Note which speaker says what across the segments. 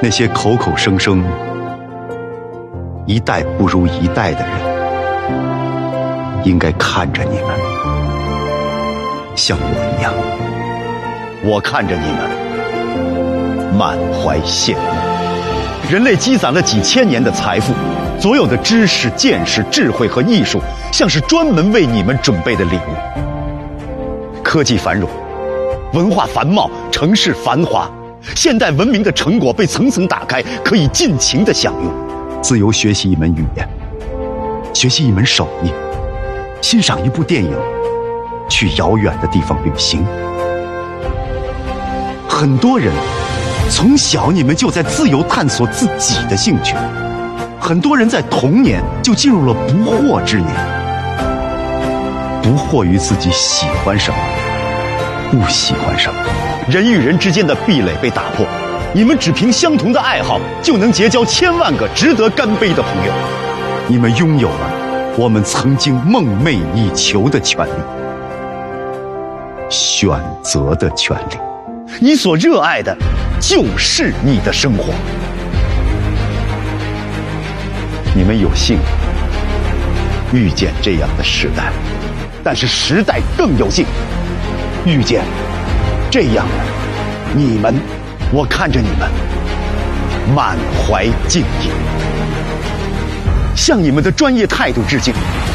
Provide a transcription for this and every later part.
Speaker 1: 那些口口声声一代不如一代的人，应该看着你们，像我一样，我看着你们，满怀羡慕。人类积攒了几千年的财富，所有的知识、见识、智慧和艺术，像是专门为你们准备的礼物。科技繁荣，文化繁茂，城市繁华。现代文明的成果被层层打开，可以尽情的享用。自由学习一门语言，学习一门手艺，欣赏一部电影，去遥远的地方旅行。很多人从小你们就在自由探索自己的兴趣，很多人在童年就进入了不惑之年，不惑于自己喜欢什么，不喜欢什么。人与人之间的壁垒被打破，你们只凭相同的爱好就能结交千万个值得干杯的朋友。你们拥有了我们曾经梦寐以求的权利——选择的权利。你所热爱的，就是你的生活。你们有幸遇见这样的时代，但是时代更有幸遇见。这样的，你们，我看着你们，满怀敬意，向你们的专业态度致敬。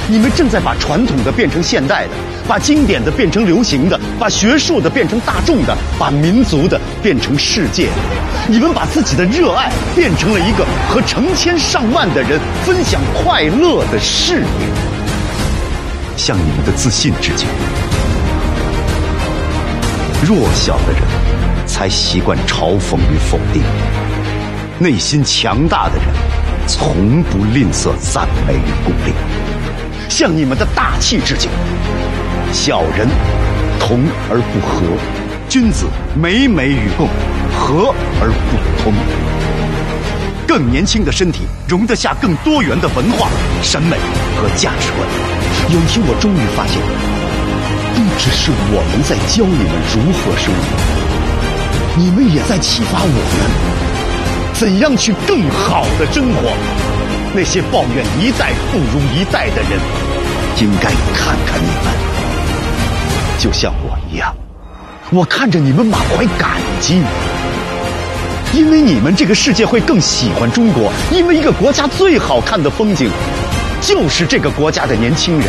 Speaker 1: 你们正在把传统的变成现代的，把经典的变成流行的，把学术的变成大众的，把民族的变成世界的。你们把自己的热爱变成了一个和成千上万的人分享快乐的事业。向你们的自信致敬。弱小的人才习惯嘲讽与否定，内心强大的人从不吝啬赞美与鼓励。向你们的大气致敬。小人同而不和，君子美美与共，和而不通。更年轻的身体容得下更多元的文化、审美和价值观。有一天，我终于发现。不只是我们在教你们如何生活，你们也在启发我们怎样去更好的生活。那些抱怨一代不如一代的人，应该看看你们，就像我一样，我看着你们满怀感激。因为你们这个世界会更喜欢中国，因为一个国家最好看的风景，就是这个国家的年轻人，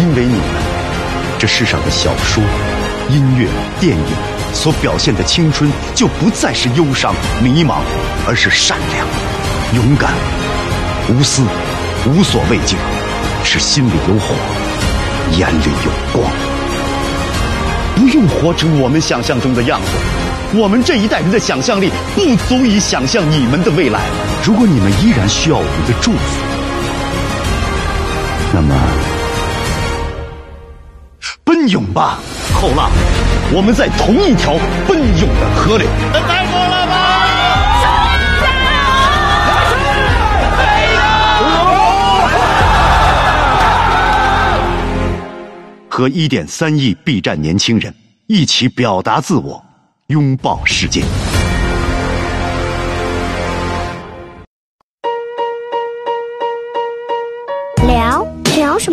Speaker 1: 因为你们。这世上的小说、音乐、电影所表现的青春，就不再是忧伤、迷茫，而是善良、勇敢、无私、无所畏惧，是心里有火，眼里有光。不用活成我们想象中的样子，我们这一代人的想象力不足以想象你们的未来。如果你们依然需要我们的祝福，那么。奔涌吧，后浪！我们在同一条奔涌的河流。太多了吧！和一点三亿 B 站年轻人一起表达自我，拥抱世界。
Speaker 2: 聊。聊什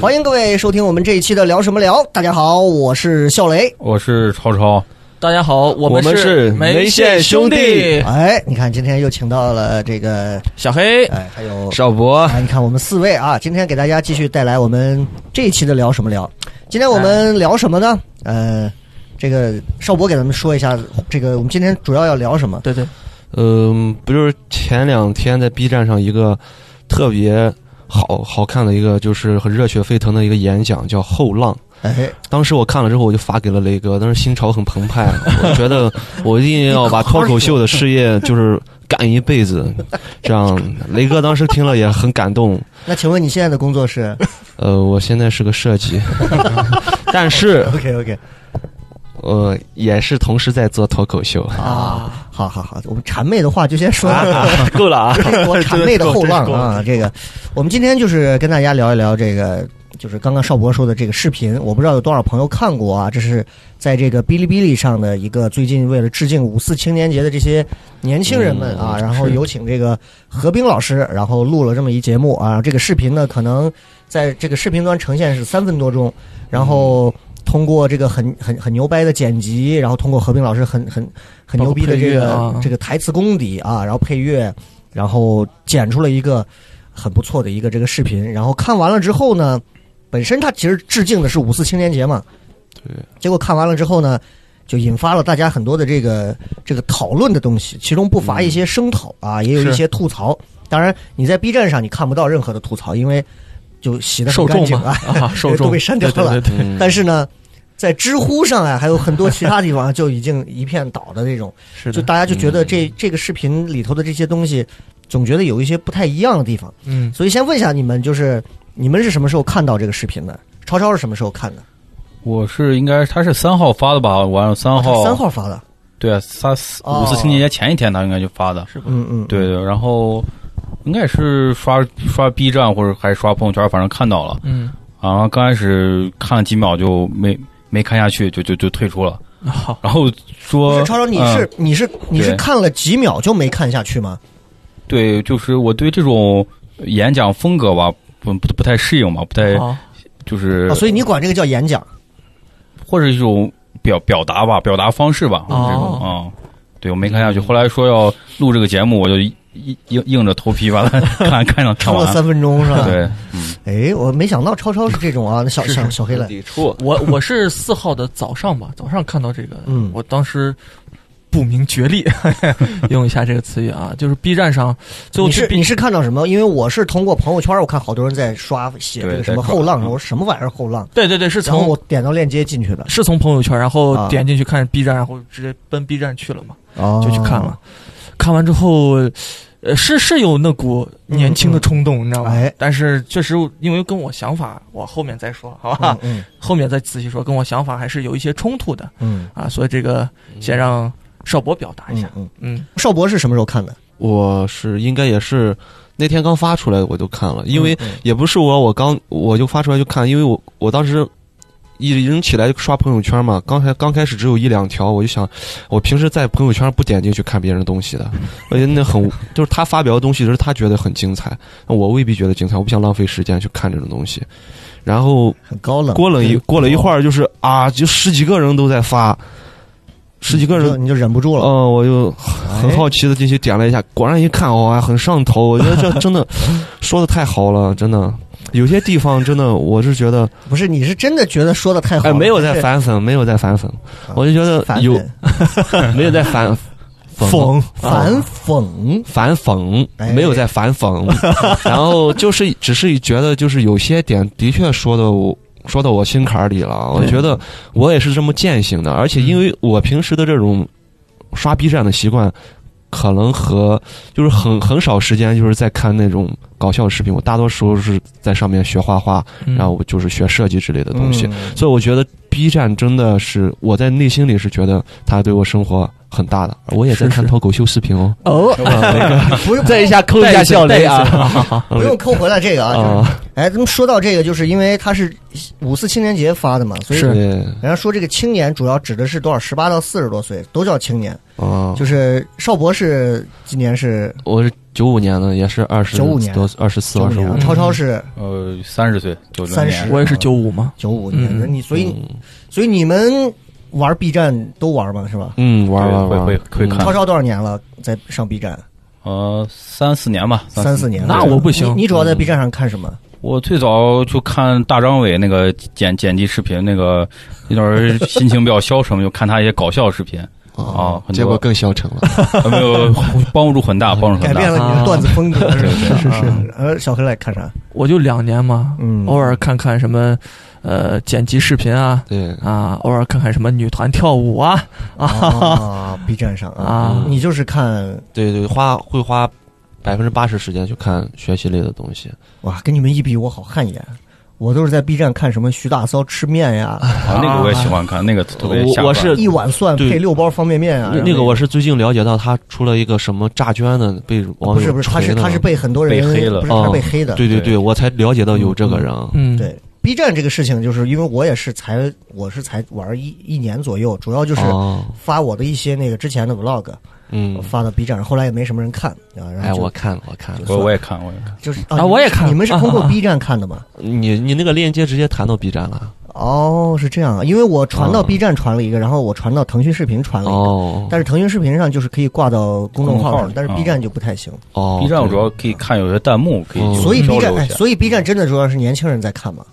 Speaker 3: 欢迎各位收听我们这一期的聊什么聊。大家好，我是笑雷，
Speaker 4: 我是超超。
Speaker 5: 大家好，我
Speaker 6: 们
Speaker 5: 是
Speaker 6: 梅县兄弟。
Speaker 3: 哎，你看今天又请到了这个
Speaker 5: 小黑，
Speaker 3: 哎，还有
Speaker 6: 邵博。
Speaker 3: 啊，你看我们四位啊，今天给大家继续带来我们这一期的聊什么聊。今天我们聊什么呢？呃，这个邵博给咱们说一下，这个我们今天主要要聊什么？
Speaker 5: 对对，
Speaker 6: 嗯、呃，不就是前两天在 B 站上一个特别。
Speaker 4: 好好看的一个，就是很热血沸腾的一个演讲，叫《后浪》。
Speaker 3: 哎，
Speaker 4: 当时我看了之后，我就发给了雷哥，当时心潮很澎湃，啊 我觉得我一定要把脱口秀的事业就是干一辈子。这样，雷哥当时听了也很感动。
Speaker 3: 那请问你现在的工作是
Speaker 4: 呃，我现在是个设计， 但是
Speaker 3: OK OK
Speaker 4: 呃，也是同时在做脱口秀。
Speaker 3: 啊？好好好，我们谄媚的话就先说到这儿。
Speaker 4: 够了啊！
Speaker 3: 我谄媚的后浪啊，这个，我们今天就是跟大家聊一聊这个，就是刚刚邵博说的这个视频，我不知道有多少朋友看过啊，这是在这个哔哩哔哩上的一个最近为了致敬五四青年节的这些年轻人们
Speaker 4: 嗯
Speaker 3: 啊，然后有请这个何冰老师，然后录了这么一节目啊，这个视频呢可能在这个视频端呈现是三分多钟，然
Speaker 6: 嗯
Speaker 3: 后。通过这个很很很牛掰的剪辑，然后通过何冰老师很很很牛逼的这个、
Speaker 6: 包括配乐啊
Speaker 3: 这个台词功底啊，然后配乐，然后剪出了一个很不错的一个这个视频。然后看完了之后呢，本身它其实致敬的是五四青年节嘛，
Speaker 4: 对，
Speaker 3: 结果看完了之后呢，就引发了大家很多的这个这个讨论的东西，其中不乏一些声讨啊，也有一
Speaker 6: 是
Speaker 3: 些吐槽。当然，你在 B 站上你看不到任何的吐槽，因为就洗的
Speaker 6: 受
Speaker 3: 很干
Speaker 6: 众
Speaker 3: 净
Speaker 6: 嘛
Speaker 3: 啊。
Speaker 6: 啊，受众
Speaker 3: 都被删掉了
Speaker 6: 对对对对
Speaker 4: 嗯
Speaker 3: 但是呢，在知乎上啊，还有很多其他地方啊就已经一片倒的这种。
Speaker 6: 是
Speaker 3: 就
Speaker 6: 的，
Speaker 3: 大家就觉得这、这个视频里头的这些东西，总觉得有一些不太一样的地方。
Speaker 6: 嗯，
Speaker 3: 所以先问一下你们，就是你们是什么时候看到这个视频的？超超是什么时候看的？
Speaker 5: 我是应该他是三号发的吧？晚上三号，
Speaker 3: 哦三号发的。
Speaker 5: 对啊，三四
Speaker 3: 哦
Speaker 5: 五四青年节前一天他应该就发的，
Speaker 3: 嗯嗯，
Speaker 5: 对对，然后应该是刷刷 B 站或者还是刷朋友圈，反正看到了，
Speaker 6: 嗯，
Speaker 5: 然后刚开始看了几秒就没没看下去，就就就退出了，
Speaker 6: 嗯好，
Speaker 5: 然后
Speaker 3: 不
Speaker 5: 说
Speaker 3: 是超超，你
Speaker 5: 嗯
Speaker 3: 是、你是你是
Speaker 5: 对
Speaker 3: 看了几秒就没看下去吗？
Speaker 5: 对，就是我对这种演讲风格吧，不不不太适应嘛，不
Speaker 3: 哎
Speaker 5: 太
Speaker 3: 哦
Speaker 6: 好，
Speaker 5: 就是、
Speaker 3: 啊，所以你管这个叫演讲？
Speaker 5: 或者一种表表达吧，表达方式吧，
Speaker 6: 哦
Speaker 5: 这种啊、嗯对我没看下去，后来说要录这个节目，我就硬硬硬着头皮把它看看上看
Speaker 3: 撑了
Speaker 5: 完。
Speaker 3: 三分钟是吧？。
Speaker 5: 对，
Speaker 3: 哎，我没想到超超是这种啊，那小小小黑脸。
Speaker 4: 抵触，
Speaker 6: 我我是四号的早上吧，早上看到这个，
Speaker 3: 嗯
Speaker 6: 我当时不明觉厉， 用一下这个词语啊，就是 B 站上最后
Speaker 3: 你
Speaker 6: 去
Speaker 3: 是
Speaker 6: B
Speaker 3: 你是看到什么？因为我是通过朋友圈，我看好多人在刷写这个
Speaker 5: 对
Speaker 3: 什么
Speaker 5: 在刷
Speaker 3: 后浪，
Speaker 5: 嗯
Speaker 3: 我说什么玩意儿后浪，
Speaker 6: 对对对，是
Speaker 3: 然后
Speaker 6: 从
Speaker 3: 我点到链接进去的，
Speaker 6: 是从朋友圈，然后
Speaker 3: 啊
Speaker 6: 点进去看 B 站，然后直接奔 B 站去了嘛，
Speaker 3: 哦
Speaker 6: 就去看了。看完之后，呃，是是有那股年轻的冲动，你知道吗
Speaker 3: 嗯哎？
Speaker 6: 但是确实因为跟我想法，我后面再说，好吧？
Speaker 3: 嗯
Speaker 6: 后面再仔细说，跟我想法还是有一些冲突的
Speaker 3: 嗯
Speaker 6: 啊，所以这个先让邵博表达一
Speaker 3: 嗯
Speaker 6: 下，
Speaker 3: 嗯，
Speaker 6: 嗯
Speaker 3: 邵博是什么时候看的？
Speaker 4: 我是应该也是那天刚发出来我就看了，因为
Speaker 3: 嗯
Speaker 4: 也不是我，我刚我就发出来就看，因为我我当时一人起来就刷朋友圈嘛，刚才刚开始只有一两条，我就想，我平时在朋友圈不点进去看别人的东西的，我觉得那很就是他发表的东西，就是他觉得很精彩，那我未必觉得精彩，我不想浪费时间去看这种东西。然后
Speaker 3: 很高冷。
Speaker 4: 过了一过了一会儿，就是啊，就十几个人都在发，十几个
Speaker 3: 你
Speaker 4: 人
Speaker 3: 就，你就忍不住了。
Speaker 4: 嗯，我就很
Speaker 3: 哎
Speaker 4: 好奇的进去点了一下，果然一看哇，很上头。我觉得这真的说的太好了，真的有些地方真的我是觉得，
Speaker 3: 不是，你是真的觉得说的太好了？
Speaker 4: 哎，没有在
Speaker 3: 还是
Speaker 4: 反粉，没有在反粉，我就觉得
Speaker 3: 反
Speaker 4: 有
Speaker 3: 讽
Speaker 4: 没有在反讽
Speaker 6: 讽
Speaker 3: 反讽，
Speaker 4: 嗯反讽
Speaker 3: 哎，
Speaker 4: 没有在 反讽，然后就是只是觉得就是有些点的确说的我。说到我心坎儿里了，我
Speaker 6: 对
Speaker 4: 觉得我也是这么践行的，而且因为我平时的这种刷 B 站的习惯，可能和就是很很少时间就是在看那种搞笑视频，我大多数是在上面学画画，
Speaker 6: 嗯
Speaker 4: 然后我就是学设计之类的东西，
Speaker 3: 嗯
Speaker 4: 所以我觉得 B 站真的是我在内心里是觉得它对我生活很大的，我也在
Speaker 6: 是
Speaker 4: 看
Speaker 6: 是
Speaker 4: 脱口秀视频哦，
Speaker 3: 哦，
Speaker 6: 哎
Speaker 3: 不用
Speaker 4: 再一下抠一下笑雷啊！
Speaker 3: 不用抠回来这个啊。就是
Speaker 4: 啊，
Speaker 3: 哎，咱们说到这个，就是因为它是五四青年节发的嘛，所以
Speaker 6: 是
Speaker 4: 对
Speaker 3: 人家说这个青年主要指的是多少？十八到四十多岁都叫青年。
Speaker 4: 啊，
Speaker 3: 就是邵博是今年是
Speaker 4: 我是九五年的，也是二十
Speaker 3: 95年
Speaker 4: 多、二十四、
Speaker 3: 九
Speaker 4: 二
Speaker 3: 五
Speaker 4: 十
Speaker 3: 年
Speaker 4: 五
Speaker 3: 啊，。超超是
Speaker 5: 呃，三十岁，九零
Speaker 3: 30
Speaker 5: 年，
Speaker 6: 我也是九五嘛，
Speaker 3: 九五年的，
Speaker 6: 嗯
Speaker 3: 你所以所以你们玩 B 站都玩吗？是吧？
Speaker 4: 嗯，玩
Speaker 5: 对
Speaker 4: 玩玩，
Speaker 5: 会会会
Speaker 4: 嗯
Speaker 5: 看
Speaker 3: 超超多少年了，在上 B 站
Speaker 5: 呃，三四年吧，
Speaker 3: 三四
Speaker 5: 四
Speaker 3: 年了，
Speaker 6: 那我不行
Speaker 3: 你你主要在 B 站上看什么？
Speaker 5: 我最早就看大张伟那 个剪剪辑视频，那个那段儿心情比较消沉，就看他一些搞笑视频，啊，很多
Speaker 4: 结果更消沉了。
Speaker 5: 呃没有帮助很大，帮助
Speaker 3: 改
Speaker 5: 很
Speaker 3: 变
Speaker 5: 大。
Speaker 3: 了你的段子风格，是
Speaker 5: 是
Speaker 3: 是是。呃，小黑来看啥？
Speaker 6: 我就两年嘛，
Speaker 3: 嗯
Speaker 6: 偶尔看看什么，呃，剪辑视频啊，
Speaker 4: 对，
Speaker 6: 啊，偶尔看看什么女团跳舞啊，啊，
Speaker 3: 啊，B 站上啊
Speaker 6: 啊，
Speaker 3: 你就是看
Speaker 4: 对对，花会花百分之八十时间去看学习类的东西。
Speaker 3: 哇，跟你们一比，我好汗颜。我都是在 B 站看什么徐大骚吃面呀，
Speaker 5: 啊，那个我也喜欢看，那个特别
Speaker 4: 我
Speaker 5: 下饭
Speaker 4: 我是
Speaker 3: 一碗蒜
Speaker 4: 对
Speaker 3: 配六包方便面啊。
Speaker 4: 那
Speaker 3: 然后
Speaker 4: 那个我是最近了解到，他出了一个什么诈捐的，被网友
Speaker 3: 不是不是，他是
Speaker 4: 锤的
Speaker 3: 他是被很多人
Speaker 5: 被黑了
Speaker 3: 不是他是被
Speaker 4: 哦
Speaker 3: 黑的。
Speaker 4: 对对对，
Speaker 5: 对
Speaker 4: 我才了解到有这个人。
Speaker 6: 嗯，，
Speaker 3: 对 B 站这个事情，就是因为我也是才我是才玩一一年左右，主要就是
Speaker 4: 哦，
Speaker 3: 发我的一些那个之前的 vlog，
Speaker 4: 嗯，
Speaker 3: 发到 B 站上，后来也没什么人看啊。然
Speaker 4: 哎，
Speaker 3: 后就
Speaker 4: 我看了，我看了，
Speaker 5: 我我也看，我也看。
Speaker 3: 就是
Speaker 6: 啊
Speaker 3: 你们
Speaker 6: 我也
Speaker 3: 是
Speaker 6: 看
Speaker 3: 你们是
Speaker 6: 啊
Speaker 3: 通过
Speaker 6: 啊啊
Speaker 3: B 站看的吗？
Speaker 4: 你你那个链接直接弹到 B 站了。
Speaker 3: 哦，是这样啊，因为我传到
Speaker 4: 啊
Speaker 3: B 站传了一个，然后我传到腾讯视频传了一个，
Speaker 4: 哦
Speaker 3: 但是腾讯视频上就是可以挂到公众号
Speaker 5: 公众号
Speaker 3: 上，但是
Speaker 5: 啊
Speaker 3: B 站就不太行。
Speaker 4: 哦
Speaker 5: B 站我主要可以看有些弹幕，可以
Speaker 4: 哦
Speaker 5: 去
Speaker 3: 所以 B
Speaker 5: 交
Speaker 3: 站，
Speaker 5: 嗯流
Speaker 3: 哎
Speaker 5: 一下。
Speaker 3: 所以 B 站真的主要是年轻人在看嘛？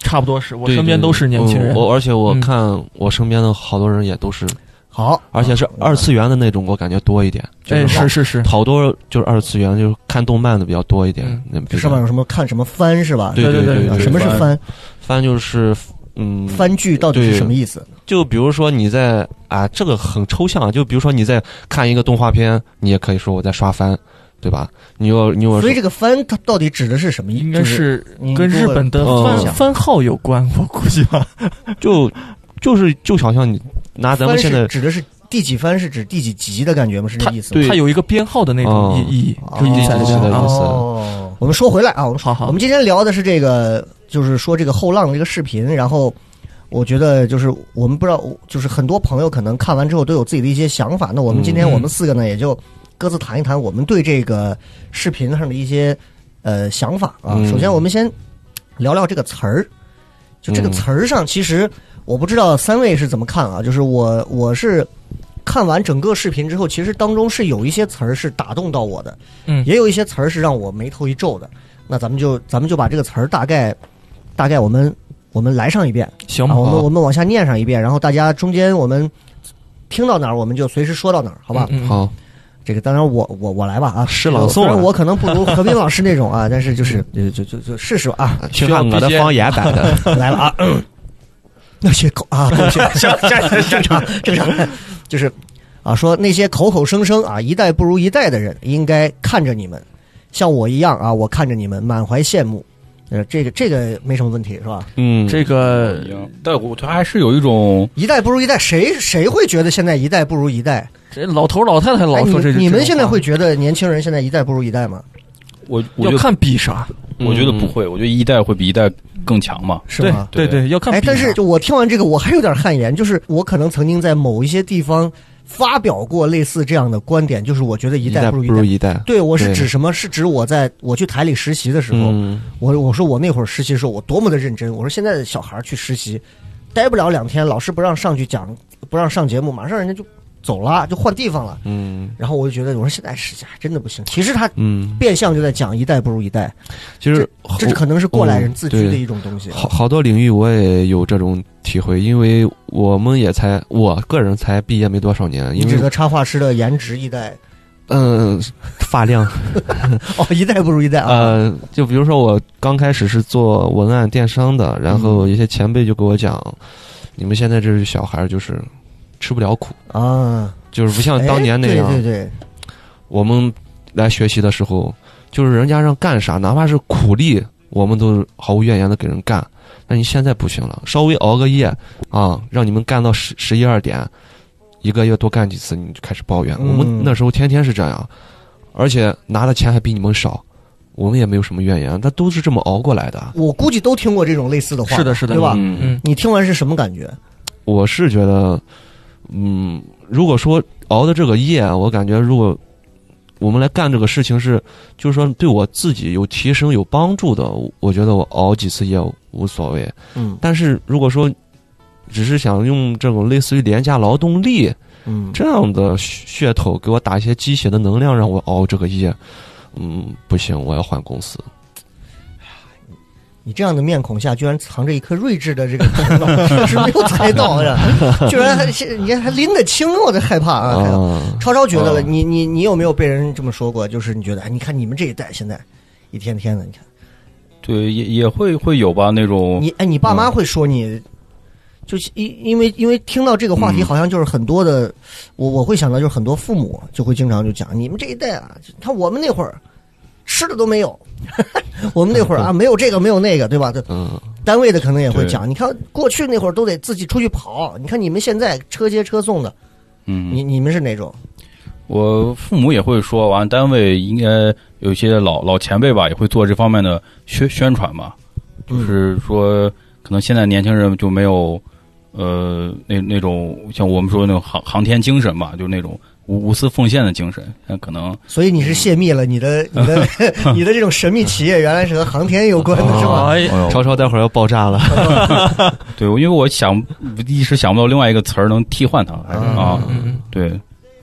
Speaker 6: 差不多是我
Speaker 4: 对
Speaker 6: 身边都是年轻人
Speaker 3: 哦
Speaker 4: 嗯，我而且我
Speaker 6: 嗯
Speaker 4: 看我身边的好多人也都是，
Speaker 3: 好，
Speaker 4: 而且是二次元的那种，我感觉多一点。就
Speaker 6: 哎，
Speaker 4: 好
Speaker 6: 是是是，
Speaker 4: 好多就是二次元，就是看动漫的比较多一点
Speaker 6: 嗯。
Speaker 4: 那
Speaker 3: 这上面有什么看什么番是吧？
Speaker 4: 对
Speaker 6: 对对
Speaker 4: 对
Speaker 3: 啊
Speaker 4: 对，
Speaker 3: 什么是番？
Speaker 4: 番就是嗯，
Speaker 3: 番剧到底是什么意思？
Speaker 4: 就比如说你在啊，这个很抽象啊。就比如说你在看一个动画片，你也可以说我在刷番，对吧？你有你有
Speaker 3: 所以这个番它到底指的是什么意？
Speaker 6: 应该
Speaker 3: 就是
Speaker 6: 是
Speaker 3: 您
Speaker 6: 跟日本的
Speaker 4: 给我
Speaker 3: 嗯
Speaker 6: 番番号有关，我估计吧。
Speaker 4: 就就是就想象你拿咱们
Speaker 3: 番
Speaker 4: 现在
Speaker 3: 是指的是第几番是指第几集的感觉吗？是这
Speaker 6: 它
Speaker 3: 意思吗？
Speaker 4: 对
Speaker 6: 它有一个编号的那种
Speaker 4: 哦
Speaker 6: 意义
Speaker 3: 哦，
Speaker 6: 就意义在
Speaker 4: 这
Speaker 6: 里
Speaker 4: 是
Speaker 6: 面
Speaker 4: 的意
Speaker 6: 啊。
Speaker 4: 思
Speaker 3: 哦，我们说回来啊，我们
Speaker 6: 好好
Speaker 3: 我们今天聊的是这个，就是说这个后浪的这个视频，然后。我觉得就是我们不知道，就是很多朋友可能看完之后都有自己的一些想法。那我们今天
Speaker 6: 嗯
Speaker 3: 我们四个呢，也就各自谈一谈我们对这个视频上的一些呃想法啊。
Speaker 4: 嗯
Speaker 3: 首先，我们先聊聊这个词儿，就这个
Speaker 4: 嗯
Speaker 3: 词儿上，其实我不知道三位是怎么看啊。就是我我是看完整个视频之后，其实当中是有一些词儿是打动到我的，
Speaker 6: 嗯
Speaker 3: 也有一些词儿是让我眉头一皱的。那咱们就咱们就把这个词儿大概大概我们我们来上一遍，
Speaker 6: 行
Speaker 3: 啊，
Speaker 6: 吧，
Speaker 3: 我们
Speaker 4: 好
Speaker 3: 我们往下念上一遍，然后大家中间我们听到哪儿我们就随时说到哪儿，好吧？
Speaker 6: 嗯，
Speaker 4: 好
Speaker 3: 这个当然我我我来吧啊，
Speaker 4: 诗朗诵啊
Speaker 3: 虽然我可能不如何冰老师那种啊，但是 就是就就就就试试吧啊，
Speaker 4: 听看我的方言版 的，
Speaker 3: 来了啊。那些口啊，对不起，正常正常，就是啊，说那些口口声声啊一代不如一代的人，应该看着你们，像我一样啊，我看着你们满怀羡慕。呃，这个这个没什么问题是吧？
Speaker 4: 嗯，
Speaker 6: 这个
Speaker 5: 但我他还是有一种
Speaker 3: 一代不如一代，谁谁会觉得现在一代不如一代？
Speaker 6: 这老头老太太
Speaker 3: 哎，
Speaker 6: 老
Speaker 3: 你
Speaker 6: 说这
Speaker 3: 你们现在会
Speaker 6: 这
Speaker 3: 觉得年轻人现在一代不如一代吗？
Speaker 5: 我我
Speaker 6: 种话要
Speaker 5: 觉得
Speaker 6: 看比啥？
Speaker 4: 嗯
Speaker 5: 我觉得不会，我觉得一代会比一代更强嘛。
Speaker 3: 是
Speaker 6: 对
Speaker 3: 吗？
Speaker 6: 对
Speaker 5: 对
Speaker 6: 对，要看啊
Speaker 3: 哎，
Speaker 6: 比啥。
Speaker 3: 但是就我听完这个，我还有点汗颜，就是我可能曾经在某一些地方发表过类似这样的观点，就是我觉得一
Speaker 4: 一
Speaker 3: 代
Speaker 4: 代
Speaker 3: 不
Speaker 4: 不
Speaker 3: 如一
Speaker 4: 如
Speaker 3: 代。
Speaker 4: 一代，
Speaker 3: 对，我是
Speaker 4: 对
Speaker 3: 指什么？是指我在我去台里实习的时候，
Speaker 4: 嗯，
Speaker 3: 我我说我那会儿实习的时候，我多么的认真。我说现在的小孩儿去实习，待不了两天，老师不让上去讲，不让上节目，马上人家就走了，就换地方了。
Speaker 4: 嗯
Speaker 3: 然后我就觉得，我说现在实习还真的不行。其实他
Speaker 4: 嗯，
Speaker 3: 变相就在讲一代不如一代，
Speaker 4: 其实
Speaker 3: 这是可能是过来人自居
Speaker 4: 嗯
Speaker 3: 的
Speaker 4: 对
Speaker 3: 一种东西。
Speaker 4: 好好多领域我也有这种体会，因为我们也才我个人才毕业没多少年，
Speaker 3: 你
Speaker 4: 因
Speaker 3: 指
Speaker 4: 为
Speaker 3: 的插画师的颜值一代
Speaker 4: 嗯发量，
Speaker 3: 哦，一代不如一代 啊。
Speaker 4: 呃，就比如说我刚开始是做文案电商的，然
Speaker 3: 嗯
Speaker 4: 后一些前辈就跟我讲，你们现在这些小孩儿就是吃不了苦，
Speaker 3: 啊，
Speaker 4: 就是不像呃当年那样，
Speaker 3: 哎对对对，
Speaker 4: 我们来学习的时候，就是人家让干啥，哪怕是苦力，我们都毫无怨言的给人干。那你现在不行了，稍微熬个夜啊，让你们干到十十一二点，一个月多干几次，你就开始抱怨。
Speaker 3: 嗯
Speaker 4: 我们那时候天天是这样，而且拿的钱还比你们少，我们也没有什么怨言，他都是这么熬过来的。
Speaker 3: 我估计都听过这种类似的话，
Speaker 6: 是的，是的，
Speaker 3: 对吧？
Speaker 4: 嗯，
Speaker 6: 嗯，
Speaker 3: 你听完是什么感觉？
Speaker 4: 我是觉得，嗯，如果说熬的这个夜，我感觉如果我们来干这个事情是，就是说对我自己有提升、有帮助的，我我觉得我熬几次夜无所谓。
Speaker 3: 嗯
Speaker 4: 但是如果说只是想用这种类似于廉价劳动力
Speaker 3: 嗯，
Speaker 4: 这样的噱头给我打一些鸡血的能量，让我熬这个夜，嗯，不行，我要换公司。
Speaker 3: 你这样的面孔下，居然藏着一颗睿智的这个 头脑，是没有猜到的，居然还是你还拎得清，我这害怕啊！害怕
Speaker 4: 啊，
Speaker 3: 超超觉得了，
Speaker 4: 啊
Speaker 3: 你你你有没有被人这么说过？就是你觉得，哎，你看你们这一代现在一天天的，你看
Speaker 5: 对，也也会会有吧那种
Speaker 3: 你，哎，你爸妈会说你，就是因因为因为听到这个话题，好像就是很多的，我我会想到就是很多父母就会经常就讲，你们这一代啊，就看我们那会儿吃的都没有， 我们那会儿啊没有这个没有那个，对吧？这
Speaker 4: 嗯，
Speaker 3: 单位的可能也会
Speaker 5: 对
Speaker 3: 讲，你看过去那会儿都得自己出去跑，你看你们现在车接车送的，
Speaker 5: 嗯，
Speaker 3: 你你们是哪种？
Speaker 5: 我父母也会说，完单位应该有一些老老前辈吧，也会做这方面的宣宣传嘛，就
Speaker 3: 嗯
Speaker 5: 是说可能现在年轻人就没有呃那那种像我们说的那种航航天精神吧，就那种无无私奉献的精神，那可能
Speaker 3: 所以你是泄密了你 的你的 你的这种神秘企业，原来是和航天有关
Speaker 5: 哦
Speaker 3: 嗯的是吗？
Speaker 6: 哎，
Speaker 4: 超超待会儿要爆炸了，
Speaker 5: 对，因为我想一时想不到另外一个词儿能替换它啊，
Speaker 6: 嗯，
Speaker 5: 对，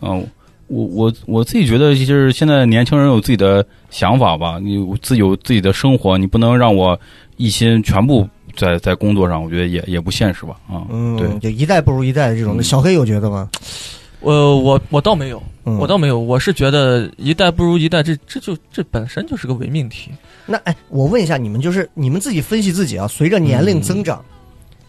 Speaker 5: 嗯、我我我自己觉得就是现在年轻人有自己的想法吧，你自己有自己的生活，你不能让我一心全部在在工作上，我觉得也也不现实吧，啊、
Speaker 3: 嗯，
Speaker 5: 对，
Speaker 3: 就一代不如一代的这种。
Speaker 5: 嗯
Speaker 3: 小黑有觉得吗？
Speaker 6: 我呃我我倒没有，
Speaker 3: 嗯
Speaker 6: 我倒没有，我是觉得一代不如一代，这这就这本身就是个伪命题。
Speaker 3: 那哎，我问一下你们，就是你们自己分析自己啊，随着年
Speaker 4: 嗯
Speaker 3: 龄增长，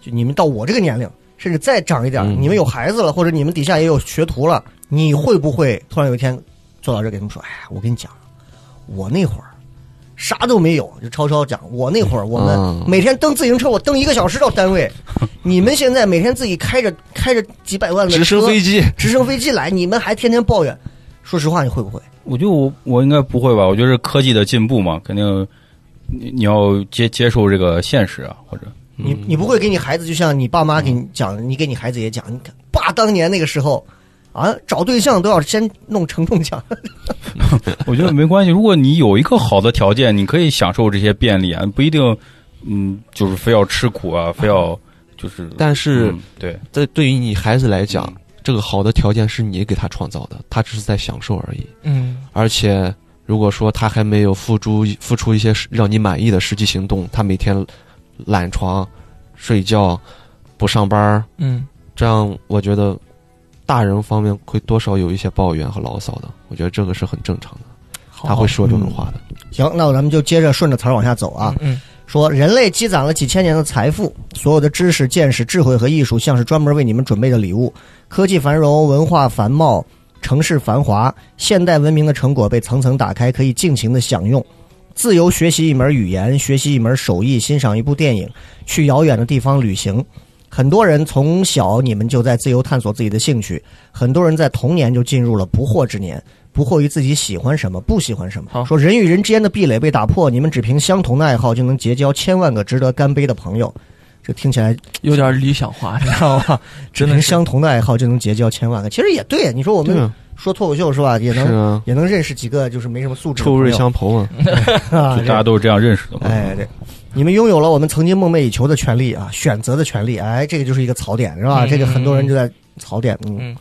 Speaker 3: 就你们到我这个年龄，甚至再长一点，
Speaker 4: 嗯
Speaker 3: 你们有孩子了，或者你们底下也有学徒了，你会不会突然有一天坐到这儿给他们说，哎，我跟你讲，我那会儿。啥都没有，就超超讲。我那会儿，我
Speaker 4: 嗯
Speaker 3: 们每天蹬自行车，我蹬一个小时到单位。你们现在每天自己开着开着几百万的车
Speaker 4: 直升飞机，
Speaker 3: 直升飞机来，你们还天天抱怨。说实话，你会不会？
Speaker 5: 我觉得我我应该不会吧，我觉得是科技的进步嘛，肯定你你要接接受这个现实啊，或者
Speaker 3: 你你不会给你孩子，就像你爸妈给你讲，你给你孩子也讲，你看爸当年那个时候啊，找对象都要先弄承重墙。
Speaker 5: 我觉得没关系，如果你有一个好的条件，你可以享受这些便利啊，不一定嗯就是非要吃苦啊，非要就是
Speaker 4: 但是
Speaker 5: 嗯对
Speaker 4: 在对于你孩子来讲
Speaker 5: 嗯，
Speaker 4: 这个好的条件是你给他创造的，他只是在享受而已。
Speaker 6: 嗯，
Speaker 4: 而且，如果说他还没有付出付出一些实让你满意的实际行动，他每天懒床、睡觉、不上班儿，
Speaker 6: 嗯，
Speaker 4: 这样我觉得大人方面会多少有一些抱怨和牢骚的。我觉得这个是很正常的，
Speaker 6: 好
Speaker 4: 他会说这种话的。
Speaker 3: 行，那咱们就接着顺着词儿往下走啊。，
Speaker 6: 嗯
Speaker 3: 说人类积攒了几千年的财富，所有的知识、见识、智慧和艺术，像是专门为你们准备的礼物。科技繁荣，文化繁茂，城市繁华，现代文明的成果被层层打开，可以尽情的享用。自由学习一门语言，学习一门手艺，欣赏一部电影，去遥远的地方旅行。很多人从小你们就在自由探索自己的兴趣，很多人在童年就进入了不惑之年，不惑于自己喜欢什么，不喜欢什么。
Speaker 6: 好
Speaker 3: 说人与人之间的壁垒被打破，你们只凭相同的爱好就能结交千万个值得干杯的朋友。这听起来
Speaker 6: 嗯，有点理想 化，你知道吗？
Speaker 3: 只
Speaker 6: 真的
Speaker 3: 凭
Speaker 6: 是
Speaker 3: 相同的爱好就能结交千万个，其实也对。你说我
Speaker 4: 对
Speaker 3: 们
Speaker 4: 啊，
Speaker 3: 说脱口秀是吧？也
Speaker 4: 是
Speaker 3: 能
Speaker 4: 啊，
Speaker 3: 也能认识几个就是没什么素质的
Speaker 4: 臭
Speaker 3: 朋友，
Speaker 4: 味相投啊。
Speaker 3: 啊
Speaker 5: 就大家都是这样认识的嘛，
Speaker 3: 哎，对，你们拥有了我们曾经梦寐以求的权利啊，选择的权利。哎，这个就是一个槽点，是吧？
Speaker 6: 嗯
Speaker 3: 这个很多人就在槽点，嗯，
Speaker 6: 嗯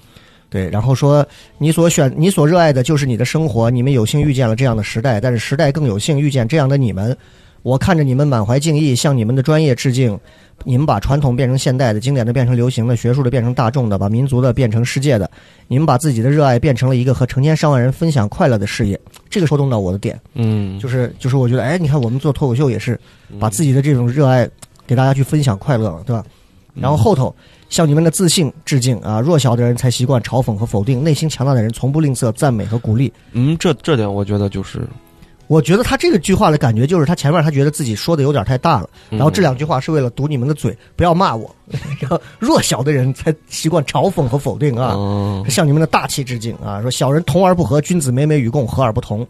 Speaker 3: 对。然后说你所选、你所热爱的就是你的生活，你们有幸遇见了这样的时代，但是时代更有幸遇见这样的你们。我看着你们满怀敬意，向你们的专业致敬。你们把传统变成现代的，经典的变成流行的，学术的变成大众的，把民族的变成世界的。你们把自己的热爱变成了一个和成千上万人分享快乐的事业，这个说动到我的点。
Speaker 4: 嗯，
Speaker 3: 就是就是，我觉得，哎，你看我们做脱口秀也是把自己的这种热爱给大家去分享快乐嘛，对吧？然
Speaker 4: 嗯
Speaker 3: 后后头向你们的自信致敬啊！弱小的人才习惯嘲讽和否定，内心强大的人从不吝啬赞美和鼓励。
Speaker 4: 嗯，这这点我觉得就是，
Speaker 3: 我觉得他这个句话的感觉就是，他前面他觉得自己说的有点太大了，
Speaker 4: 嗯
Speaker 3: 然后这两句话是为了堵你们的嘴，不要骂我。 然后弱小的人才习惯嘲讽和否定啊。
Speaker 4: 哦
Speaker 3: 向你们的大气致敬啊！说小人同而不和，君子美美与共，和而不同。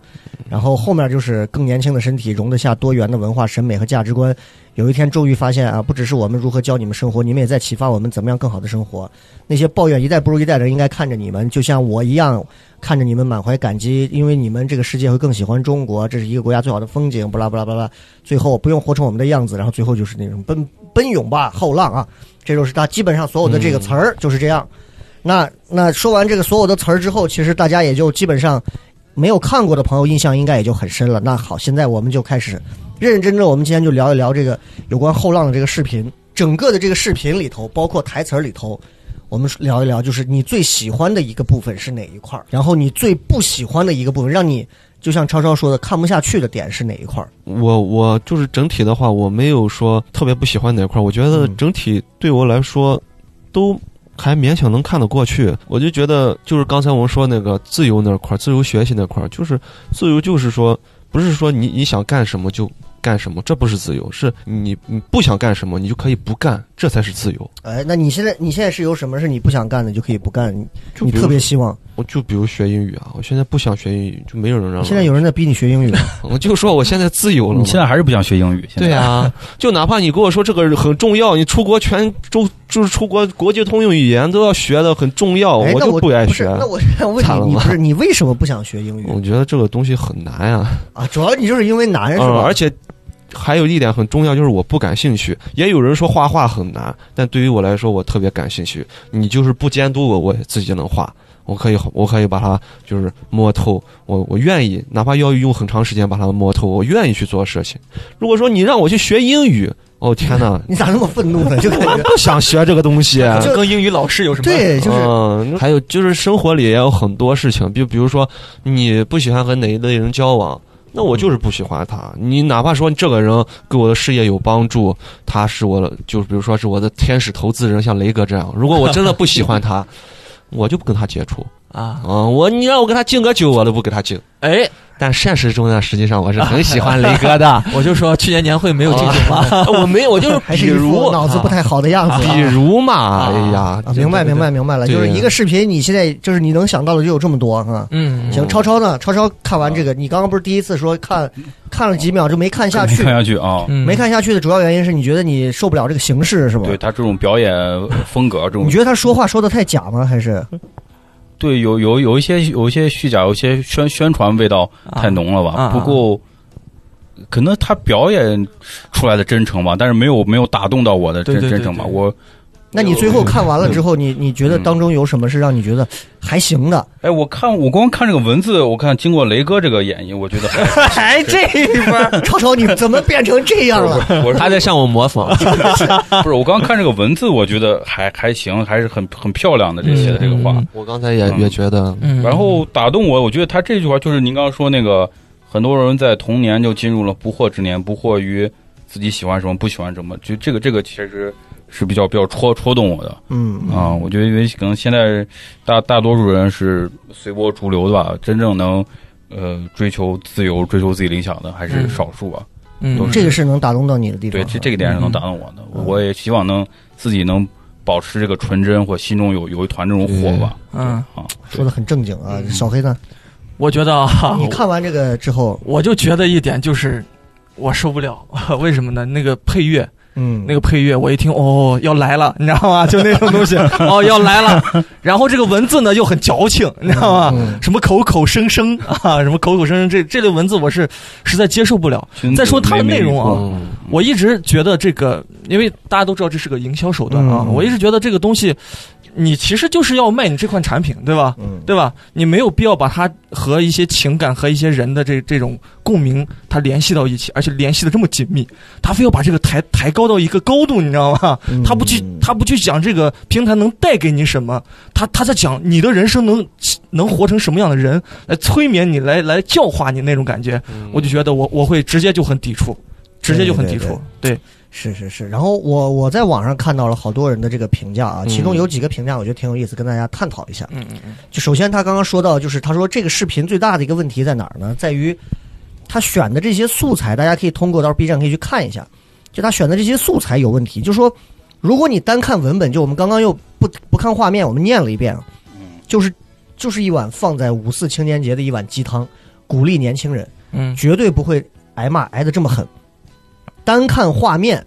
Speaker 3: 然后后面就是更年轻的身体容得下多元的文化审美和价值观。有一天终于发现啊，不只是我们如何教你们生活，你们也在启发我们怎么样更好的生活。那些抱怨一代不如一代的人，应该看着你们，就像我一样看着你们满怀感激，因为你们这个世界会更喜欢中国，这是一个国家最好的风景。不啦不啦不啦，最后不用活成我们的样子，然后最后就是那种奔奔涌吧，后浪啊，这就是他基本上所有的这个词儿就是这样。那那说完这个所有的词儿之后，其实大家也就基本上没有看过的朋友印象应该也就很深了。那好，现在我们就开始认认真真，我们今天就聊一聊这个有关后浪的这个视频，整个的这个视频里头，包括台词儿里头，我们聊一聊，就是你最喜欢的一个部分是哪一块儿，然后你最不喜欢的一个部分，让你就像超超说的看不下去的点是哪一块儿？
Speaker 4: 我我就是整体的话，我没有说特别不喜欢哪块儿，我觉得
Speaker 3: 嗯
Speaker 4: 整体对我来说都还勉强能看得过去。我就觉得就是刚才我们说那个自由那块儿，自由学习那块儿，就是自由就是说不是说你你想干什么就干什么，这不是自由，是你你不想干什么你就可以不干，这才是自由。
Speaker 3: 哎，那你现在你现在是有什么是你不想干的就可以不干，你
Speaker 4: 就
Speaker 3: 你
Speaker 4: 比如
Speaker 3: 特别希望？
Speaker 4: 我就比如学英语啊，我现在不想学英语，就没有人让我
Speaker 3: 现在有人在逼你学英语吗，
Speaker 4: 我就说我现在自由了
Speaker 5: 你
Speaker 4: 嘛。
Speaker 5: 现在还是不想学英语？现在
Speaker 4: 对啊， 就哪怕你跟我说这个很重要，你出国全周就是出国国际通用语言都要学的很重要，
Speaker 3: 哎，那
Speaker 4: 哦就
Speaker 3: 我
Speaker 4: 不爱
Speaker 3: 不是
Speaker 4: 学。
Speaker 3: 那我想问
Speaker 4: 惨了嗯
Speaker 3: 你，你
Speaker 4: 吧
Speaker 3: 不是你为什么不想学英语
Speaker 4: 我觉得这个东西很难呀、
Speaker 3: 啊？主要你就是因为难是
Speaker 4: 嗯，
Speaker 3: 吧？，
Speaker 4: 而且还有一点很重要，就是我不感兴趣。也有人说画画很难，但对于我来说，我特别感兴趣。你就是不监督我，我也自己能画，我可以，我可以把它就是摸透。我我愿意，哪怕要用很长时间把它摸透，我愿意去做事情。如果说你让我去学英语，哦天哪
Speaker 3: 你咋那么愤怒呢？就感
Speaker 4: 我
Speaker 3: 觉
Speaker 4: 不想学这个东西。啊
Speaker 3: 就
Speaker 6: 跟英语老师有什么？
Speaker 3: 对，就是
Speaker 4: 嗯，还有就是生活里也有很多事情，比比如说你不喜欢和哪一类人交往，那我
Speaker 3: 嗯
Speaker 4: 就是不喜欢他。你哪怕说这个人给我的事业有帮助，他是我的，就是比如说是我的天使投资人，像雷哥这样，如果我真的不喜欢 他，我就不跟他接触
Speaker 6: 啊
Speaker 4: 啊、，我你让我跟他敬个酒，我都不跟他敬。
Speaker 6: 哎，
Speaker 4: 但现实中呢，实际上我是很 喜欢雷哥的，
Speaker 6: 我就说去年年会没有 进
Speaker 5: 哦
Speaker 4: 啊
Speaker 6: 行吗？
Speaker 4: 我没有，我就是
Speaker 3: 还
Speaker 4: 比
Speaker 3: 是一副
Speaker 4: 如
Speaker 3: 脑子不太好的样子啊。
Speaker 4: 比如嘛，哎呀
Speaker 3: 啊，明白明白明白了，
Speaker 4: 对
Speaker 3: 就是一个视频，你现在就是你能想到的就有这么多啊。
Speaker 6: 嗯，
Speaker 3: 行，超超呢？超超看完这个，你刚刚不是第一次说看看了几秒就没看下
Speaker 5: 没
Speaker 3: 去
Speaker 5: 看？下去啊。
Speaker 6: 嗯
Speaker 3: 没看下去的主要原因是你觉得你受不了这个形式是吧？
Speaker 5: 对他这种表演风格，这种
Speaker 3: 你觉得他说话说的太假吗？还是
Speaker 5: 对有有有一些有一些虚假，有一些宣宣传味道太浓了吧？
Speaker 6: 啊啊
Speaker 5: 不够，可能他表演出来的真诚吧，但是没有没有打动到我的真
Speaker 6: 对对对
Speaker 5: 真诚吧。
Speaker 6: 对
Speaker 5: 我
Speaker 3: 那你最后看完了之后，你你觉得当中有什么是让你觉得还行的？
Speaker 5: 哎，我看我光看这个文字，我看经过雷哥这个演绎，我觉得 还
Speaker 3: 哎，这一分， 超超你怎么变成这样了？
Speaker 5: 我我
Speaker 4: 他在向我模仿。
Speaker 5: 不是我刚看这个文字，我觉得还还行，还是很很漂亮的这些的这个话。
Speaker 6: 嗯
Speaker 4: 我刚才也也觉得，
Speaker 6: 嗯，
Speaker 5: 然后打动我，我觉得他这句话就是您刚刚说那个，很多人在童年就进入了不惑之年，不惑于自己喜欢什么，不喜欢什么，就这个这个其实是比较比较戳戳动我的
Speaker 3: 嗯，
Speaker 5: 啊、我觉得因为可能现在大大多数人是随波逐流的吧，真正能呃追求自由、追求自己理想的还是
Speaker 6: 嗯
Speaker 5: 少数吧。
Speaker 6: 嗯
Speaker 5: 都是
Speaker 3: 这个是能嗯打动到你的地方
Speaker 5: 对，
Speaker 3: 啊。
Speaker 5: 这这个点是能打动我的，我也希望能自己能保持这个纯真，或心中有有一团这种火吧。
Speaker 6: 嗯，
Speaker 5: 啊，
Speaker 3: 说的很正经啊，
Speaker 6: 嗯
Speaker 3: 小黑呢？
Speaker 6: 我觉得啊，
Speaker 3: 你看完这个之后，
Speaker 6: 我就觉得一点就是我受不了， 为什么呢？那个配乐，
Speaker 3: 嗯，
Speaker 6: 那个配乐，我一听哦要来了，你知道 吗？就那种东西，哦要来了。然后这个文字呢又很矫情，你知道吗？
Speaker 3: 嗯
Speaker 6: 什么口口声声啊，什么口口声声，这这类文字我是实在接受不了。
Speaker 5: 君子
Speaker 6: 再说它的
Speaker 5: 没
Speaker 6: 内容啊
Speaker 5: 没
Speaker 6: 嗯我一直觉得这个，因为大家都知道这是个营销手段啊，
Speaker 3: 嗯
Speaker 6: 我一直觉得这个东西，你其实就是要卖你这款产品，对吧？
Speaker 3: 嗯，
Speaker 6: 对吧？你没有必要把它和一些情感和一些人的这这种共鸣，它联系到一起，而且联系的这么紧密，他非要把这个抬抬高到一个高度，你知道吗？
Speaker 3: 嗯
Speaker 6: 他不去，他不去讲这个平台能带给你什么，他他在讲你的人生能能活成什么样的人，来催眠你，来来教化你那种感觉，我就觉得我我会直接就很抵触，直接就很抵触，对，
Speaker 3: 是是是。然后我我在网上看到了好多人的这个评价啊，其中有几个评价我觉得挺有意思，跟大家探讨一下。
Speaker 6: 嗯嗯嗯嗯，
Speaker 3: 就首先他刚刚说到，就是他说这个视频最大的一个问题在哪儿呢？在于他选的这些素材，大家可以通过到时候 B 站可以去看一下，就他选的这些素材有问题。就说如果你单看文本，就我们刚刚又不不看画面，我们念了一遍啊，
Speaker 6: 嗯
Speaker 3: 就是就是一碗放在五四青年节的一碗鸡汤，鼓励年轻人。
Speaker 6: 嗯
Speaker 3: 绝对不会挨骂挨得这么狠。单看画面，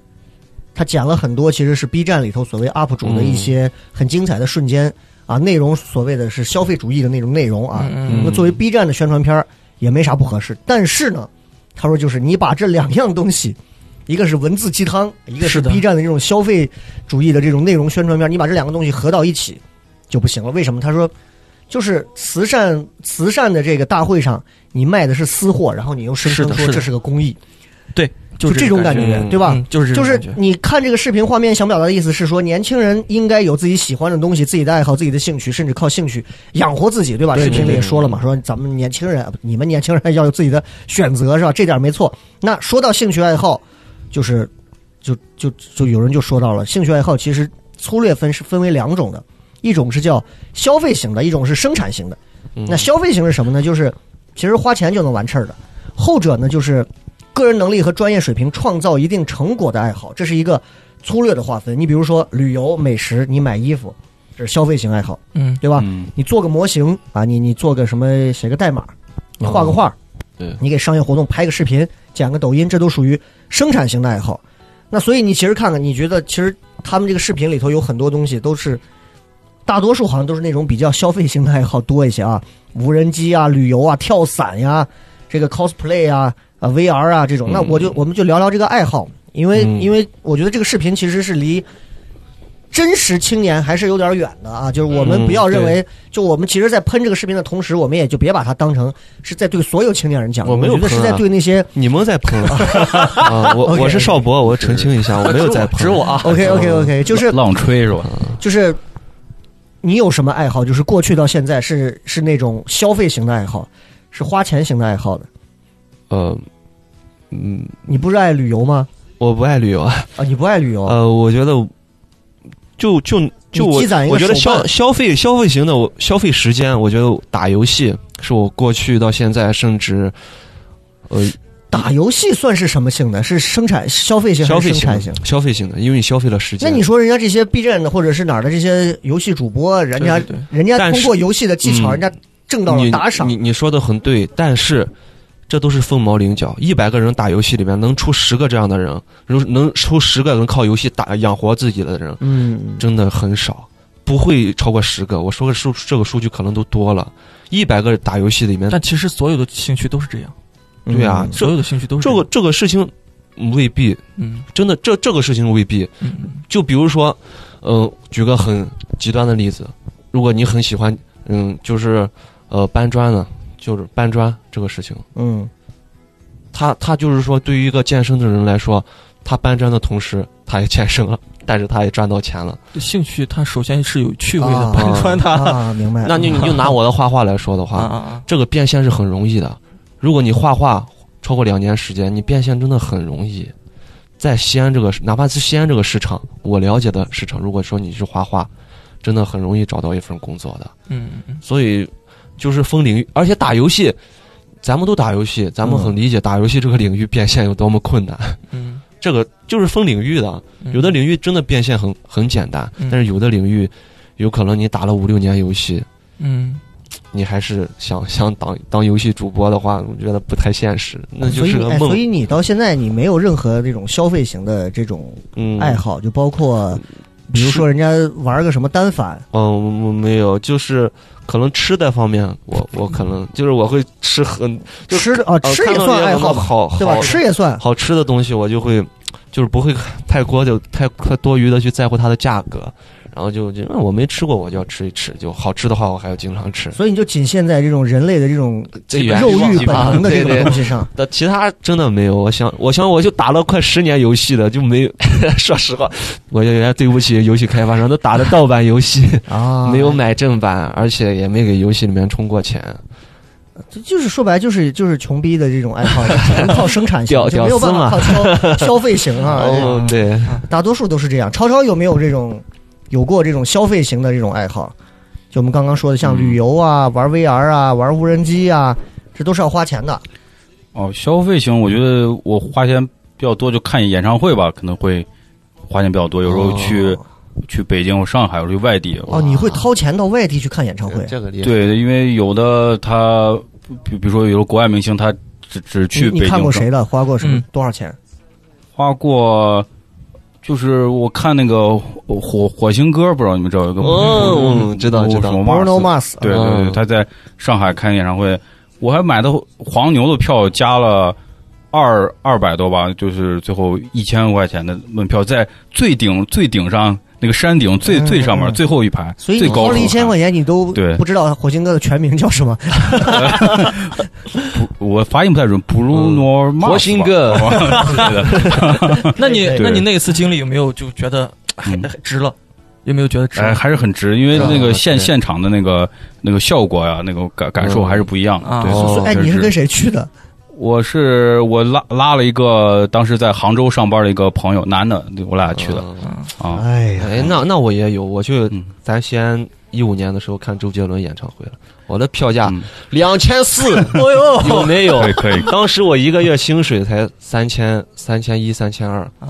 Speaker 3: 他剪了很多，其实是 B 站里头所谓 UP 主的一
Speaker 6: 嗯
Speaker 3: 些很精彩的瞬间、啊，内容所谓的是消费主义的那种内容啊。
Speaker 6: 嗯
Speaker 3: 那么作为 B 站的宣传片儿也没啥不合适，但是呢，他说就是你把这两样东西。一个是文字鸡汤，一个是
Speaker 6: 是的
Speaker 3: B 站的这种消费主义的这种内容宣传片儿，你把这两个东西合到一起就不行了。为什么？他说，就是慈善慈善的这个大会上，你卖的是私货，然后你又声称
Speaker 6: 是的
Speaker 3: 说
Speaker 6: 是的
Speaker 3: 这是个公益，
Speaker 6: 对，就
Speaker 3: 这种感
Speaker 6: 觉，
Speaker 3: 觉
Speaker 4: 嗯，
Speaker 3: 对吧？
Speaker 6: 嗯，就是这
Speaker 3: 就
Speaker 6: 种
Speaker 3: 是
Speaker 6: 感觉。
Speaker 3: 你看这个视频画面想表达的意思是说，年轻人应该有自己喜欢的东西、自己的爱好、自己的兴趣，甚至靠兴趣养活自己，对吧？
Speaker 4: 对
Speaker 3: 视频里也
Speaker 4: 对
Speaker 3: 说了嘛，说咱们年轻人，啊不你们年轻人要有自己的选择，是吧？这点没错。那说到兴趣爱好，就是就就就有人就说到了，兴趣爱好其实粗略分是分为两种的，一种是叫消费型的，一种是生产型的。
Speaker 4: 嗯
Speaker 3: 那消费型是什么呢？就是其实花钱就能完事儿的。后者呢，就是个人能力和专业水平创造一定成果的爱好，这是一个粗略的划分。你比如说旅游、美食，你买衣服，这是消费型爱好，
Speaker 6: 嗯，
Speaker 3: 对吧？
Speaker 5: 嗯，
Speaker 3: 你做个模型啊，你你做个什么，写个代码，你画个画，
Speaker 4: 对
Speaker 3: 你给商业活动拍个视频，剪个抖音，这都属于生产型的爱好。那所以你其实看看，你觉得其实他们这个视频里头有很多东西都是，大多数好像都是那种比较消费型的爱好多一些啊，无人机啊、旅游啊、跳伞呀、这个 cosplay 啊、啊 VR 啊这种。那
Speaker 4: 嗯
Speaker 3: 我就我们就聊聊这个爱好，因为、
Speaker 4: 嗯
Speaker 3: 因为我觉得这个视频其实是离真实青年还是有点远的啊，就是我们
Speaker 4: 嗯
Speaker 3: 不要认
Speaker 4: 对
Speaker 3: 为，就我们其实，在喷这个视频的同时，我们也就别把它当成是在对所有青年人讲，
Speaker 4: 我
Speaker 3: 我
Speaker 4: 没有
Speaker 3: 觉得
Speaker 4: 喷
Speaker 3: 是在
Speaker 4: 啊
Speaker 3: 对那些
Speaker 4: 你们在喷 啊！我
Speaker 3: OK，
Speaker 4: 我是邵博，我澄清一下，我没有在喷。
Speaker 6: 指我啊，
Speaker 3: OK OK OK，就是
Speaker 5: 浪吹是吧？
Speaker 3: 就是，你有什么爱好？就是过去到现在是是那种消费型的爱好，是花钱型的爱好的。
Speaker 4: 呃，嗯，
Speaker 3: 你不热爱旅游吗？
Speaker 4: 我不爱旅游啊。
Speaker 3: 啊，你不爱旅游？
Speaker 4: 呃，我觉得就就就
Speaker 3: 你
Speaker 4: 我
Speaker 3: 积攒一个
Speaker 4: 我觉得
Speaker 3: 手
Speaker 4: 消
Speaker 3: 办
Speaker 4: 消费消费型的，我消费时间，我觉得打游戏是我过去到现在甚至呃
Speaker 3: 打游戏算是什么型的？是生产消费型还
Speaker 4: 消
Speaker 3: 是
Speaker 4: 费
Speaker 3: 生
Speaker 4: 型
Speaker 3: 产
Speaker 4: 的
Speaker 3: 型？
Speaker 4: 消费型的，因为你消费了时间。
Speaker 3: 那你说人家这些 B 站的或者是哪儿的这些游戏主播，人家
Speaker 6: 对对对
Speaker 3: 人家
Speaker 4: 但
Speaker 3: 通
Speaker 4: 是
Speaker 3: 过游戏的技巧，
Speaker 4: 嗯
Speaker 3: 人家挣到了
Speaker 4: 你
Speaker 3: 打赏
Speaker 4: 你。你说的很对，但是这都是凤毛麟角。一百个人打游戏里面能出十个这样的人，能能出十个能靠游戏打养活自己的人，
Speaker 3: 嗯，
Speaker 4: 真的很少，不会超过十个。我说个数，这个数据可能都多了。一百个打游戏里面，
Speaker 6: 但其实所有的兴趣都是这样，
Speaker 4: 对啊
Speaker 3: 嗯，
Speaker 4: 这
Speaker 6: 所有的兴趣都是
Speaker 4: 这个这个事情未必
Speaker 6: 嗯
Speaker 4: 真的，这这个事情未必。
Speaker 6: 嗯
Speaker 4: 就比如说，嗯、举个很极端的例子，如果你很喜欢，嗯，就是呃搬砖呢，就是搬砖这个事情。
Speaker 3: 嗯
Speaker 4: 他他就是说，对于一个健身的人来说，他搬砖的同时，他也健身了，但是他也赚到钱了。
Speaker 6: 兴趣它首先是有趣味
Speaker 3: 啊
Speaker 6: 的，搬砖它啊
Speaker 3: 啊，明白。
Speaker 4: 那你你就拿我的画画来说的
Speaker 6: 啊
Speaker 4: 话，
Speaker 6: 啊，
Speaker 4: 这个变现是很容易的。如果你画画超过两年时间，你变现真的很容易。在西安这个，哪怕是西安这个市场，我了解的市场，如果说你是画画，真的很容易找到一份工作的。
Speaker 6: 嗯嗯
Speaker 4: 所以就是分领域，而且打游戏，咱们都打游戏，咱们很理解打游戏这个领域变现有多么困难。
Speaker 6: 嗯
Speaker 4: 这个就是分领域的，
Speaker 6: 嗯，
Speaker 4: 有的领域真的变现很很简单，
Speaker 6: 嗯
Speaker 4: 但是有的领域，有可能你打了五六年游戏，
Speaker 6: 嗯，
Speaker 4: 你还是想想当当游戏主播的话，我觉得不太现实，那就
Speaker 3: 所以
Speaker 4: 是
Speaker 3: 你
Speaker 4: 个
Speaker 3: 哎，
Speaker 4: 梦
Speaker 3: 所。以你到现在你没有任何这种消费型的这种
Speaker 4: 嗯，
Speaker 3: 爱好，就包括比如说人家玩个什么单反，
Speaker 4: 嗯，我没有，就是可能吃的方面，我我可能就是我会吃很就
Speaker 3: 吃的啊，
Speaker 4: 呃
Speaker 3: 吃也
Speaker 4: 看到
Speaker 3: 算
Speaker 4: 别
Speaker 3: 爱
Speaker 4: 人
Speaker 3: 好
Speaker 4: 的
Speaker 3: 吧，
Speaker 4: 好
Speaker 3: 对吧？
Speaker 4: 好
Speaker 3: 吃也算。
Speaker 4: 好吃的东西，我就会就是不会太过的太太多余的去在乎它的价格，然后就就、嗯我没吃过，我就要吃一吃，就好吃的话，我还要经常吃。
Speaker 3: 所以你就仅限在这种人类的这种
Speaker 4: 这原
Speaker 3: 肉欲
Speaker 4: 欲
Speaker 3: 本能的这
Speaker 4: 对
Speaker 3: 种
Speaker 4: 对
Speaker 3: 东西 上，
Speaker 4: 但其他真的没有。我想，我想我就打了快十年游戏的，就没有。 说实话，我就有点对不起游戏开发商，都打的盗版游 戏，
Speaker 3: 啊，
Speaker 4: 没有，买正版，而且也没给游戏里面充过钱，
Speaker 3: 就是说白就是就是穷逼的这种爱 好，只能靠生产型，
Speaker 4: 屌
Speaker 3: 就没有
Speaker 4: 屌
Speaker 3: 办
Speaker 4: 丝
Speaker 3: 法
Speaker 4: 嘛
Speaker 3: 靠消 消费型啊，这种
Speaker 4: 哦，对，
Speaker 3: 大多数都是这样。超超有没有这种有过这种消费型的这种爱好？就我们刚刚说的，像
Speaker 4: 嗯
Speaker 3: 旅游啊、玩 VR 啊、玩无人机啊，这都是要花钱的。
Speaker 5: 哦，消费型，我觉得我花钱比较多，就看演唱会吧，可能会花钱比较多。有时候去、去北京或上海，或者去外地。
Speaker 3: 哦哦，你会掏钱到外地去看演唱会？
Speaker 4: 这个厉害，
Speaker 5: 对，因为有的他，比比如说有的国外明星，他只只去
Speaker 3: 你
Speaker 5: 北
Speaker 3: 你看
Speaker 5: 京
Speaker 3: 过谁的？花过什么
Speaker 6: 嗯？
Speaker 3: 多少钱？
Speaker 5: 花过。就是我看那个火火星哥，不知道你们知道有个
Speaker 4: 哦
Speaker 5: 嗯
Speaker 4: 知道知道
Speaker 5: 什么
Speaker 3: Bruno
Speaker 5: Mars
Speaker 3: Mars，啊
Speaker 5: 对对对，
Speaker 4: 嗯
Speaker 5: 他在上海开演唱会，我还买的黄牛的票，加了二二百多吧，就是最后一千块钱的门票，在最顶最顶上那个山顶最
Speaker 3: 嗯
Speaker 5: 最上面
Speaker 3: 嗯
Speaker 5: 最后一排，
Speaker 3: 所以
Speaker 5: 最
Speaker 3: 你
Speaker 5: 高
Speaker 3: 花
Speaker 5: 处
Speaker 3: 了一千
Speaker 5: 看
Speaker 3: 块钱，你都
Speaker 5: 对
Speaker 3: 不知道火星哥的全名叫什么，
Speaker 5: 我发音不太准，Bruno Mars 吧。
Speaker 4: 火星哥
Speaker 5: 对的，
Speaker 6: 那你
Speaker 5: 对
Speaker 6: 那你那次经历有没有就觉得还
Speaker 5: 嗯
Speaker 6: 值了？有没有觉得值
Speaker 5: 哎，还是很值，因为那
Speaker 3: 嗯
Speaker 4: 啊
Speaker 5: 个现
Speaker 4: 对
Speaker 5: 现场的那个那个效果呀，那个感感受
Speaker 4: 嗯
Speaker 5: 还是不一样的。
Speaker 6: 啊
Speaker 5: 对，
Speaker 4: 哦
Speaker 5: 所以
Speaker 3: 哎，
Speaker 5: 就
Speaker 3: 你是跟谁去的？
Speaker 5: 我是我拉拉了一个当时在杭州上班的一个朋友，男的，我俩去的啊。
Speaker 3: 哎呀，
Speaker 4: 哎，那那我也有，我去
Speaker 5: 嗯
Speaker 4: 咱西安一五年的时候看周杰伦演唱会了，我的票价
Speaker 5: 嗯
Speaker 4: 两千四， 有没 有
Speaker 5: 可？以可以，
Speaker 4: 当时我一个月薪水才三千三千一三千二
Speaker 6: 啊，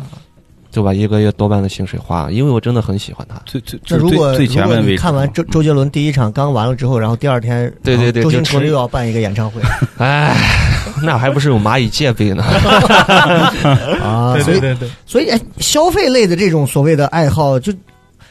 Speaker 4: 就把一个月多半的薪水花了，因为我真的很喜欢他。
Speaker 5: 最最
Speaker 3: 那
Speaker 5: 最
Speaker 3: 如果
Speaker 5: 最最前
Speaker 3: 如
Speaker 5: 面
Speaker 3: 果
Speaker 5: 的位嗯
Speaker 3: 你
Speaker 5: 置
Speaker 3: 看完
Speaker 5: 嘛
Speaker 3: 周周杰伦第一场刚完了之后，然后第二天，
Speaker 4: 对
Speaker 3: 然后
Speaker 4: 对对
Speaker 3: 周星
Speaker 4: 就
Speaker 3: 驰
Speaker 4: 吃
Speaker 3: 又要办一个演唱 会
Speaker 5: 啊
Speaker 4: 哎， 那还不是有蚂蚁戒备呢？
Speaker 3: 啊，所以
Speaker 6: 对对，
Speaker 3: 所以哎，消费类的这种所谓的爱好，就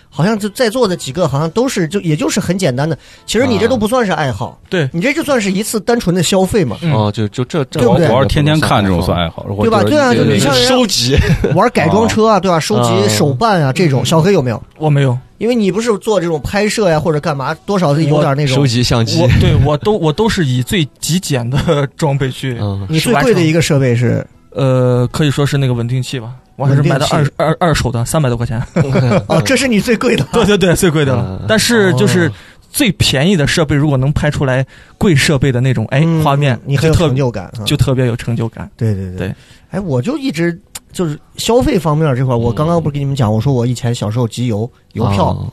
Speaker 3: 好像就在座的几个好像都是就也就是很简单的，其实你这都不算是爱好，
Speaker 6: 对
Speaker 3: 你这就算是一对你这就算是一次单纯的消费 嘛，
Speaker 6: 嗯
Speaker 4: 哦，就就这这
Speaker 3: 对不
Speaker 4: 玩
Speaker 3: 对
Speaker 4: 意
Speaker 5: 我
Speaker 4: 儿
Speaker 5: 要
Speaker 4: 不
Speaker 5: 是
Speaker 4: 能
Speaker 5: 天天看这种算
Speaker 4: 爱
Speaker 5: 爱好，
Speaker 3: 对吧
Speaker 5: 或者
Speaker 3: 对啊
Speaker 4: 好
Speaker 3: 就是你
Speaker 4: 对对
Speaker 3: 像
Speaker 4: 对
Speaker 3: 人
Speaker 4: 收集，
Speaker 3: 玩改装车啊，对吧？收集
Speaker 4: 嗯
Speaker 3: 手办啊这种，小黑有没有？
Speaker 6: 我没有，
Speaker 3: 因为你不是做这种拍摄呀或者干嘛，多少有点啊那
Speaker 4: 收
Speaker 3: 种。
Speaker 4: 集相机
Speaker 6: 我。对我都我都是以最极简的 装备去，
Speaker 4: 嗯，
Speaker 3: 你最贵的一个设备是
Speaker 6: 呃，可以说是那个稳定器吧。我还是买的
Speaker 3: 稳
Speaker 6: 二
Speaker 3: 定器
Speaker 6: 二二手的，三百多块钱。
Speaker 3: 哦，这是你最贵的。
Speaker 6: 对对对，最贵的了
Speaker 4: 嗯。
Speaker 6: 但是就是最便宜的设备，如果能拍出来贵设备的那种，哎，
Speaker 3: 嗯
Speaker 6: 画面
Speaker 3: 你很
Speaker 6: 就
Speaker 3: 有
Speaker 6: 特
Speaker 3: 成就感啊，
Speaker 6: 就特别有成就感。
Speaker 3: 对对
Speaker 6: 对。
Speaker 3: 哎，我就一直就是消费方面这块儿，
Speaker 6: 嗯
Speaker 3: 我刚刚不是跟你们讲，我说我以前小时候集邮邮票，
Speaker 4: 哦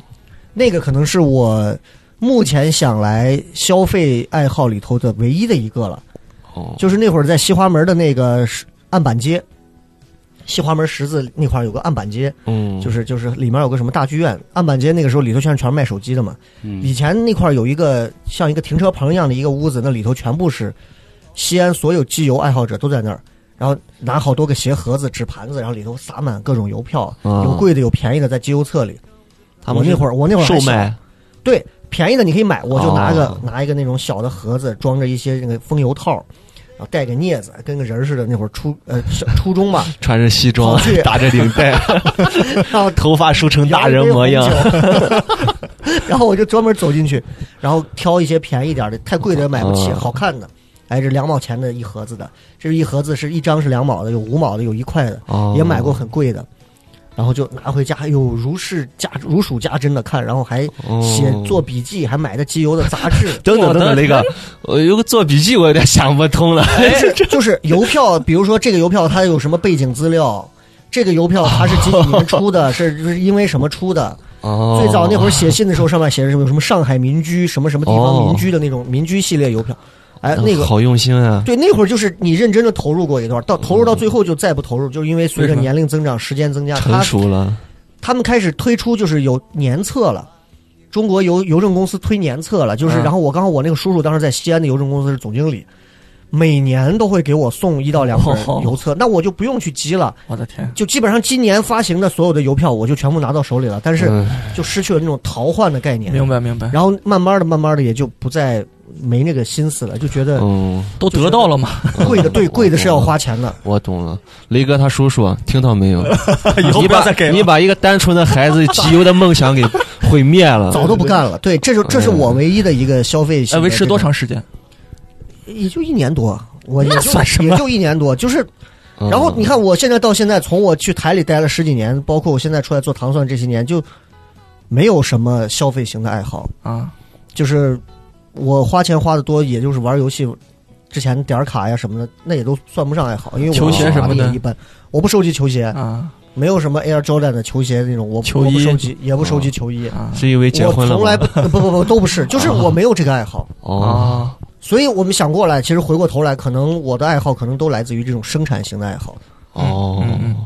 Speaker 3: 那个可能是我目前想来消费爱好里头的唯一的一个了。
Speaker 4: 哦，
Speaker 3: 就是那会儿在西华门的那个十案板街，西华门十字那块儿有个案板街，
Speaker 4: 嗯，
Speaker 3: 就是就是里面有个什么大剧院，案板街那个时候里头全是全是卖手机的嘛。以
Speaker 5: 嗯
Speaker 3: 前那块儿有一个像一个停车棚一样的一个屋子，那里头全部是西安所有机油爱好者都在那儿，然后拿好多个鞋盒子、纸盘子，然后里头撒满各种邮票，
Speaker 4: 啊
Speaker 3: 有贵的有便宜的，在机油册里。
Speaker 4: 他们
Speaker 3: 我那会
Speaker 4: 儿
Speaker 3: 儿我那会儿还
Speaker 4: 售
Speaker 3: 小
Speaker 4: 卖
Speaker 3: 对，便宜的你可以买，我就拿个、
Speaker 4: 哦
Speaker 3: 拿一个那种小的盒子，装着一些那个风油套，然后带个镊子，跟个人儿似的。那会儿初呃小初中吧，
Speaker 4: 穿着西装
Speaker 3: 跑去，
Speaker 4: 打着领 带，
Speaker 3: 然后
Speaker 4: 头发梳成 大人模样
Speaker 3: 啊摇。一杯红酒。然 后我就专门走进去，然后挑一些便宜点的，太贵的也买不起，
Speaker 4: 哦
Speaker 3: 好看的。哎，这两毛钱的一盒子的，这一盒子是一张是两毛的，有五毛的，有一块的，
Speaker 4: 哦
Speaker 3: 也买过很贵的。然后就拿回家，哎呦，如是家如数家珍的看，然后还写
Speaker 4: 哦
Speaker 3: 做笔记，还买的集邮的杂志，
Speaker 4: 等等等等，那个，我有个做笔记，我有点想不通了。
Speaker 3: 哎 就是邮票，比如说这个邮票它有什么背景资料，这个邮票它是几几年出 的，是是因为什么出的。
Speaker 4: 哦
Speaker 3: 最早那会儿写信的时候，上面写着什么什么上海民居什么什么地方民居的那种民居系列邮票，哎，那个。
Speaker 4: 哦好用心啊，
Speaker 3: 对，那会儿就是你认真的投入过一段，到投
Speaker 4: 嗯
Speaker 3: 入到最后就再不投入，就是因为随着年龄增长、时间增加，
Speaker 4: 成
Speaker 3: 他
Speaker 4: 熟了。
Speaker 3: 他们开始推出就是有年册了，中国邮邮政公司推年册了，就是
Speaker 6: 嗯
Speaker 3: 然后我刚好我那个叔叔当时在西安的邮政公司是总经理，每年都会给我送一到两本
Speaker 6: 哦
Speaker 3: 邮册，那我就不用去集了，
Speaker 6: 我的天，
Speaker 3: 就基本上今年发行的所有的邮票我就全部拿到手里了，但是
Speaker 4: 嗯
Speaker 3: 就失去了那种淘换的概念，
Speaker 6: 明白明白，
Speaker 3: 然后慢慢的慢慢的也就不再没那个心思了，就觉
Speaker 6: 哦
Speaker 3: 得
Speaker 4: 嗯，
Speaker 6: 都得到了嘛，
Speaker 3: 贵的
Speaker 6: 哦
Speaker 3: 对贵的是要花钱的，
Speaker 4: 我懂了。雷哥他叔叔听到 没有？
Speaker 6: 以后
Speaker 4: 你
Speaker 6: 不要
Speaker 4: 把
Speaker 6: 再给
Speaker 4: 你
Speaker 6: 了。
Speaker 4: 把一个单纯的孩子集邮的梦想给毁灭了。
Speaker 3: 早都不干了。对，这就这是我唯一的一个消费习
Speaker 6: 哦嗯哎，
Speaker 3: 惯。
Speaker 6: 维持多长时间？
Speaker 3: 也就一年多，我也就
Speaker 6: 算什么
Speaker 3: 也就一年多，就是。
Speaker 4: 嗯。
Speaker 3: 然后你看，我现在到现在，从我去台里待了十几年，包括我现在出来做糖蒜这些年，就没有什么消费型的爱好。
Speaker 6: 啊，
Speaker 3: 就是我花钱花的多，也就是玩游戏之前点儿卡呀什么的，那也都算不上爱好，因为我
Speaker 6: 球鞋
Speaker 3: 玩
Speaker 6: 什么的
Speaker 3: 也一般。我不收集球鞋，
Speaker 6: 啊
Speaker 3: 没有什么 Air Jordan 的球鞋那种，我不
Speaker 6: 球
Speaker 3: 我不
Speaker 6: 衣
Speaker 3: 收集，也不收集球衣。
Speaker 6: 啊
Speaker 4: 是因为结
Speaker 3: 我
Speaker 4: 婚了
Speaker 3: 从
Speaker 4: 吗
Speaker 3: 来不不不不都不是，就是我没有这个爱好。
Speaker 4: 哦，
Speaker 6: 啊！
Speaker 3: 所以我们想过来，其实回过头来，可能我的爱好可能都来自于这种生产型的爱好，
Speaker 4: 哦，
Speaker 6: 嗯嗯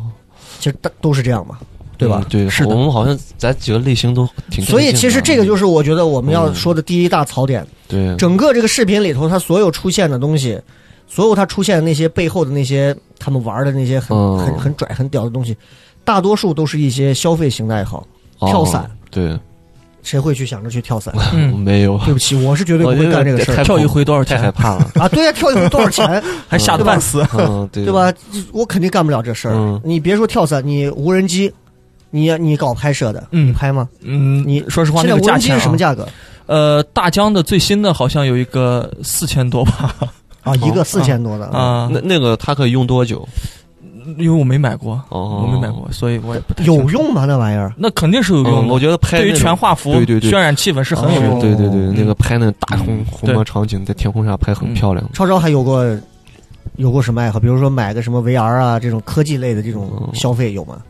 Speaker 3: 其实都都是这样嘛，对吧
Speaker 4: 嗯？对，
Speaker 6: 是的
Speaker 4: 我们好像咱几个类型都挺相近的。嗯
Speaker 3: 所以其实这个就是我觉得我们要说的第一大槽点，
Speaker 4: 对
Speaker 3: 整个这个视频里头它所有出现的东西，所有它出现的那些背后的那些他们玩的那些很、
Speaker 4: 嗯
Speaker 3: 很很拽很屌的东西，大多数都是一些消费型的爱好，
Speaker 4: 哦
Speaker 3: 跳伞
Speaker 4: 对，
Speaker 3: 谁会去想着去跳伞？
Speaker 6: 嗯，
Speaker 4: 没有，
Speaker 3: 对不起，我是绝对不
Speaker 4: 我觉
Speaker 3: 会
Speaker 4: 得
Speaker 3: 干这个事
Speaker 4: 太
Speaker 3: 儿
Speaker 6: 跳一回多少钱
Speaker 4: 太害怕 了。
Speaker 3: 啊！对呀、跳一回多 少钱？
Speaker 6: 还吓得半死。
Speaker 4: 嗯，对
Speaker 3: 对吧？？我肯定干不了这事儿。
Speaker 4: 嗯
Speaker 3: 你别说跳伞，你无人机，你你搞拍摄的，
Speaker 6: 嗯
Speaker 3: 你拍吗？
Speaker 6: 嗯，
Speaker 3: 你
Speaker 6: 说实话，
Speaker 3: 现
Speaker 6: 那
Speaker 3: 在
Speaker 6: 个
Speaker 3: 无
Speaker 6: 价
Speaker 3: 人机
Speaker 6: 钱、
Speaker 3: 是
Speaker 6: 啊、
Speaker 3: 什么？价格
Speaker 6: 呃，大疆的最新的好像有一个四千多吧，
Speaker 3: 啊？一个四千多的
Speaker 6: 啊，
Speaker 4: 那那个它可以用多久？
Speaker 6: 因为我没买过，
Speaker 4: 哦
Speaker 6: 我没买过，所以我也不太清
Speaker 3: 有
Speaker 6: 楚。
Speaker 3: 用吗？那玩意儿？
Speaker 6: 那肯定是有用
Speaker 4: 嗯，
Speaker 6: 的。
Speaker 4: 我觉得拍
Speaker 6: 对于
Speaker 4: 那种
Speaker 6: 全画幅、
Speaker 4: 对对对
Speaker 6: 渲染气氛是很有
Speaker 3: 哦
Speaker 6: 用的。
Speaker 4: 哎对对对，
Speaker 3: 嗯
Speaker 4: 那个拍那大红红
Speaker 6: 对
Speaker 4: 魔场景在天空上拍很
Speaker 6: 嗯
Speaker 4: 漂亮。
Speaker 3: 超超还有过有过什么爱好？比如说买个什么 VR 啊这种科技类的这种
Speaker 6: 嗯
Speaker 4: 哦。
Speaker 3: 消费有吗？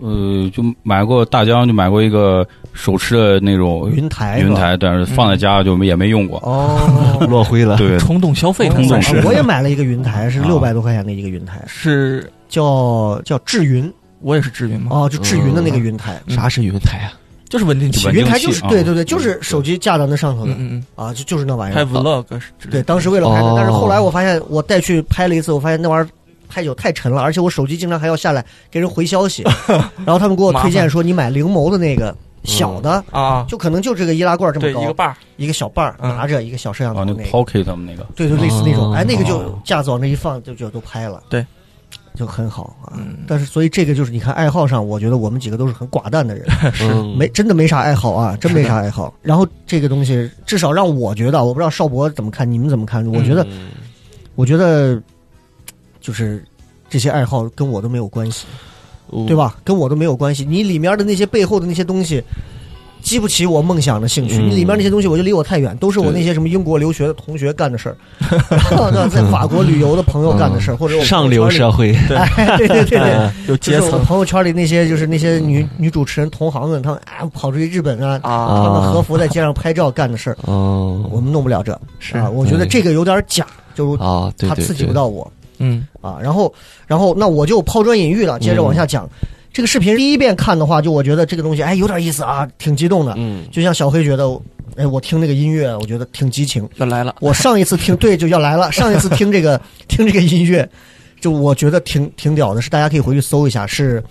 Speaker 5: 呃，就买过大疆，就买过一个手持的那种
Speaker 3: 云台是吧
Speaker 5: 云台，但是放在家就没也没用过。
Speaker 3: 哦
Speaker 4: 落灰了，
Speaker 5: 对，
Speaker 6: 冲动消费，它
Speaker 5: 冲动
Speaker 6: 算
Speaker 5: 是
Speaker 6: 是
Speaker 3: 我也买了一个云台，是
Speaker 5: 啊
Speaker 3: 六百多块钱的一个云台，
Speaker 6: 是，
Speaker 3: 叫叫智云
Speaker 6: 我也是志云嘛，
Speaker 3: 哦，就智云的那个云台，
Speaker 6: 嗯
Speaker 4: 啥是云台 啊？
Speaker 6: 就是稳定器
Speaker 5: 嗯。
Speaker 3: 云台就是
Speaker 5: 啊
Speaker 3: 对对对，就是手机架到那上头的
Speaker 6: 嗯
Speaker 3: 啊，就就是那玩
Speaker 6: 嗯，
Speaker 3: 意
Speaker 6: 拍
Speaker 3: 儿。
Speaker 6: vlog 是之类
Speaker 3: 对，
Speaker 6: 的
Speaker 3: 当时为了拍的
Speaker 4: 哦，
Speaker 3: 但是后来我发现我带去拍了一次，我发现那玩意儿太久太沉了，而且我手机经常还要下来给人回消息， 然后他们给我推
Speaker 6: 麻
Speaker 3: 荐
Speaker 6: 烦
Speaker 3: 说你买灵眸的那个小的，
Speaker 6: 啊，
Speaker 3: 就可能就这个易拉罐这么
Speaker 6: 对一个
Speaker 3: 高，
Speaker 6: 把儿，
Speaker 3: 一个小把儿
Speaker 6: 嗯
Speaker 3: 拿着一个小摄像
Speaker 5: 啊，
Speaker 3: 头
Speaker 5: 那
Speaker 3: 那
Speaker 5: 个
Speaker 3: 个，
Speaker 5: Pocket 他们那个，
Speaker 3: 对，就类似那种，
Speaker 4: 哦
Speaker 3: 哎，那个就架子往那一放就就都拍了，
Speaker 6: 对，
Speaker 3: 就很好啊。
Speaker 6: 嗯，
Speaker 3: 但是，所以这个就是你看，爱好上，我觉得我们几个都是很寡淡 的人，
Speaker 4: 是
Speaker 3: 没真的没啥爱好啊，真没啥爱好。然后这个东西，至少让我觉得，我不知道邵博怎么看，你们怎么看？我觉得，
Speaker 4: 嗯
Speaker 3: 我觉得就是这些爱好跟我都没有关系，
Speaker 4: 嗯
Speaker 3: 对？吧？跟我都没有关系。你里面的那些背后的那些东西，激不起我梦想的兴趣。
Speaker 4: 嗯
Speaker 3: 你里面那些东西，我就离我太远，都是我那些什么英国留学的同学干的 事儿，那在法国旅游的朋友干的事儿，或者我朋友
Speaker 4: 嗯上流
Speaker 3: 圈里
Speaker 4: 社会，
Speaker 3: 哎， 对 对对对。就
Speaker 6: 有阶
Speaker 3: 是我
Speaker 6: 层
Speaker 3: 朋友圈里那些就是那些女女主持人同行们，他们啊跑出去日本啊，
Speaker 6: 啊，
Speaker 3: 穿个和
Speaker 4: 嗯啊，
Speaker 3: 服在街上拍照干的事儿，我
Speaker 4: 哦，
Speaker 3: 们弄不了这。
Speaker 6: 是
Speaker 3: 啊，我觉得这个有点假，就是
Speaker 4: 啊，对
Speaker 3: 他
Speaker 4: 对，
Speaker 3: 刺激不
Speaker 4: 对，
Speaker 3: 到我
Speaker 6: 嗯
Speaker 3: 啊。然后，然后那我就抛砖引玉了，接着往下讲。这个视频第一遍看的话，就我觉得这个东西哎有点意思啊，挺激动的。
Speaker 4: 嗯，
Speaker 3: 就像小黑觉得，哎，我听那个音乐，我觉得挺激情。
Speaker 6: 要来了，
Speaker 3: 我上一次听对就要来了，上一次听这个听这个音乐，就我觉得挺挺屌的，是大家可以回去搜一下，是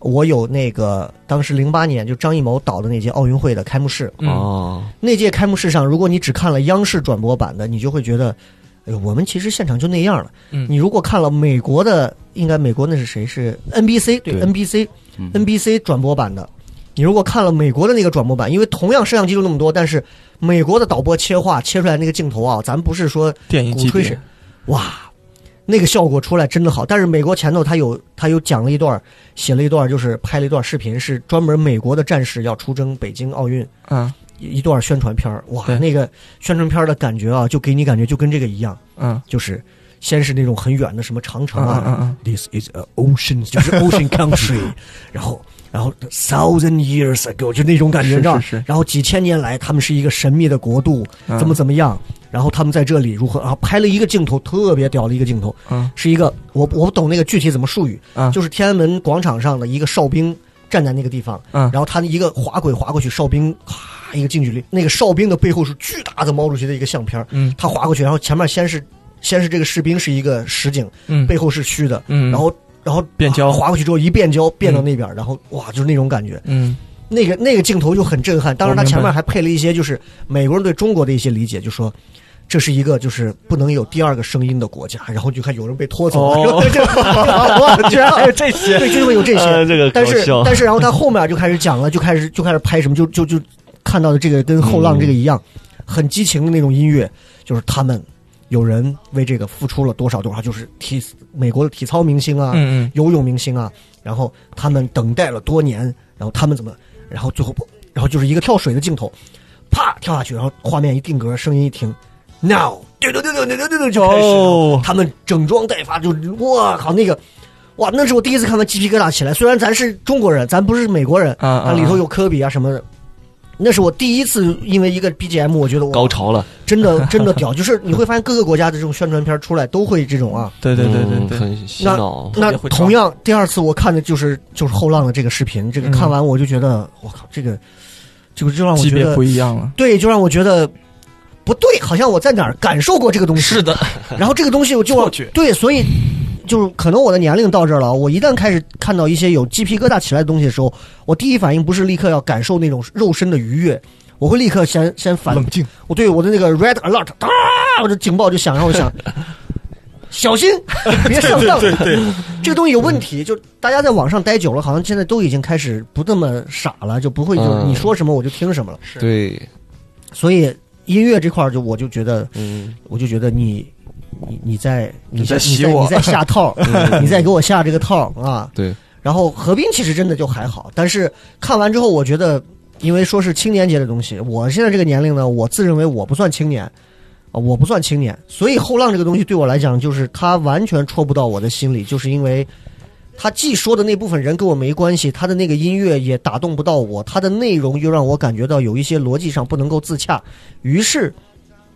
Speaker 3: 我有那个当时零八年就张艺谋导的那届奥运会的开幕式，
Speaker 6: 嗯
Speaker 4: 哦，
Speaker 3: 那届开幕式上，如果你只看了央视转播版的，你就会觉得。哎呦，我们其实现场就那样了。
Speaker 6: 嗯
Speaker 3: 你如果看了美国的，应该美国那是谁？是 NBC 对
Speaker 5: 对
Speaker 3: NBC
Speaker 5: 嗯
Speaker 3: NBC 转播版的。你如果看了美国的那个转播版，因为同样摄像机就那么多，但是美国的导播切画切出来那个镜头啊，咱不是说
Speaker 6: 电影
Speaker 3: 鼓
Speaker 6: 基
Speaker 3: 吹
Speaker 6: 地
Speaker 3: 是，哇，那个效果出来真的好。但是美国前头他有他有讲了一段，写了一段，就是拍了一段视频，是专门美国的战士要出征北京奥运
Speaker 6: 嗯
Speaker 3: 一一段宣传片儿。哇，
Speaker 6: 对
Speaker 3: 那个宣传片儿的感觉啊，就给你感觉就跟这个一样，
Speaker 6: 嗯
Speaker 3: 就是先是那种很远的什么长城
Speaker 6: 嗯
Speaker 3: 啊，
Speaker 6: 嗯嗯
Speaker 3: This is a ocean，就是 ocean country，然后然后 thousand years ago 就那种感觉，
Speaker 6: 是
Speaker 3: 你知道
Speaker 6: 是是
Speaker 3: 然后几千年来，他们是一个神秘的国度，
Speaker 6: 嗯
Speaker 3: 怎么怎么样，然后他们在这里如何，然后拍了一个镜头，特别屌的一个镜头，
Speaker 6: 嗯
Speaker 3: 是一个我我不懂那个具体怎么术语，
Speaker 6: 嗯
Speaker 3: 就是天安门广场上的一个哨兵站在那个地方，
Speaker 6: 嗯
Speaker 3: 然后他一个滑轨滑过去，哨兵咔一个近距离，那个哨兵的背后是巨大的猫主席的一个相片儿，
Speaker 6: 嗯
Speaker 3: 他滑过去，然后前面先是先是这个士兵是一个实景，
Speaker 6: 嗯
Speaker 3: 背后是虚的，
Speaker 6: 嗯，
Speaker 3: 然后然后
Speaker 6: 变焦
Speaker 3: 啊划过去之后一变焦变到那边，然后哇，就是那种感觉，
Speaker 6: 嗯
Speaker 3: 那个那个镜头就很震撼。当然，他
Speaker 6: 我明白
Speaker 3: 前面还配了一些就是美国人对中国的一些理解，就说。这是一个就是不能有第二个声音的国家，然后就看有人被拖走了，
Speaker 6: 哦
Speaker 3: 就哇居然还有这 些，对，就会有这些。
Speaker 4: 呃这个
Speaker 3: 但
Speaker 4: 搞
Speaker 3: 是
Speaker 4: 笑
Speaker 3: 但是，然后他后面就开始讲了，就开始就开始拍什么，就就就看到的这个跟后浪这个一样，很激情的那种音乐，就是他们有人为这个付出了多少多少，就是体美国的体操明星啊，
Speaker 6: 嗯
Speaker 3: 游泳明星啊，然后他们等待了多年，然后他们怎么，然后最后，然后就是一个跳水的镜头，啪跳下去，然后画面一定格，声音一停，now，对对对对对对对对，就开始，
Speaker 6: 哦
Speaker 3: 他们整装待发，就我靠那个。哇，那是我第一次看完鸡皮疙瘩起来。虽然咱是中国人，咱不是美国人，
Speaker 6: 啊啊
Speaker 3: 它里头有科比啊什么的，那是我第一次因为一个 BGM，我觉得
Speaker 4: 高
Speaker 3: 我
Speaker 4: 潮了，
Speaker 3: 真的真的屌。就是你会发现各个国家的这种宣传片出来都会这种啊，
Speaker 6: 嗯，对对对对
Speaker 4: 嗯
Speaker 6: 对，
Speaker 4: 很洗脑，
Speaker 3: 那
Speaker 6: 特别会唱
Speaker 3: 同样，第二次我看的就是就是后浪的这个视频，这个
Speaker 6: 嗯
Speaker 3: 看完我就觉得，我靠，这个这个就让我
Speaker 6: 级
Speaker 3: 觉
Speaker 6: 别
Speaker 3: 得
Speaker 6: 不，一样了，
Speaker 3: 对，就让我觉得不对，好像我在哪儿感受过这个东西。
Speaker 6: 的，
Speaker 3: 然后这个东西我就
Speaker 6: 错觉
Speaker 3: 对，所以就是可能我的年龄到这儿了，我一旦开始看到一些有鸡皮疙瘩起来的东西的时候，我第一反应不是立刻要感受那种肉身的愉悦，我会立刻先先反
Speaker 6: 冷静，
Speaker 3: 我对我的那个 red alert，啊，我的警报就响，然后我想，小心别上当，
Speaker 7: 对对，
Speaker 3: 这个东西有问题。就大家在网上待久了，好像现在都已经开始不那么傻了，就不会就
Speaker 4: 嗯
Speaker 3: 你说什么我就听什么了。
Speaker 4: 对，
Speaker 3: 所以音乐这块儿，就我就觉得，
Speaker 4: 嗯，
Speaker 3: 我就觉得你。你你在你
Speaker 6: 在
Speaker 3: 在
Speaker 6: 洗
Speaker 3: 你在
Speaker 6: 我
Speaker 3: 你在下套，你在给我下这个套啊！
Speaker 4: 对，
Speaker 3: 然后何冰其实真的就还好，但是看完之后，我觉得，因为说是青年节的东西，我现在这个年龄呢，我自认为我不算青年，啊、我不算青年，所以后浪这个东西对我来讲，就是它完全戳不到我的心里，就是因为。他既说的那部分人跟我没关系，他的那个音乐也打动不到我，他的内容又让我感觉到有一些逻辑上不能够自洽。于是，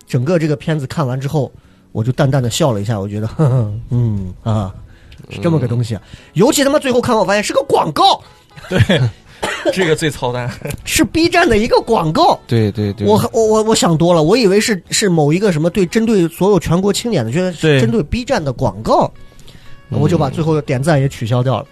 Speaker 3: 整个这个片子看完之后，我就淡淡的笑了一下，我觉得，呵呵嗯啊，是这么个东西啊。尤其他妈最后看完，我发现是个广告，
Speaker 6: 这个最操蛋。
Speaker 3: 是 B 站的一个广告。
Speaker 4: 对对对，
Speaker 3: 我我我我想多了，我以为是是某一个什么对针对所有全国青年的，觉得
Speaker 6: 对
Speaker 3: 是针对 B 站的广告，
Speaker 4: 嗯
Speaker 3: 我就把最后的点赞也取消掉了。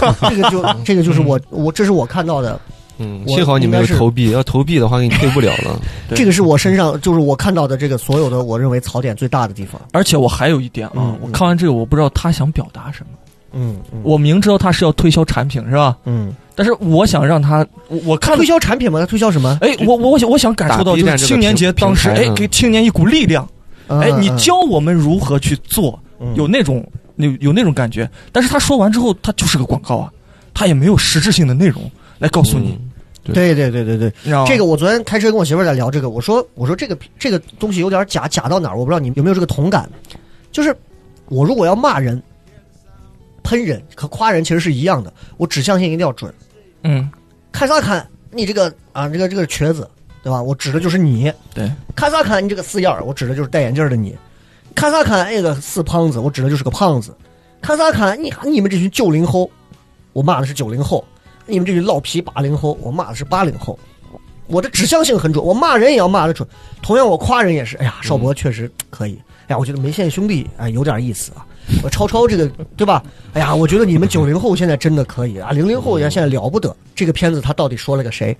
Speaker 3: 这个就这个就是我我这是我看到的，
Speaker 4: 嗯，
Speaker 3: 我
Speaker 4: 幸好你没有
Speaker 3: 应该是
Speaker 4: 投币，要投币的话给你退不了了。
Speaker 6: 对
Speaker 3: 这个是我身上就是我看到的这个所有的我认为槽点最大的地方。
Speaker 6: 而且我还有一点啊
Speaker 3: 嗯，
Speaker 6: 我看完这个，我不知道他想表达什么。
Speaker 3: 嗯嗯
Speaker 6: 我明知道他是要推销产品是吧？
Speaker 3: 嗯，
Speaker 6: 但是我想让他，我我看
Speaker 3: 推销产品吗？他推销什么？
Speaker 6: 哎，我我我想我想感受到
Speaker 4: 打 B
Speaker 6: 就
Speaker 4: 站
Speaker 6: 是
Speaker 4: 这个
Speaker 6: 青年节
Speaker 4: 平
Speaker 6: 当时，
Speaker 4: 平台
Speaker 6: 哎
Speaker 4: 呢，
Speaker 6: 给青年一股力量，哎，
Speaker 3: 嗯
Speaker 6: 你
Speaker 3: 嗯
Speaker 6: 教我们如何去做，
Speaker 3: 嗯
Speaker 6: 有那种有有那种感觉。但是他说完之后，他就是个广告啊，他也没有实质性的内容来告诉你，
Speaker 4: 嗯
Speaker 3: 对对对对对，
Speaker 6: 你知道吗？
Speaker 3: 这个我昨天开车跟我媳妇儿在聊这个，我说我说这个这个东西有点假假到哪儿，我不知道你有没有这个同感，就是我如果要骂人、喷人和夸人其实是一样的，我指向性一定要准，
Speaker 6: 嗯，
Speaker 3: 看啥看你这个啊这个这个瘸子对吧？我指的就是你，
Speaker 6: 对，
Speaker 3: 看啥看你这个死样儿，我指的就是戴眼镜儿的你，看啥看那个死胖子，我指的就是个胖子，看啥看你你们这群九零后，我骂的是九零后，你们这群老皮八零后，我骂的是八零后。我的指向性很准，我骂人也要骂的准。同样，我夸人也是。哎呀，邵
Speaker 4: 嗯
Speaker 3: 博确实可以。哎呀，我觉得梅县兄弟哎有点意思啊。我超超这个对吧？哎呀，我觉得你们九零后现在真的可以啊，零零后人现在了不得。这个片子他到底说了个谁？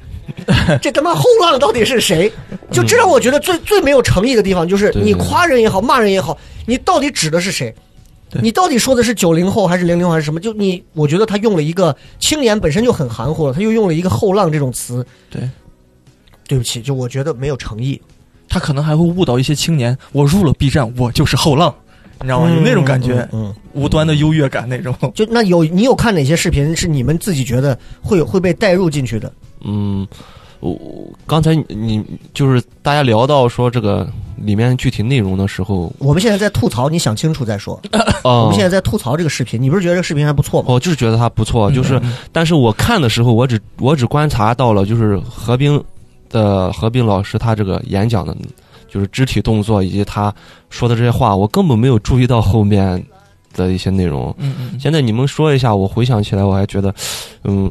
Speaker 3: 这他妈后浪到底是谁？就这让我觉得最最没有诚意的地方，就是
Speaker 4: 对
Speaker 3: 你夸人也好，骂人也好，你到底指的是谁？你到底说的是九零后还是零零后还是什么？就你，我觉得他用了一个青年本身就很含糊了，他又用了一个后浪这种词，
Speaker 6: 对。
Speaker 3: 对不起，就我觉得没有诚意，
Speaker 6: 他可能还会误导一些青年，我入了 B 站，我就是后浪，你知道吗？哦有那种感觉，
Speaker 3: 嗯，嗯
Speaker 6: 无端的优越感那种。
Speaker 3: 就那有你有看哪些视频是你们自己觉得会有会被带入进去的？
Speaker 4: 嗯，我我刚才你你就是大家聊到说这个里面具体内容的时候，
Speaker 3: 我们现在在吐槽，你想清楚再说。
Speaker 4: 啊
Speaker 3: 我们现在在吐槽这个视频，你不是觉得这个视频还不错吗？
Speaker 4: 我就是觉得他不错，
Speaker 6: 嗯
Speaker 4: 就是，但是我看的时候，我只我只观察到了，就是何冰的何冰老师他这个演讲的，就是肢体动作以及他说的这些话，我根本没有注意到后面的一些内容。
Speaker 6: 嗯嗯
Speaker 4: 现在你们说一下，我回想起来，我还觉得，嗯，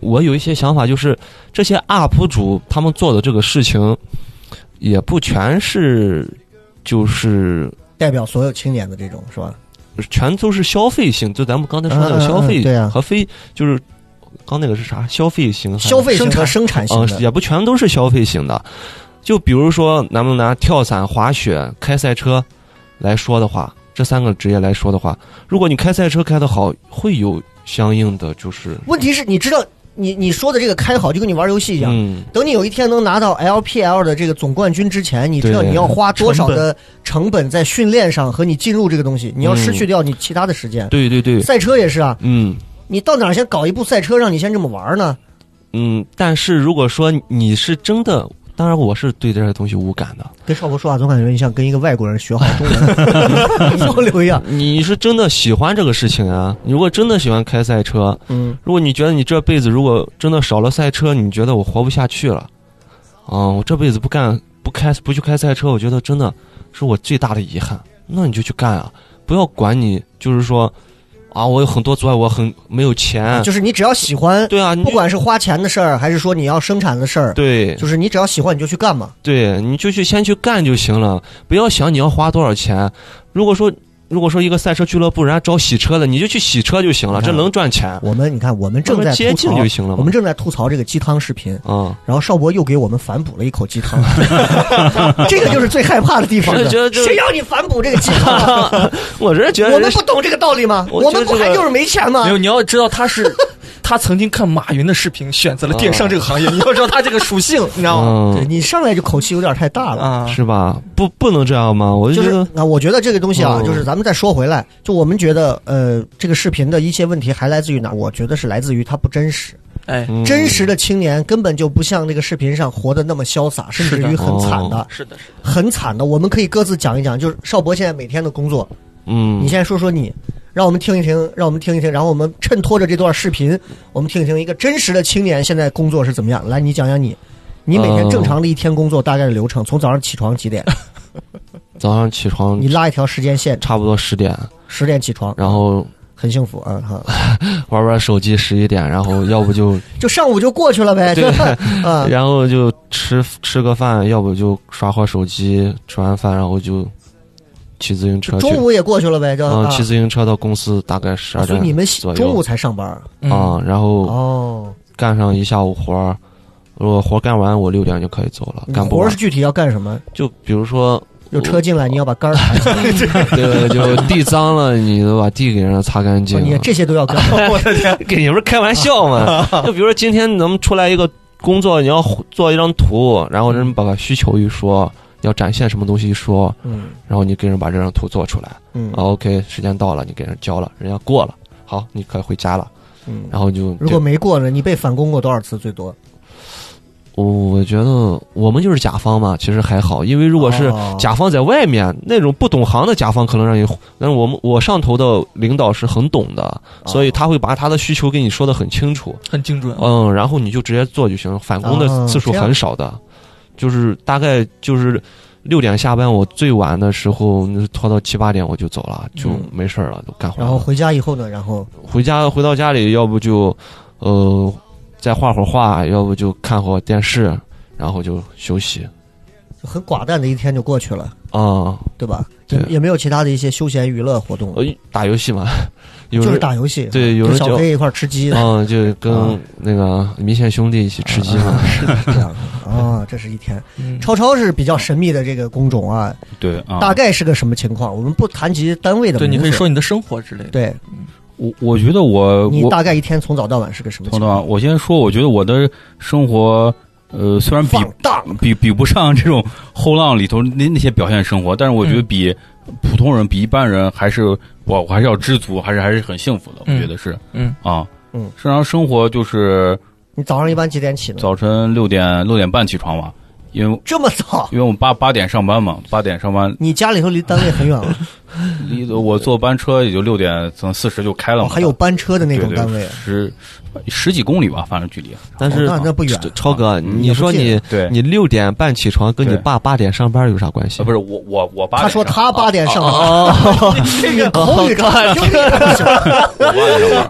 Speaker 4: 我有一些想法，就是这些 UP 主他们做的这个事情，也不全是，就是
Speaker 3: 代表所有青年的这种是吧？
Speaker 4: 全都是消费型，就咱们刚才说的
Speaker 3: 嗯嗯嗯
Speaker 4: 消费
Speaker 3: 对啊
Speaker 4: 和非，就是刚那个是啥？消费型还是，
Speaker 3: 消费型和生产型
Speaker 4: 嗯，
Speaker 3: 的，
Speaker 4: 也不全都是消费型的。就比如说，咱们拿跳伞、滑雪、开赛车来说的话，这三个职业来说的话，如果你开赛车开得好，会有相应的就是，
Speaker 3: 问题是，你知道你你说的这个开好，就跟你玩游戏一样。
Speaker 4: 嗯，
Speaker 3: 等你有一天能拿到 LPL 的这个总冠军之前，你知道
Speaker 4: 对
Speaker 3: 你要花多少的成本在训练上和你进入这个东西，你要失去掉你其他的时间。
Speaker 4: 嗯对对对，
Speaker 3: 赛车也是啊，
Speaker 4: 嗯
Speaker 3: 你到哪儿先搞一部赛车让你先这么玩呢？
Speaker 4: 嗯。但是如果说你是真的，当然我是对这些东西无感的。
Speaker 3: 跟少博说话总感觉你像跟一个外国人学好中 文交流一样。
Speaker 4: 你是真的喜欢这个事情啊？你如果真的喜欢开赛车，
Speaker 3: 嗯，
Speaker 4: 如果你觉得你这辈子如果真的少了赛车，你觉得我活不下去了，啊、我这辈子不干不开不去开赛车，我觉得真的是我最大的遗憾。那你就去干啊，不要管你，就是说，啊，我有很多阻碍，我很没有钱，
Speaker 3: 啊就是你只要喜欢，
Speaker 4: 嗯对啊，你就
Speaker 3: 不管是花钱的事儿，还是说你要生产的事儿，
Speaker 4: 对
Speaker 3: 就是你只要喜欢你就去干嘛。
Speaker 4: 对，你就去先去干就行了，不要想你要花多少钱。如果说如果说一个赛车俱乐部人家招洗车的，你就去洗车就行了，
Speaker 3: 嗯
Speaker 4: 这能赚钱。
Speaker 3: 我们你看，我们正
Speaker 4: 那
Speaker 3: 在
Speaker 4: 么接
Speaker 3: 吐
Speaker 4: 近
Speaker 3: 槽
Speaker 4: 就行了嘛
Speaker 3: 我们正在吐槽这个鸡汤视频，
Speaker 4: 啊，
Speaker 3: 然后邵博又给我们反哺了一口鸡 汤，这个就是最害怕的地方
Speaker 4: 我就觉得这
Speaker 3: 谁让你反哺这个鸡汤啊？
Speaker 4: 我是觉
Speaker 3: 我
Speaker 4: 得
Speaker 3: 们不懂这个道理吗？
Speaker 4: 我
Speaker 3: 我
Speaker 4: 觉得
Speaker 3: 们不
Speaker 4: 这个
Speaker 3: 还就是没钱吗
Speaker 6: 没？有，你要知道他是他曾经看马云的视频，选择了电商这个行业。你要知道他这个属性，你知道吗？
Speaker 3: 对
Speaker 4: 嗯，
Speaker 3: 你上来就口气有点太大了。
Speaker 6: 啊，
Speaker 4: 是吧？不不能这样吗？我
Speaker 3: 就
Speaker 4: 就觉
Speaker 3: 是
Speaker 4: 得
Speaker 3: 啊，我觉得这个东西啊，
Speaker 4: 嗯
Speaker 3: 就是咱们再说回来，就我们觉得，呃，这个视频的一些问题还来自于哪儿？我觉得是来自于它不真实。
Speaker 6: 哎，
Speaker 4: 嗯
Speaker 3: 真实的青年根本就不像这个视频上活得那么潇洒，甚至
Speaker 6: 是的
Speaker 3: 于很惨的，
Speaker 4: 哦
Speaker 6: 是的，是的，
Speaker 3: 很惨的。我们可以各自讲一讲，就是邵博现在每天的工作，
Speaker 4: 嗯，
Speaker 3: 你先说说你，让我们听一听，让我们听一听，然后我们衬托着这段视频，我们听一听一个真实的青年现在工作是怎么样。来，你讲讲你，你每天
Speaker 4: 呃
Speaker 3: 正常的一天工作大概的流程，从早上起床几 点？
Speaker 4: 早上起床
Speaker 3: 你拉一条时间线，
Speaker 4: 差不多十点，
Speaker 3: 十点起床，
Speaker 4: 然后
Speaker 3: 很幸福啊哈，
Speaker 4: 玩玩手机十一点，然后要不就
Speaker 3: 就上午就过去了呗，
Speaker 4: 对
Speaker 3: 就 啊，
Speaker 4: 然后就吃吃个饭，要不就刷会儿手机，吃完饭然后就骑自行车去
Speaker 3: 中，午也过去了呗，就
Speaker 4: 嗯，
Speaker 3: 啊哦
Speaker 4: 骑自行车到公司大概十二
Speaker 3: 所以
Speaker 4: 点
Speaker 3: 你们
Speaker 4: 左右
Speaker 3: 中午才上班
Speaker 6: 嗯
Speaker 4: 啊、然后
Speaker 3: 哦，
Speaker 4: 干上一下午活儿，如果活儿干完我六点就可以走了，
Speaker 3: 你
Speaker 4: 啊干不
Speaker 3: 活儿
Speaker 4: 完
Speaker 3: 是具体要干什么？
Speaker 4: 就比如说
Speaker 3: 有车进来，你要把杆儿抬起来，
Speaker 4: 对，就地脏了，你都把地给人家擦干净。
Speaker 3: 哦你这些都要 干。
Speaker 6: 我的天，
Speaker 4: 给你们开玩笑 嘛？就比如说今天咱们出来一个工作，你要做一张图，然后人把需求一说，要展现什么东西一说，
Speaker 3: 嗯
Speaker 4: 然后你给人把这张图做出来。
Speaker 3: 嗯
Speaker 4: 啊，OK，时间到了，你给人交了，人家过了，好，你可以回家了。
Speaker 3: 嗯，
Speaker 4: 然后就
Speaker 3: 如果没过呢，你被反攻过多少次最多？
Speaker 4: 我我觉得我们就是甲方嘛，其实还好，因为如果是
Speaker 3: 哦
Speaker 4: 甲方在外面那种不懂行的甲方，可能让你，但是我们我上头的领导是很懂的，
Speaker 3: 哦
Speaker 4: 所以他会把他的需求跟你说的很清楚，
Speaker 6: 很精准。
Speaker 4: 嗯，然后你就直接做就行，返工
Speaker 3: 啊
Speaker 4: 的次数
Speaker 3: 这样
Speaker 4: 很少的，就是大概就是六点下班，我最晚的时候那拖到七八点我就走了，就
Speaker 3: 嗯
Speaker 4: 没事儿了，都干活了。
Speaker 3: 然后回家以后呢，然后
Speaker 4: 回家回到家里，要不就呃再画会儿画，要不就看会儿电视，然后就休息
Speaker 3: 就很寡淡的一天就过去了，
Speaker 4: 啊、
Speaker 3: 对吧？也
Speaker 4: 对
Speaker 3: 也没有其他的一些休闲娱乐活动，
Speaker 4: 呃，打游戏嘛，有
Speaker 3: 就
Speaker 4: 人
Speaker 3: 是打游戏，
Speaker 4: 对有
Speaker 3: 跟
Speaker 4: 人
Speaker 3: 小
Speaker 4: 叫
Speaker 3: 黑一块儿吃鸡，
Speaker 4: 嗯，就
Speaker 3: 啊
Speaker 4: 跟那个明显兄弟一起吃鸡嘛，
Speaker 3: 这样啊，这是一天。
Speaker 6: 嗯
Speaker 3: 超超是比较神秘的这个工种啊，
Speaker 5: 对啊，
Speaker 3: 大概是个什么情况？我们不谈及单位的
Speaker 6: 对，
Speaker 3: 名字，
Speaker 6: 你可以说你的生活之类的。
Speaker 3: 对
Speaker 5: 我我觉得我
Speaker 3: 你
Speaker 5: 我
Speaker 3: 大概一天从早到晚是个什么
Speaker 5: 等
Speaker 3: 情
Speaker 5: 等
Speaker 3: 况
Speaker 5: 啊，？我先说，我觉得我的生活，呃，虽然比
Speaker 3: 放荡，
Speaker 5: 比比不上这种后浪里头那那些表现生活，但是我
Speaker 6: 嗯
Speaker 5: 觉得比普通人、比一般人还是我我还是要知足，还是还是很幸福的，我
Speaker 6: 嗯
Speaker 5: 觉得是
Speaker 6: 嗯
Speaker 5: 啊，
Speaker 3: 嗯，
Speaker 5: 正常生活就是
Speaker 3: 你早上一般几点起呢？
Speaker 5: 早晨六点六点半起床嘛，因为
Speaker 3: 这么早？
Speaker 5: 因为我们八八点上班嘛，八点上班
Speaker 3: 你家里头离单位很远啊 了，
Speaker 6: 嗯
Speaker 5: 离我坐班车也就六点从四十就开了
Speaker 3: 哦
Speaker 5: 嘛，
Speaker 3: 还有班车的那种
Speaker 5: 对对
Speaker 3: 单位，啊
Speaker 5: 十十几公里吧，反正距离，啊
Speaker 4: 但是、
Speaker 3: 哦那那不远
Speaker 4: 超超哥，
Speaker 5: 嗯
Speaker 4: 你说
Speaker 3: 也
Speaker 4: 你
Speaker 5: 对
Speaker 4: 你六点半起床，跟你
Speaker 5: 对
Speaker 4: 爸八点上班有啥关系？
Speaker 5: 啊，不是我我我八
Speaker 3: 他
Speaker 5: 点
Speaker 3: 说
Speaker 5: 上啊
Speaker 3: 他八点上班，
Speaker 4: 哦，
Speaker 3: 这个口语看，
Speaker 5: 我八点上班啊。
Speaker 3: 哎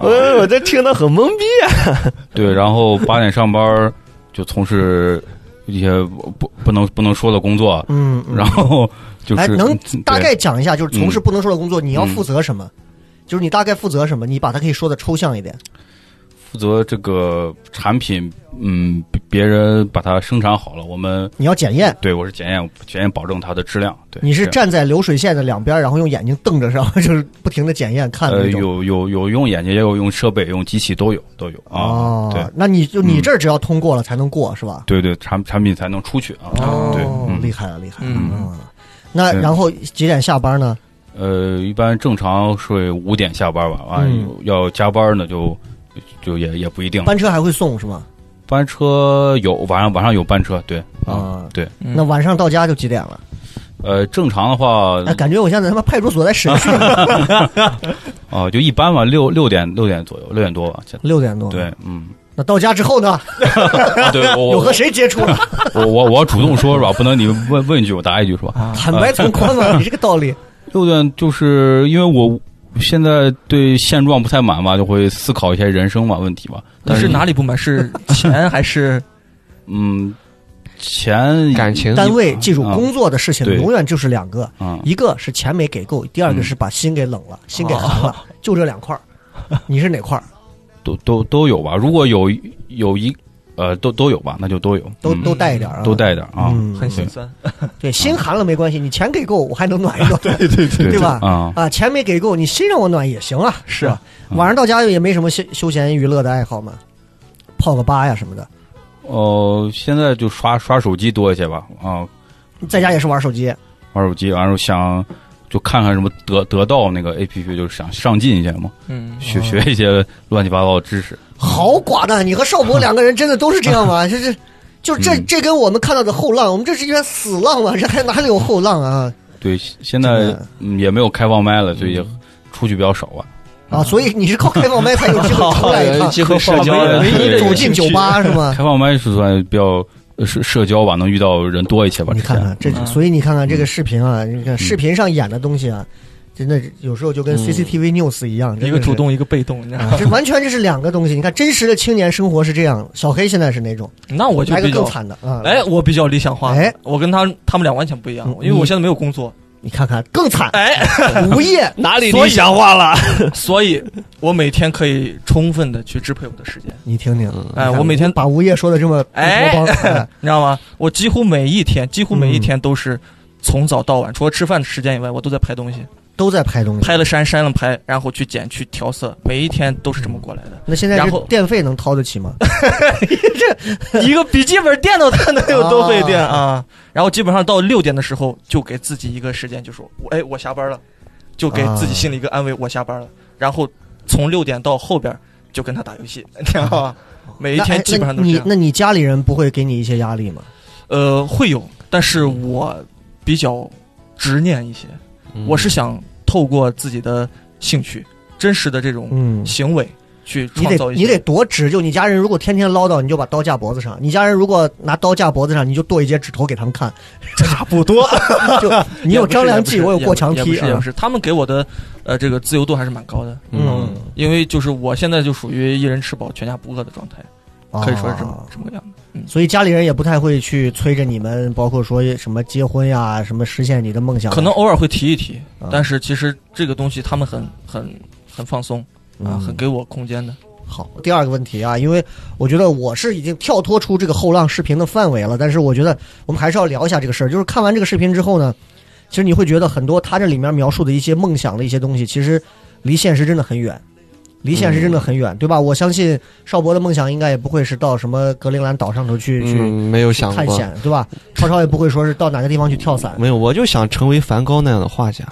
Speaker 4: 我我这听得很懵逼啊！
Speaker 5: 对，然后八点上班儿就从事一些不不能不能说的工作，
Speaker 3: 嗯，嗯
Speaker 5: 然后就
Speaker 3: 哎，
Speaker 5: 是嗯
Speaker 3: 能
Speaker 5: 对
Speaker 3: 大概讲一下，就是从事不能说的工作，
Speaker 5: 嗯
Speaker 3: 你要负责什么？就是你大概负责什么？你把它可以说的抽象一点。
Speaker 5: 负责这个产品，嗯，别别人把它生产好了，我们
Speaker 3: 你要检验，
Speaker 5: 对我是检验检验保证它的质量，对，
Speaker 3: 你是
Speaker 5: 这
Speaker 3: 站
Speaker 5: 样
Speaker 3: 在流水线的两边，然后用眼睛瞪着，然后 就是不停的检验看的
Speaker 5: 呃
Speaker 3: 那种。
Speaker 5: 有有有用眼睛，也有用设备，用机器都有都有啊，嗯
Speaker 3: 哦，那你就你这儿只要通过了才能过是吧？
Speaker 5: 对对对，产产品才能出去啊，对，
Speaker 3: 哦，
Speaker 5: 嗯
Speaker 3: 厉害了，厉害了。
Speaker 6: 嗯，
Speaker 3: 嗯，那
Speaker 5: 对
Speaker 3: 然后几点下班呢？
Speaker 5: 呃，一般正常是五点下班吧，啊，
Speaker 3: 嗯
Speaker 5: 要加班呢就就也也不一定了。
Speaker 3: 班车还会送是吗？
Speaker 5: 班车有晚上晚上有班车，对啊，
Speaker 3: 啊，
Speaker 5: 对，
Speaker 6: 嗯
Speaker 3: 那晚上到家就几点了？
Speaker 5: 呃，正常的话
Speaker 3: 哎，感觉我现在他妈派出所在审 讯，
Speaker 5: 哦，就一般吧，六六点六点左右，六点多吧，现在
Speaker 3: 六点多。，
Speaker 5: 对，嗯，
Speaker 3: 那到家之后呢？
Speaker 5: 啊对我
Speaker 3: 有
Speaker 5: 我
Speaker 3: 和谁接触 了？
Speaker 5: 我我我要主动说是吧？不能你问问一句我答一句是吧？
Speaker 3: 坦白从宽嘛，你这个道 理。
Speaker 5: 六点就是因为我现在对现状不太满嘛，就会思考一些
Speaker 4: 嗯
Speaker 5: 人生嘛问题嘛，
Speaker 6: 你
Speaker 5: 但
Speaker 6: 是哪里不满？是钱还是
Speaker 5: 嗯，钱
Speaker 4: 感情
Speaker 3: 单位记住
Speaker 5: 啊
Speaker 3: 工作的事情
Speaker 5: 对
Speaker 3: 永远就是两个，
Speaker 5: 啊，
Speaker 3: 一个是钱没给够，第二个是把心给冷了，心给寒了，就这两块儿。你是哪块儿？
Speaker 5: 都都都有吧。如果有有一呃，都都有吧，那就都有，
Speaker 3: 都
Speaker 5: 嗯
Speaker 3: 都带一点儿啊，
Speaker 5: 都带一点啊。
Speaker 3: 嗯，
Speaker 6: 很心酸。
Speaker 3: 对，心寒了没关系，你钱给够，我还能暖一暖，对
Speaker 6: 对
Speaker 5: 对
Speaker 3: 对吧？
Speaker 5: 啊，
Speaker 3: 啊，钱没给够，你心让我暖也行啊，
Speaker 6: 是
Speaker 3: 吧？晚上到家也没什么休休闲娱乐的爱好嘛，泡个吧呀什么的，
Speaker 5: 哦，现在就刷刷手机多一些吧，啊，
Speaker 3: 在家也是玩手机，
Speaker 5: 玩手机，然后想就看看什么得得到那个 A P P，就是想上进一些嘛，
Speaker 6: 嗯，
Speaker 3: 哦
Speaker 5: 学学一些乱七八糟的知识。
Speaker 3: 好寡淡！你和邵博两个人真的都是这样吗？ 就是，就这
Speaker 5: 嗯
Speaker 3: 这跟我们看到的后浪，我们这是一片死浪嘛，这还哪里有后浪啊？
Speaker 5: 对，现在
Speaker 3: 真的
Speaker 5: 嗯也没有开放麦了，所以也出去比较少吧。
Speaker 3: 啊，所以你是靠开放麦才有机 会出来一趟，
Speaker 4: 机会社交
Speaker 5: 唯
Speaker 4: 的
Speaker 5: 唯一的
Speaker 3: 走进酒吧是吗？
Speaker 5: 开放麦是算比较呃社社交吧，能遇到人多一些吧。
Speaker 3: 你
Speaker 5: 之前
Speaker 3: 看看这，
Speaker 6: 嗯
Speaker 3: 所以你看看这个视频啊，你看视频上演的东西啊，真的有时候就跟 CCTV News 一样，真
Speaker 6: 嗯一
Speaker 3: 的
Speaker 6: 个
Speaker 3: 是
Speaker 6: 主。动，一个被动，你知道
Speaker 3: 啊
Speaker 6: 吗？
Speaker 3: 这完全就是两个东西。你看，真实的青年生活是这样。小黑现在是哪种？
Speaker 4: 嗯
Speaker 6: 那我就
Speaker 3: 来个
Speaker 6: 比较
Speaker 3: 更，惨的啊！
Speaker 6: 哎，，我比较理想化。
Speaker 3: 哎，
Speaker 6: 我跟他他们俩完全不一样，
Speaker 4: 嗯
Speaker 6: 因为我现在没有工作。
Speaker 3: 你看看更惨，
Speaker 6: 哎，
Speaker 3: 无 业。
Speaker 4: 哪里
Speaker 6: 所以
Speaker 4: 理想化了？
Speaker 6: 所以我每天可以充分的去支配我的时间，
Speaker 3: 你听听，
Speaker 4: 嗯
Speaker 6: 哎
Speaker 3: 你看
Speaker 6: 我每天
Speaker 3: 把无业说的这么
Speaker 6: 哎
Speaker 3: 乌托 邦哎
Speaker 6: 你知道吗？我几乎每一天，几乎每
Speaker 3: 嗯
Speaker 6: 一天都是从早到晚，除了吃饭的时间以外，我都在拍东西，
Speaker 3: 都在拍东西。
Speaker 6: 拍了删，删了拍，然后去剪去调色，每一天都是这么过来 的。
Speaker 3: 那现在
Speaker 6: 然
Speaker 3: 这
Speaker 6: 后
Speaker 3: 电费能掏得起吗？
Speaker 6: 一个笔记本电脑它能有多费电啊？然后基本上到六点的时候，就给自己一个时间，就说，我哎，我下班了，就给自己心里一个安慰，我下班了。然后从六点到后边就跟他打游戏，你知道吗？ 每一
Speaker 3: 啊那
Speaker 6: 天
Speaker 3: 哎
Speaker 6: 基本上都
Speaker 3: 那
Speaker 6: 是
Speaker 3: 你
Speaker 6: 这样。
Speaker 3: 那你家里人不会给你一些压力吗？
Speaker 6: 呃，会有，但是我比较执念一些，
Speaker 4: 嗯
Speaker 6: 我是想透过自己的兴趣、真实的这种
Speaker 3: 嗯，
Speaker 6: 行为去
Speaker 3: 你
Speaker 6: 创
Speaker 3: 得
Speaker 6: 造一些。
Speaker 3: 你得多直，就你家人如果天天唠叨，你就把刀架脖子上；你家人如果拿刀架脖子上，你就剁一截指头给他们看。差不多， 就你有张良计，我有过墙
Speaker 6: 也不
Speaker 3: 梯
Speaker 6: 是也不
Speaker 3: 啊。
Speaker 6: 是，他们给我的呃这个自由度还是蛮高的，
Speaker 3: 嗯，
Speaker 6: 因为就是我现在就属于一人吃饱全家不饿的状态，可以说是这么
Speaker 3: 啊
Speaker 6: 这么个样子。
Speaker 3: 所以家里人也不太会去催着你们，包括说什么结婚呀，什么实现你的梦想啊。
Speaker 6: 可能偶尔会提一提
Speaker 3: 啊，
Speaker 6: 但是其实这个东西他们很很很放松啊，
Speaker 3: 嗯
Speaker 6: 很给我空间的。
Speaker 3: 好，第二个问题啊，因为我觉得我是已经跳脱出这个后浪视频的范围了，但是我觉得我们还是要聊一下这个事儿。就是看完这个视频之后呢，其实你会觉得很多他这里面描述的一些梦想的一些东西，其实离现实真的很远，离现实真的很远，对吧？我相信邵博的梦想应该也不会是到什么格陵兰岛上头去、去
Speaker 4: 嗯，没有想
Speaker 3: 探
Speaker 4: 过，
Speaker 3: 险，对吧？超超也不会说是到哪个地方去跳伞。
Speaker 4: 没有，我就想成为梵高那样的画家。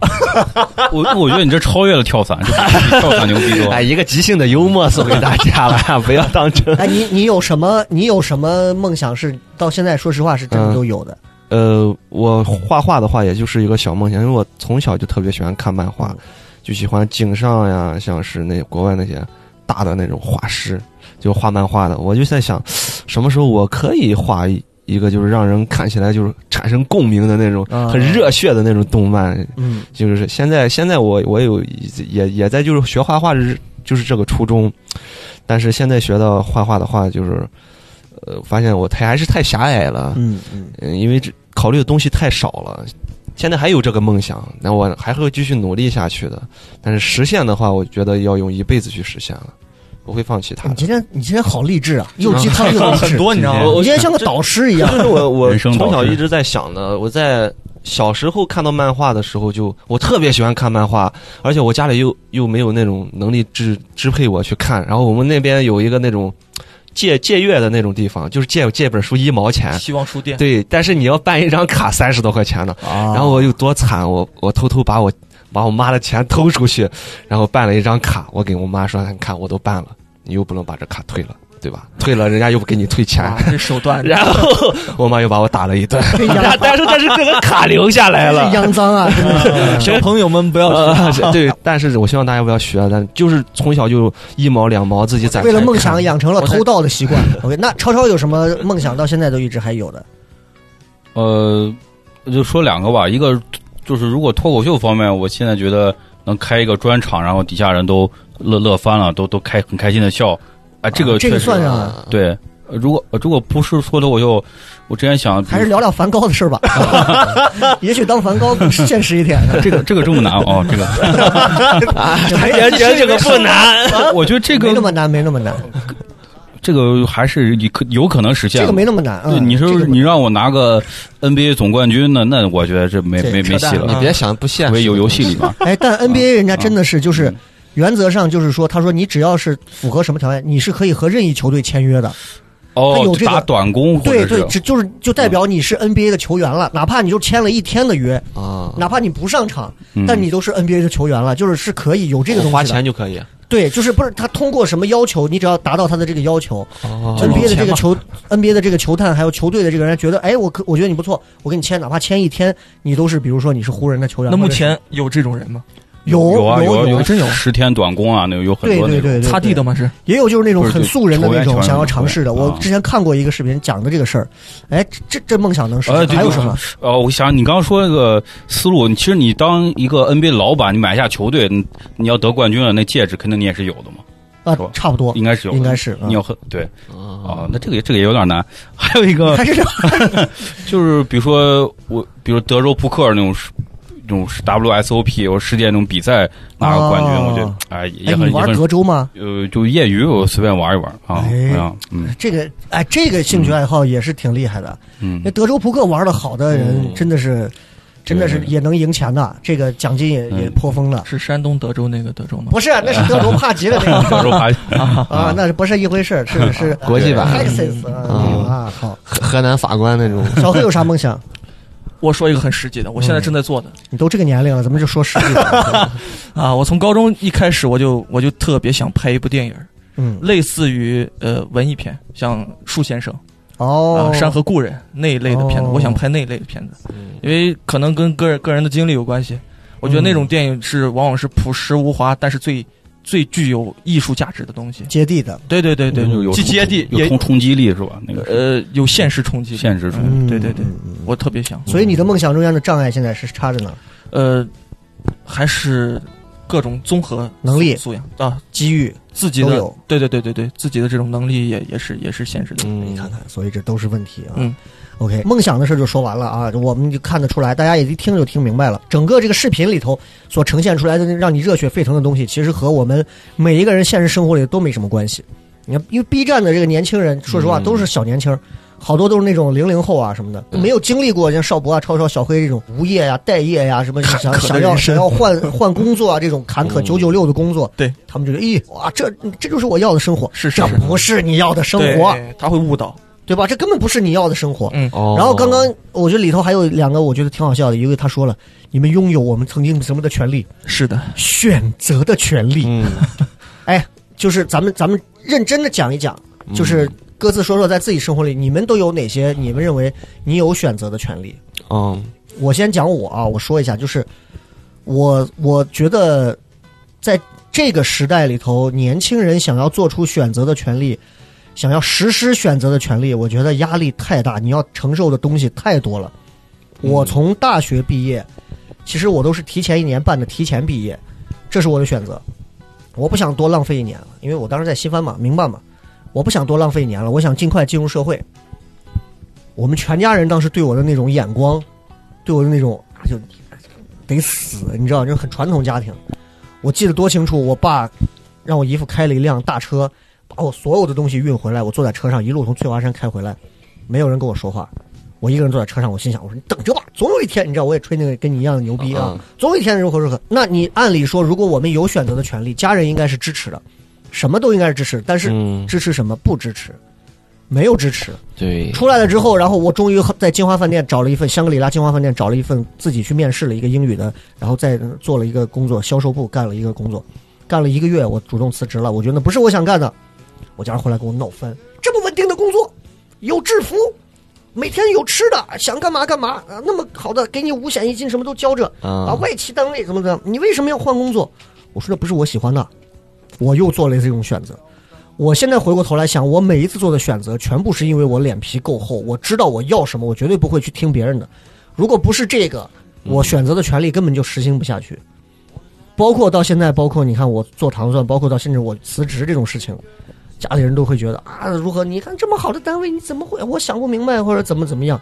Speaker 5: 我我觉得你这超越了跳伞，这比跳伞牛逼多。
Speaker 4: 哎，一个即兴的幽默送给大家了，不要当真。
Speaker 3: 哎，你你有什么你有什么梦想是到现在说实话是真
Speaker 4: 嗯
Speaker 3: 的都有的？
Speaker 4: 呃，我画画的话，也就是一个小梦想，因为我从小就特别喜欢看漫画，就喜欢井上呀，像是那国外那些大的那种画师，就画漫画的。我就在想，什么时候我可以画一一个就是让人看起来就是产生共鸣的那种
Speaker 3: 啊
Speaker 4: 很热血的那种动漫，
Speaker 3: 嗯
Speaker 4: 就是现在，现在我我有也也在就是学画画是就是这个初衷，但是现在学到画画的话，就是呃，发现我太还是太狭隘了，
Speaker 3: 嗯嗯。
Speaker 4: 嗯，因为这考虑的东西太少了。现在还有这个梦想，那我还会继续努力下去的。但是实现的话，我觉得要用一辈子去实现了，不会放弃它
Speaker 3: 哎你
Speaker 4: 的。
Speaker 3: 今天你今天好励志啊，又鸡汤又励
Speaker 6: 很
Speaker 3: 志。
Speaker 6: 多你知道
Speaker 5: 我
Speaker 6: 吗？
Speaker 3: 你今天像个 导师一样
Speaker 4: 就是我我
Speaker 5: 人生导
Speaker 4: 从小
Speaker 5: 师
Speaker 4: 一直在想的，我在小时候看到漫画的时候就，我特别喜欢看漫画，而且我家里又又没有那种能力支支配我去看，然后我们那边有一个那种借借阅的那种地方，就是借借本书一毛
Speaker 3: 啊
Speaker 4: 钱。
Speaker 6: 希望书店，
Speaker 4: 对，但是你要办一张卡三十多块钱呢，
Speaker 3: 啊
Speaker 4: 然后我有多惨，我我偷偷把我把我妈的钱偷出去，然后办了一张卡，我给我妈说，你看我都办了，你又不能把这卡退了，对吧？退了人家又不给你退钱
Speaker 6: 哇，，啊这手 段，
Speaker 4: 然后我妈又把我打了一顿，
Speaker 3: 这样
Speaker 4: 然后 但是但是这个卡留下来
Speaker 3: 是
Speaker 4: 了。嗯
Speaker 3: 肮脏啊！真的是
Speaker 6: 小朋友们不要学
Speaker 4: 呃， 对，但是我希望大家不要学，啊但就是从小就一毛两毛自己攒。
Speaker 3: 为了梦想，养成了偷盗的习惯。OK，那超超有什么梦想到现在都一直还有的？
Speaker 5: 呃，就说两个吧，一个就是如果脱口秀方面，我现在觉得能开一个专场，然后底下人都乐乐翻了，都都开很开心的笑，哎，这个
Speaker 3: 啊这个
Speaker 5: 确实
Speaker 3: 算上了
Speaker 5: 对。呃如果呃如果不是脱口秀，我之前想
Speaker 3: 还是聊聊梵高的事儿 吧， 也许当梵高更现实一点。
Speaker 5: 这个这个这 么难哦，这个哎
Speaker 4: 也也这个不难，
Speaker 5: 我觉得这
Speaker 3: 啊没那
Speaker 5: 个
Speaker 3: 么难，没那么难，
Speaker 5: 这个还是有可有可能实现
Speaker 3: 这
Speaker 5: 的
Speaker 3: 个。没那么难啊
Speaker 5: 对。你
Speaker 3: 这
Speaker 5: 说
Speaker 3: 个
Speaker 5: 你让我拿个 NBA 总冠军呢，那我觉得这没
Speaker 3: 这
Speaker 5: 没没戏
Speaker 4: 你
Speaker 5: 了，
Speaker 4: 别想不
Speaker 5: 因
Speaker 4: 现实，
Speaker 5: 为有游 戏里 边。
Speaker 3: 哎，但 NBA 人家真的是就是
Speaker 5: 啊嗯。
Speaker 3: 原则上就是说，他说你只要是符合什么条件，你是可以和任意球队签约的。
Speaker 5: 哦，
Speaker 3: 有这个
Speaker 5: 打短工或
Speaker 3: 对
Speaker 5: 者
Speaker 3: 对，
Speaker 5: 是嗯
Speaker 3: 只就是就代表你是 NBA 的球员了，哪怕你就签了一天的约，
Speaker 4: 啊，
Speaker 3: 哪怕你不上场，
Speaker 5: 嗯
Speaker 3: 但你都是 NBA 的球员了，就是是可以有这个东
Speaker 4: 花
Speaker 3: 西的。
Speaker 4: 钱就可以。
Speaker 3: 对，就是不是他通过什么要求，你只要达到他的这个要求
Speaker 4: 哦
Speaker 3: ，NBA 的这个球，NBA 的这个球探还有球队的这个人觉得，哎，我可我觉得你不错，我给你签，哪怕签一天，你都是比如说你是湖人的球员。
Speaker 6: 那目
Speaker 3: 或者是
Speaker 6: 前有这种人吗？
Speaker 3: 有
Speaker 5: 有啊
Speaker 3: 有
Speaker 5: 啊有
Speaker 6: 真有
Speaker 5: 十天短工啊，那个有很
Speaker 3: 对
Speaker 5: 多那
Speaker 3: 对
Speaker 5: 种
Speaker 3: 对对，
Speaker 6: 擦地的吗？是
Speaker 3: 也有就是那种
Speaker 5: 不是
Speaker 3: 很
Speaker 5: 就
Speaker 3: 素人的
Speaker 5: 球员
Speaker 3: 那种
Speaker 5: 球员
Speaker 3: 想要尝试的。
Speaker 5: 啊
Speaker 3: 我之前看过一个视频讲的这个事儿，哎，这这这梦想能实
Speaker 5: 呃
Speaker 3: 现，
Speaker 5: 对
Speaker 3: 还有什么？
Speaker 5: 哦，我想你刚刚说那个思路，你其实你当一个 NBA 老板，你买下球队，你你要得冠军了，那戒指肯定你也是有的嘛，
Speaker 3: 啊
Speaker 5: 是吧，
Speaker 3: 差不多，
Speaker 5: 应该是有的，
Speaker 3: 应该是啊
Speaker 5: 你要很对
Speaker 4: 啊
Speaker 5: 哦，，那这个也这个也有点难。 还有一个
Speaker 3: 还是哎这样
Speaker 5: 就是，比如说我，比如德州扑克那种。那种 WSOP 我世界那种比赛拿个冠军，
Speaker 3: 哦
Speaker 5: 我觉得哎也
Speaker 3: 哎，
Speaker 5: 很
Speaker 3: 你
Speaker 5: 也
Speaker 3: 玩
Speaker 5: 很
Speaker 3: 德州吗？
Speaker 5: 呃，就业余我随便玩一玩啊，
Speaker 3: 哎
Speaker 5: 啊 嗯
Speaker 3: 这个哎，这个兴趣爱好也是挺厉害的。
Speaker 5: 嗯
Speaker 3: 那，德州扑克玩的好的人，
Speaker 4: 嗯
Speaker 3: 真的是，真的是
Speaker 5: 对
Speaker 3: 也能赢钱的，这个奖金也
Speaker 5: 嗯
Speaker 3: 也颇丰了。
Speaker 6: 是山东德州那个德州吗？
Speaker 3: 不是，啊那是德 州帕吉的那个
Speaker 5: 德州牌
Speaker 3: 啊，那是不是一回事儿？是 是
Speaker 4: 国际版
Speaker 3: Texas
Speaker 5: 嗯
Speaker 3: 啊啊，好。
Speaker 4: 河河南法官那种，
Speaker 3: 小黑有啥梦想？
Speaker 6: 我说一个很实际的，我现在
Speaker 3: 嗯
Speaker 6: 正在做的
Speaker 3: 你都这个年龄了，咱们就说实际的。
Speaker 6: 啊，我从高中一开始我就我就特别想拍一部电影，
Speaker 3: 嗯，
Speaker 6: 类似于呃文艺片，像《树先生》啊
Speaker 3: 哦，
Speaker 6: 《山河故人》那一类的片子，
Speaker 3: 哦嗯
Speaker 6: 我想拍那一类的片子，因为可能跟个人个人的经历有关系。我觉得那种电影是往往是朴实无华，但是最最具有艺术价值的东西。
Speaker 3: 接地的，
Speaker 6: 对对对对，
Speaker 5: 有
Speaker 6: 既
Speaker 5: 冲
Speaker 6: 接 地
Speaker 5: 有
Speaker 6: 也
Speaker 5: 冲冲击力是吧？那个是
Speaker 6: 呃有现实冲击力，
Speaker 5: 现实冲
Speaker 6: 嗯
Speaker 3: 嗯
Speaker 6: 对对对
Speaker 3: 嗯嗯
Speaker 6: 我特别想
Speaker 3: 所以你的梦想中间的障碍现在是插着呢，
Speaker 6: 呃还是各种综合
Speaker 3: 能力
Speaker 6: 素养啊，
Speaker 3: 机遇
Speaker 6: 自己
Speaker 3: 都
Speaker 6: 的
Speaker 3: 有。
Speaker 6: 对对对对对，自己的这种能力也也是也是现实的。
Speaker 4: 嗯
Speaker 3: 你看看，所以这都是问题啊。
Speaker 6: 嗯
Speaker 3: OK，梦想的事就说完了啊，我们就看得出来，大家也一听就听明白了。整个这个视频里头所呈现出来的那让你热血沸腾的东西，其实和我们每一个人现实生活里都没什么关系。你看，因为 B 站的这个年轻人，说实话
Speaker 4: 嗯
Speaker 3: 都是小年轻儿，好多都是那种零零后啊什么的，
Speaker 4: 嗯
Speaker 3: 没有经历过像邵博啊、超超、小黑这种无业呀、待业呀、 什么想
Speaker 6: 的
Speaker 3: 想要
Speaker 6: 人生
Speaker 3: 想要换换工作啊这种坎坷
Speaker 4: 嗯
Speaker 3: 九九六的工作，
Speaker 6: 对
Speaker 3: 他们觉得，咦，哇，啊这这就是我要的生活，
Speaker 6: 是是
Speaker 3: 这
Speaker 6: 是
Speaker 3: 不是你要的生
Speaker 6: 对
Speaker 3: 活，
Speaker 6: 他会误导。
Speaker 3: 对吧？这根本不是你要的生活。
Speaker 6: 嗯，
Speaker 4: 哦，
Speaker 3: 然后刚刚我觉得里头还有两个我觉得挺好笑的，一个他说了，你们拥有我们曾经什么的权利，
Speaker 6: 是的，
Speaker 3: 选择的权利，哎
Speaker 4: 嗯，
Speaker 3: 就是咱们咱们认真的讲一讲，
Speaker 4: 嗯
Speaker 3: 就是各自说说在自己生活里你们都有哪些你们认为你有选择的权利。
Speaker 4: 嗯
Speaker 3: 我先讲我啊，我说一下，就是我我觉得在这个时代里头，年轻人想要做出选择的权利，想要实施选择的权利，我觉得压力太大，你要承受的东西太多了。我从大学毕业，其实我都是提前一年半的提前毕业，这是我的选择。我不想多浪费一年了，因为我当时在新番嘛，明办嘛，我不想多浪费一年了，我想尽快进入社会。我们全家人当时对我的那种眼光，对我的那种啊就得死，你知道，就是很传统家庭。我记得多清楚，我爸让我姨父开了一辆大车，把我所有的东西运回来。我坐在车上，一路从翠华山开回来，没有人跟我说话，我一个人坐在车上。我心想，我说你等着吧，总有一天，你知道，我也吹那个跟你一样的牛逼啊
Speaker 4: 嗯，
Speaker 3: 总有一天如何如何。那你按理说，如果我们有选择的权利，家人应该是支持的，什么都应该是支持，但是
Speaker 4: 嗯，
Speaker 3: 支持什么不支持，没有支持。
Speaker 4: 对，
Speaker 3: 出来了之后，然后我终于在金华饭店找了一份香格里拉金华饭店找了一份自己去面试了一个英语的，然后再做了一个工作，销售部干了一个工作，干了一个月，我主动辞职了，我觉得不是我想干的，我家人回来跟我闹翻，这么稳定的工作，有制服，每天有吃的，想干嘛干嘛，啊那么好的给你五险一金，什么都交着，啊，
Speaker 4: 啊，
Speaker 3: 外企单位怎么怎么样，你为什么要换工作？我说这不是我喜欢的，我又做了这种选择。我现在回过头来想，我每一次做的选择，全部是因为我脸皮够厚，我知道我要什么，我绝对不会去听别人的。如果不是这个，我选择的权利根本就实行不下去。包括到现在，包括你看我做糖蒜，包括到甚至我辞职这种事情，家里人都会觉得啊，如何？你看这么好的单位，你怎么会？我想不明白，或者怎么怎么样？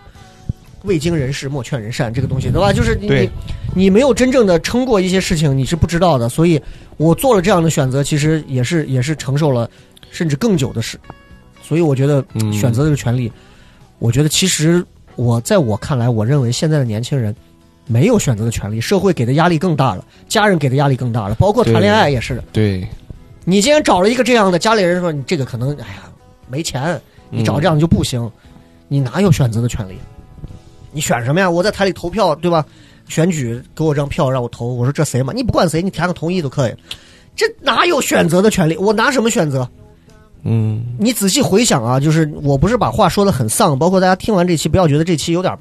Speaker 3: 未经人事，莫劝人善，这个东西对吧？就是你
Speaker 4: 对
Speaker 3: 你你没有真正的撑过一些事情，你是不知道的。所以我做了这样的选择，其实也是也是承受了甚至更久的事。所以我觉得
Speaker 4: 嗯
Speaker 3: 选择这个权利，我觉得其实我在我看来，我认为现在的年轻人没有选择的权利，社会给的压力更大了，家人给的压力更大了，包括谈恋爱也是的。
Speaker 4: 对，
Speaker 3: 你既然找了一个这样的，家里人说你这个可能，哎呀，没钱，
Speaker 4: 嗯
Speaker 3: 你找这样就不行，你哪有选择的权利？你选什么呀？我在台里投票，对吧？选举给我张票让我投，我说这谁嘛？你不管谁，你填个同意都可以。这哪有选择的权利？我拿什么选择？
Speaker 4: 嗯，
Speaker 3: 你仔细回想啊，就是我不是把话说的很丧，包括大家听完这期不要觉得这期有点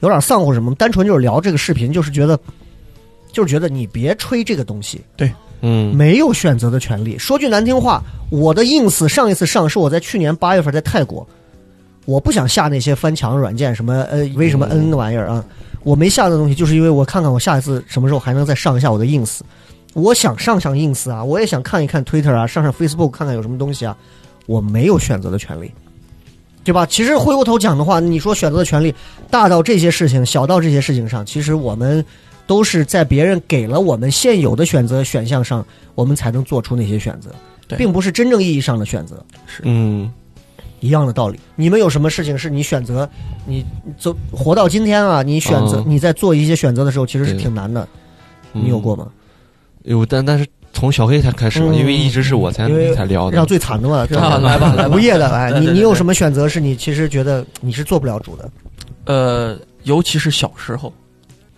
Speaker 3: 有点丧或什么，单纯就是聊这个视频，就是觉得就是觉得你别吹这个东西，
Speaker 4: 嗯嗯，
Speaker 3: 没有选择的权利。说句难听话，我的 ins 上一次上是我在去年八月份在泰国，我不想下那些翻墙软件，什么呃为什么 n 那玩意儿啊，我没下的东西，就是因为我看看我下一次什么时候还能再上一下我的 ins，我想上上 ins 啊，我也想看一看 Twitter 啊，上上 Facebook 看看有什么东西啊，我没有选择的权利。对吧？其实回过头讲的话，你说选择的权利，大到这些事情，小到这些事情上，其实我们都是在别人给了我们现有的选择选项上，我们才能做出那些选择，
Speaker 6: 对
Speaker 3: 并不是真正意义上的选择。
Speaker 4: 嗯，
Speaker 3: 一样的道理，你们有什么事情是你选择，你走活到今天啊，你选择、
Speaker 4: 嗯
Speaker 3: 你在做一些选择的时候，其实是
Speaker 4: 对
Speaker 3: 挺难的。
Speaker 4: 嗯
Speaker 3: 你有过？吗？
Speaker 4: 有，但但是从小黑才开始嘛，
Speaker 3: 嗯
Speaker 4: 因为一直是我才
Speaker 6: 啊
Speaker 3: 因为
Speaker 4: 才聊的
Speaker 3: 让，最惨的 嘛，
Speaker 4: 啊
Speaker 3: 吧
Speaker 4: 来吧
Speaker 6: 来 吧
Speaker 3: 无业的，哎，
Speaker 6: 对
Speaker 3: 你
Speaker 6: 对
Speaker 3: 你
Speaker 6: 对
Speaker 3: 有
Speaker 6: 对
Speaker 3: 什么选择是你其实觉得你是做不了主的？
Speaker 6: 呃，尤其是小时候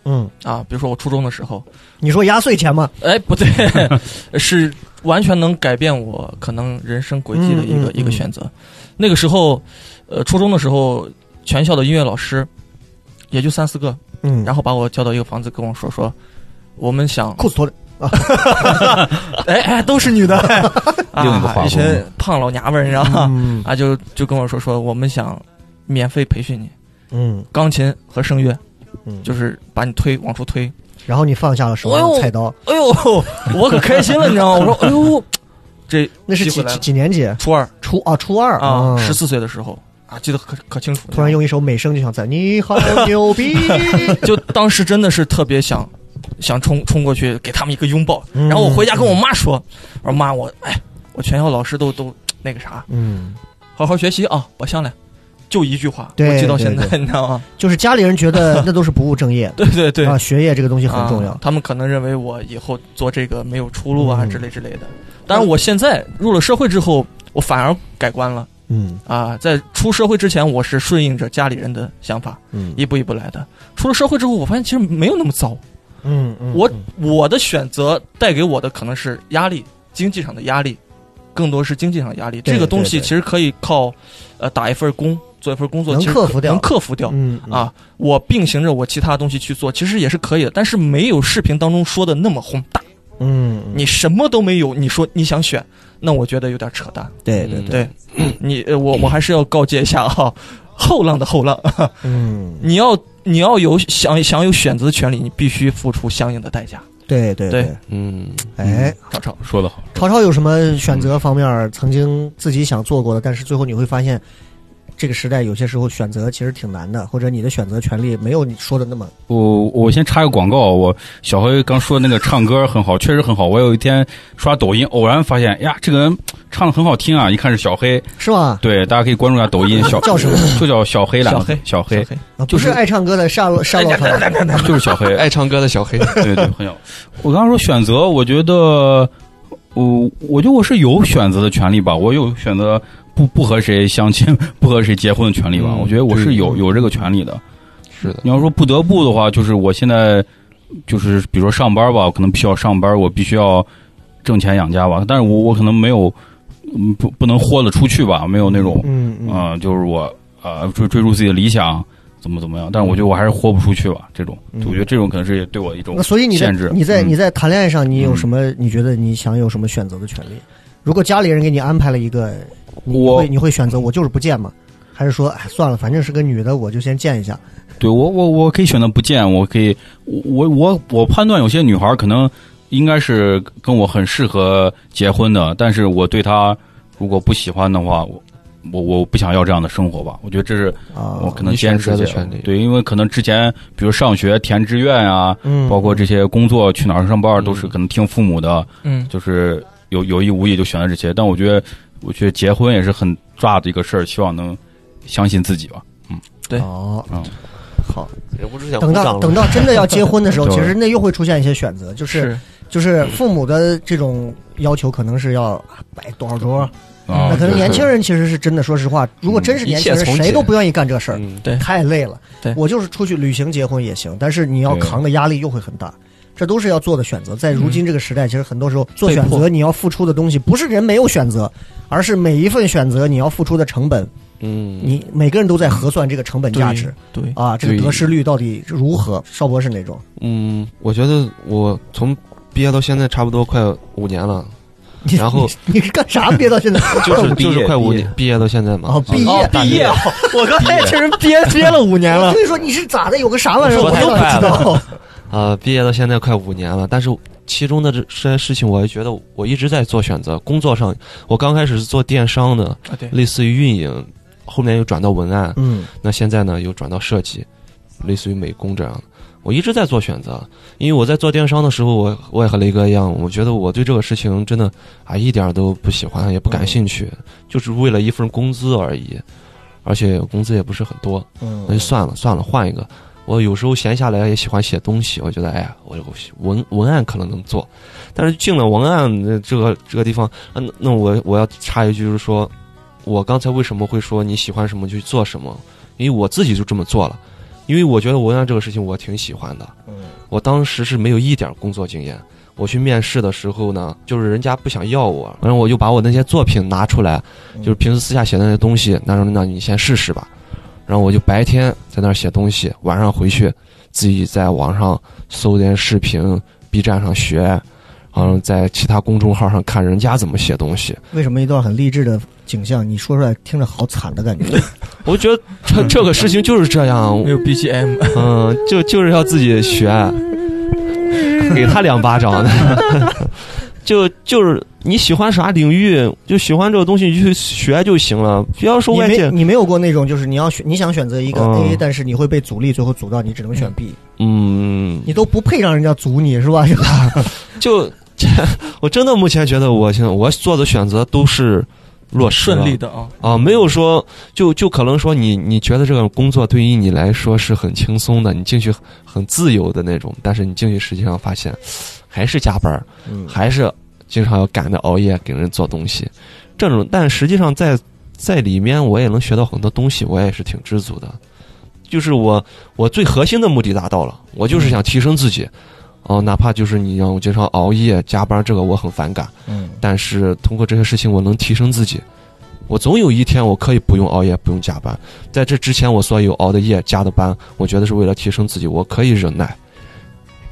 Speaker 3: 嗯，
Speaker 6: 啊，比如说我初中的时候，
Speaker 3: 你说压岁钱嘛，
Speaker 6: 哎，不对， 是完全能改变我可能人生轨迹的一个、
Speaker 3: 嗯嗯
Speaker 6: 一个选择。那个时候，呃，初中的时候，全校的音乐老师也就三四个，
Speaker 3: 嗯，
Speaker 6: 然后把我叫到一个房子，跟我说说，我们想，
Speaker 3: 裤子脱了，
Speaker 6: 哎哎，都是女 的，哎
Speaker 5: 另一个画
Speaker 6: 啊，
Speaker 5: 风
Speaker 6: 一群胖老娘们儿，你知道吗？
Speaker 3: 嗯
Speaker 6: 啊，就就跟我说说，我们想免费培训你
Speaker 3: 嗯
Speaker 6: 钢琴和声乐，
Speaker 3: 嗯，
Speaker 6: 就是把你推往出推。
Speaker 3: 然后你放下了手上
Speaker 6: 哎
Speaker 3: 的
Speaker 6: 呦
Speaker 3: 菜刀，
Speaker 6: 哎呦，我可开心了，你知道吗？我说，哎呦， 这
Speaker 3: 那是
Speaker 6: 机
Speaker 3: 几
Speaker 6: 会来
Speaker 3: 几
Speaker 6: 了
Speaker 3: 几年级？
Speaker 6: 初二。
Speaker 3: 初啊，初二
Speaker 6: 啊，十
Speaker 3: 嗯
Speaker 6: 四岁的时候啊，记得可可清楚了。
Speaker 3: 突然用一首美声就想在你好牛 逼，
Speaker 6: 就当时真的是特别想，想冲冲过去给他们一个拥抱。
Speaker 3: 嗯
Speaker 6: 然后我回家跟我妈说，我说妈，我哎，我全校老师都都那个啥，
Speaker 3: 嗯，
Speaker 6: 好好学习啊，我向来。就一句话，
Speaker 3: 对
Speaker 6: 我记到现在
Speaker 3: 对，啊
Speaker 6: 你知道吗？
Speaker 3: 就是家里人觉
Speaker 6: ，
Speaker 3: 得那都是不务正业
Speaker 6: 对对对，
Speaker 3: 啊，学业这个东西很重要
Speaker 6: 啊。他们可能认为我以后做这个没有出路啊，
Speaker 3: 嗯
Speaker 6: 之类之类的。但是我现在入了社会之后，我反而改观了
Speaker 3: 嗯
Speaker 6: 啊！在出社会之前，我是顺应着家里人的想法，
Speaker 3: 嗯
Speaker 6: 一步一步来的。出了社会之后，我发现其实没有那么糟。
Speaker 3: 嗯嗯，
Speaker 6: 我我的选择带给我的可能是压力，经济上的压力，更多是经济上的压力。
Speaker 3: 对
Speaker 6: 这个东西
Speaker 3: 对对
Speaker 6: 其实可以靠，呃，打一份工，做一份工作，
Speaker 3: 能
Speaker 6: 其实
Speaker 3: 克
Speaker 6: 可
Speaker 3: 服掉
Speaker 6: 能克服掉。
Speaker 3: 嗯嗯
Speaker 6: 啊，我并行着我其他东西去做，其实也是可以的，但是没有视频当中说的那么宏大。
Speaker 3: 嗯，嗯
Speaker 6: 你什么都没有，你说你想选，那我觉得有点扯淡。
Speaker 3: 对对
Speaker 4: 嗯
Speaker 3: 对，
Speaker 6: 对，你呃我我还是要告诫一下啊， 后浪的后浪，
Speaker 3: 嗯
Speaker 6: 你要你要有想享有选择的权利，你必须付出相应的代价。
Speaker 3: 对对
Speaker 6: 对
Speaker 3: 对，
Speaker 4: 嗯，
Speaker 3: 哎，
Speaker 6: 超超，
Speaker 5: 说的好，
Speaker 3: 超超有什么选择方面曾经自己想做过的，但是最后你会发现。这个时代有些时候选择其实挺难的，或者你的选择权利没有你说的那么
Speaker 5: 我我先插个广告，我小黑刚说那个唱歌很好，确实很好。我有一天刷抖音，偶然发现，哎呀，这个人唱的很好听啊！一看是小黑，
Speaker 3: 是吧？
Speaker 5: 对，大家可以关注一下抖音，小
Speaker 3: 叫什么？
Speaker 5: 就叫小黑两
Speaker 6: 小
Speaker 5: 个字
Speaker 6: 黑，
Speaker 5: 小 黑，
Speaker 3: 啊不
Speaker 5: 就是
Speaker 3: 是爱唱歌的沙洛沙洛特，
Speaker 5: 就是小黑。
Speaker 4: 爱唱歌 的小黑，
Speaker 5: 对对，很有。我刚刚说选择，我觉得，呃我我觉得我是有选择的权利吧，我有选择不不和谁相亲、 不和谁结婚的权利吧。
Speaker 4: 嗯
Speaker 5: 我觉得我是
Speaker 4: 对
Speaker 5: 有有这个权利的。
Speaker 4: 是的，
Speaker 5: 你要说不得不的话，就是我现在就是比如说上班吧，我可能必须要上班，我必须要挣钱养家吧，但是我我可能没有，嗯不不能豁得出去吧，没有那种
Speaker 3: 嗯嗯，
Speaker 5: 啊、就是我呃追追逐自己的理想，怎么怎么样？但是我觉得我还是豁不出去吧，这种，
Speaker 3: 嗯
Speaker 5: 我觉得这种可能是对我一种
Speaker 3: 那所以你在
Speaker 5: 限制
Speaker 3: 你在
Speaker 5: 嗯
Speaker 3: 你在谈恋爱上，你有什么？你觉得你想有什么选择的权利？如果家里人给你安排了一个，你
Speaker 5: 我
Speaker 3: 会你会选择我就是不见吗？还是说，哎，算了，反正是个女的，我就先见一下。
Speaker 5: 对我我我可以选择不见，我可以我我我判断有些女孩可能应该是跟我很适合结婚的，但是我对她如果不喜欢的话，我我我不想要这样的生活吧。我觉得这是
Speaker 3: 啊，
Speaker 5: 我可能
Speaker 4: 你
Speaker 5: 坚
Speaker 4: 选
Speaker 5: 持
Speaker 4: 择的
Speaker 5: 下来
Speaker 4: 权利
Speaker 5: 对，因为可能之前比如上学填志愿啊，
Speaker 3: 嗯
Speaker 5: 包括这些工作去哪儿上班，
Speaker 4: 嗯
Speaker 5: 都是可能听父母的，
Speaker 6: 嗯，
Speaker 5: 就是有有意无意就选了这些。但我觉得，我觉得结婚也是很大的一个事儿，希望能相信自己吧。
Speaker 6: 对
Speaker 3: 哦
Speaker 5: 嗯，
Speaker 3: 好，
Speaker 4: 忍不住想
Speaker 3: 等到等
Speaker 4: 到
Speaker 3: 到真的要结婚的时候，
Speaker 5: 对
Speaker 3: 其实那又会出现一些选择，就是
Speaker 6: 是
Speaker 3: 就是父母的这种要求可能是要摆多少桌，
Speaker 5: 啊，
Speaker 3: 那可能
Speaker 5: 对
Speaker 3: 年轻
Speaker 5: 对
Speaker 3: 人其实是真的，说实话，如果真是年轻
Speaker 4: 一切
Speaker 3: 人，
Speaker 4: 从简
Speaker 3: 谁都不愿意干这事儿，
Speaker 4: 嗯，
Speaker 6: 对
Speaker 3: 太累了
Speaker 6: 对。
Speaker 3: 我就是出去旅行结婚也行，但是你要
Speaker 5: 对
Speaker 3: 扛的压力又会很大。这都是要做的选择，在如今这个时代，其实很多时候做
Speaker 6: 被
Speaker 3: 选择，
Speaker 6: 迫
Speaker 3: 你要付出的东西不是人没有选择，而是每一份选择你要付出的成本，
Speaker 4: 嗯，
Speaker 3: 你每个人都在核算这个成本价值
Speaker 6: 对
Speaker 3: 啊，这个
Speaker 4: 对
Speaker 3: 得失率到底如何？邵博是哪种？
Speaker 4: 嗯，我觉得我从毕业到现在差不多快五年 了，
Speaker 3: 你
Speaker 4: 然后
Speaker 3: 你你干啥憋到现在？
Speaker 4: 就是
Speaker 7: 毕业
Speaker 4: 就是快五
Speaker 7: 毕业
Speaker 4: 年毕业到现在嘛。
Speaker 3: 哦，毕业
Speaker 6: 哦，毕
Speaker 5: 啊
Speaker 6: 业，我刚才也确实 憋憋了五年了
Speaker 3: 所。以说你是咋的？有个啥玩意儿
Speaker 7: 说
Speaker 3: 我
Speaker 7: 太
Speaker 3: 都不
Speaker 7: 快
Speaker 3: 知道。
Speaker 4: 呃，毕业到现在快五年了，但是其中的这这些事情，我也觉得我一直在做选择。工作上，我刚开始是做电商的，
Speaker 6: 啊对
Speaker 4: 类似于运营，后面又转到文案，
Speaker 3: 嗯
Speaker 4: 那现在呢又转到设计，类似于美工这样。我一直在做选择，因为我在做电商的时候，我我也和雷哥一样，我觉得我对这个事情真的啊一点儿都不喜欢，也不感兴趣，就是为了一份工资而已，而且工资也不是很多。
Speaker 3: 嗯
Speaker 4: 那就算了，算了，换一个。我有时候闲下来也喜欢写东西，我觉得哎呀，我我文文案可能能做，但是进了文案呃这个这个地方，啊那那我我要插一句，就是说，我刚才为什么会说你喜欢什么就去做什么？因为我自己就这么做了，因为我觉得文案这个事情我挺喜欢的。我当时是没有一点工作经验，我去面试的时候呢，就是人家不想要我，然后我就把我那些作品拿出来，就是平时私下写的那些东西，那让那你先试试吧。然后我就白天在那儿写东西，晚上回去自己在网上搜点视频，B 站上学，然后在其他公众号上看人家怎么写东西。
Speaker 3: 为什么一段很励志的景象，你说出来听着好惨的感觉？
Speaker 4: 我觉得这这个事情就是这样，
Speaker 6: 没有 BGM，
Speaker 4: 嗯，就就是要自己学，给他两巴掌。 就就是你喜欢啥领域，就喜欢这个东西，你就去学就行了，不要说
Speaker 3: 你
Speaker 4: 外界
Speaker 3: 没。你没有过那种就是你要选你想选择一个
Speaker 4: 嗯
Speaker 3: A，、但是你会被阻力，最后阻到你只能选 B，
Speaker 4: 嗯，
Speaker 3: 你都不配让人家阻你是吧？
Speaker 4: 就 我真的目前觉得我现在我做的选择都是落实
Speaker 6: 顺利
Speaker 4: 的
Speaker 6: 的啊，
Speaker 4: 啊，没有说就就可能说你你觉得这个工作对于你来说是很轻松的，你进去很自由的那种，但是你进去实际上发现还是加班儿，
Speaker 3: 嗯
Speaker 4: 还是经常要赶着熬夜给人做东西，这种但实际上在在里面我也能学到很多东西，我也是挺知足的。就是我我最核心的目的达到了，我就是想提升自己。哦，哪怕就是你让我经常熬夜加班，这个我很反感。
Speaker 3: 嗯
Speaker 4: 但是通过这些事情，我能提升自己。我总有一天我可以不用熬夜，不用加班。在这之前，我所有熬的夜、加的班，我觉得是为了提升自己，我可以忍耐，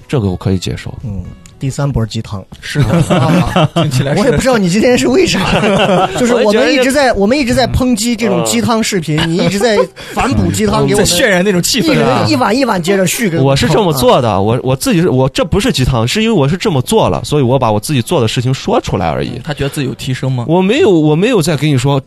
Speaker 4: 这个我可以接受。
Speaker 3: 嗯，第三波鸡汤， 啊
Speaker 6: 是的，听起来
Speaker 3: 我也不
Speaker 6: 是
Speaker 3: 知道你今天是为啥， 就是我们一直在我们一直在抨击这种
Speaker 4: 嗯
Speaker 3: 鸡汤视频，你一直在反哺鸡汤给我
Speaker 6: 在
Speaker 3: 们，
Speaker 6: 渲染那种气
Speaker 3: 一
Speaker 6: 氛啊
Speaker 3: 人一。碗一碗接着续给们
Speaker 4: 我是这么
Speaker 3: 捧啊
Speaker 4: 做的，我我自己是我这不是鸡汤，是因为我是这么做了，所以我把我自己做的事情说出来而已。
Speaker 6: 他觉得自己有提升吗？
Speaker 4: 我没有我没有在跟你说，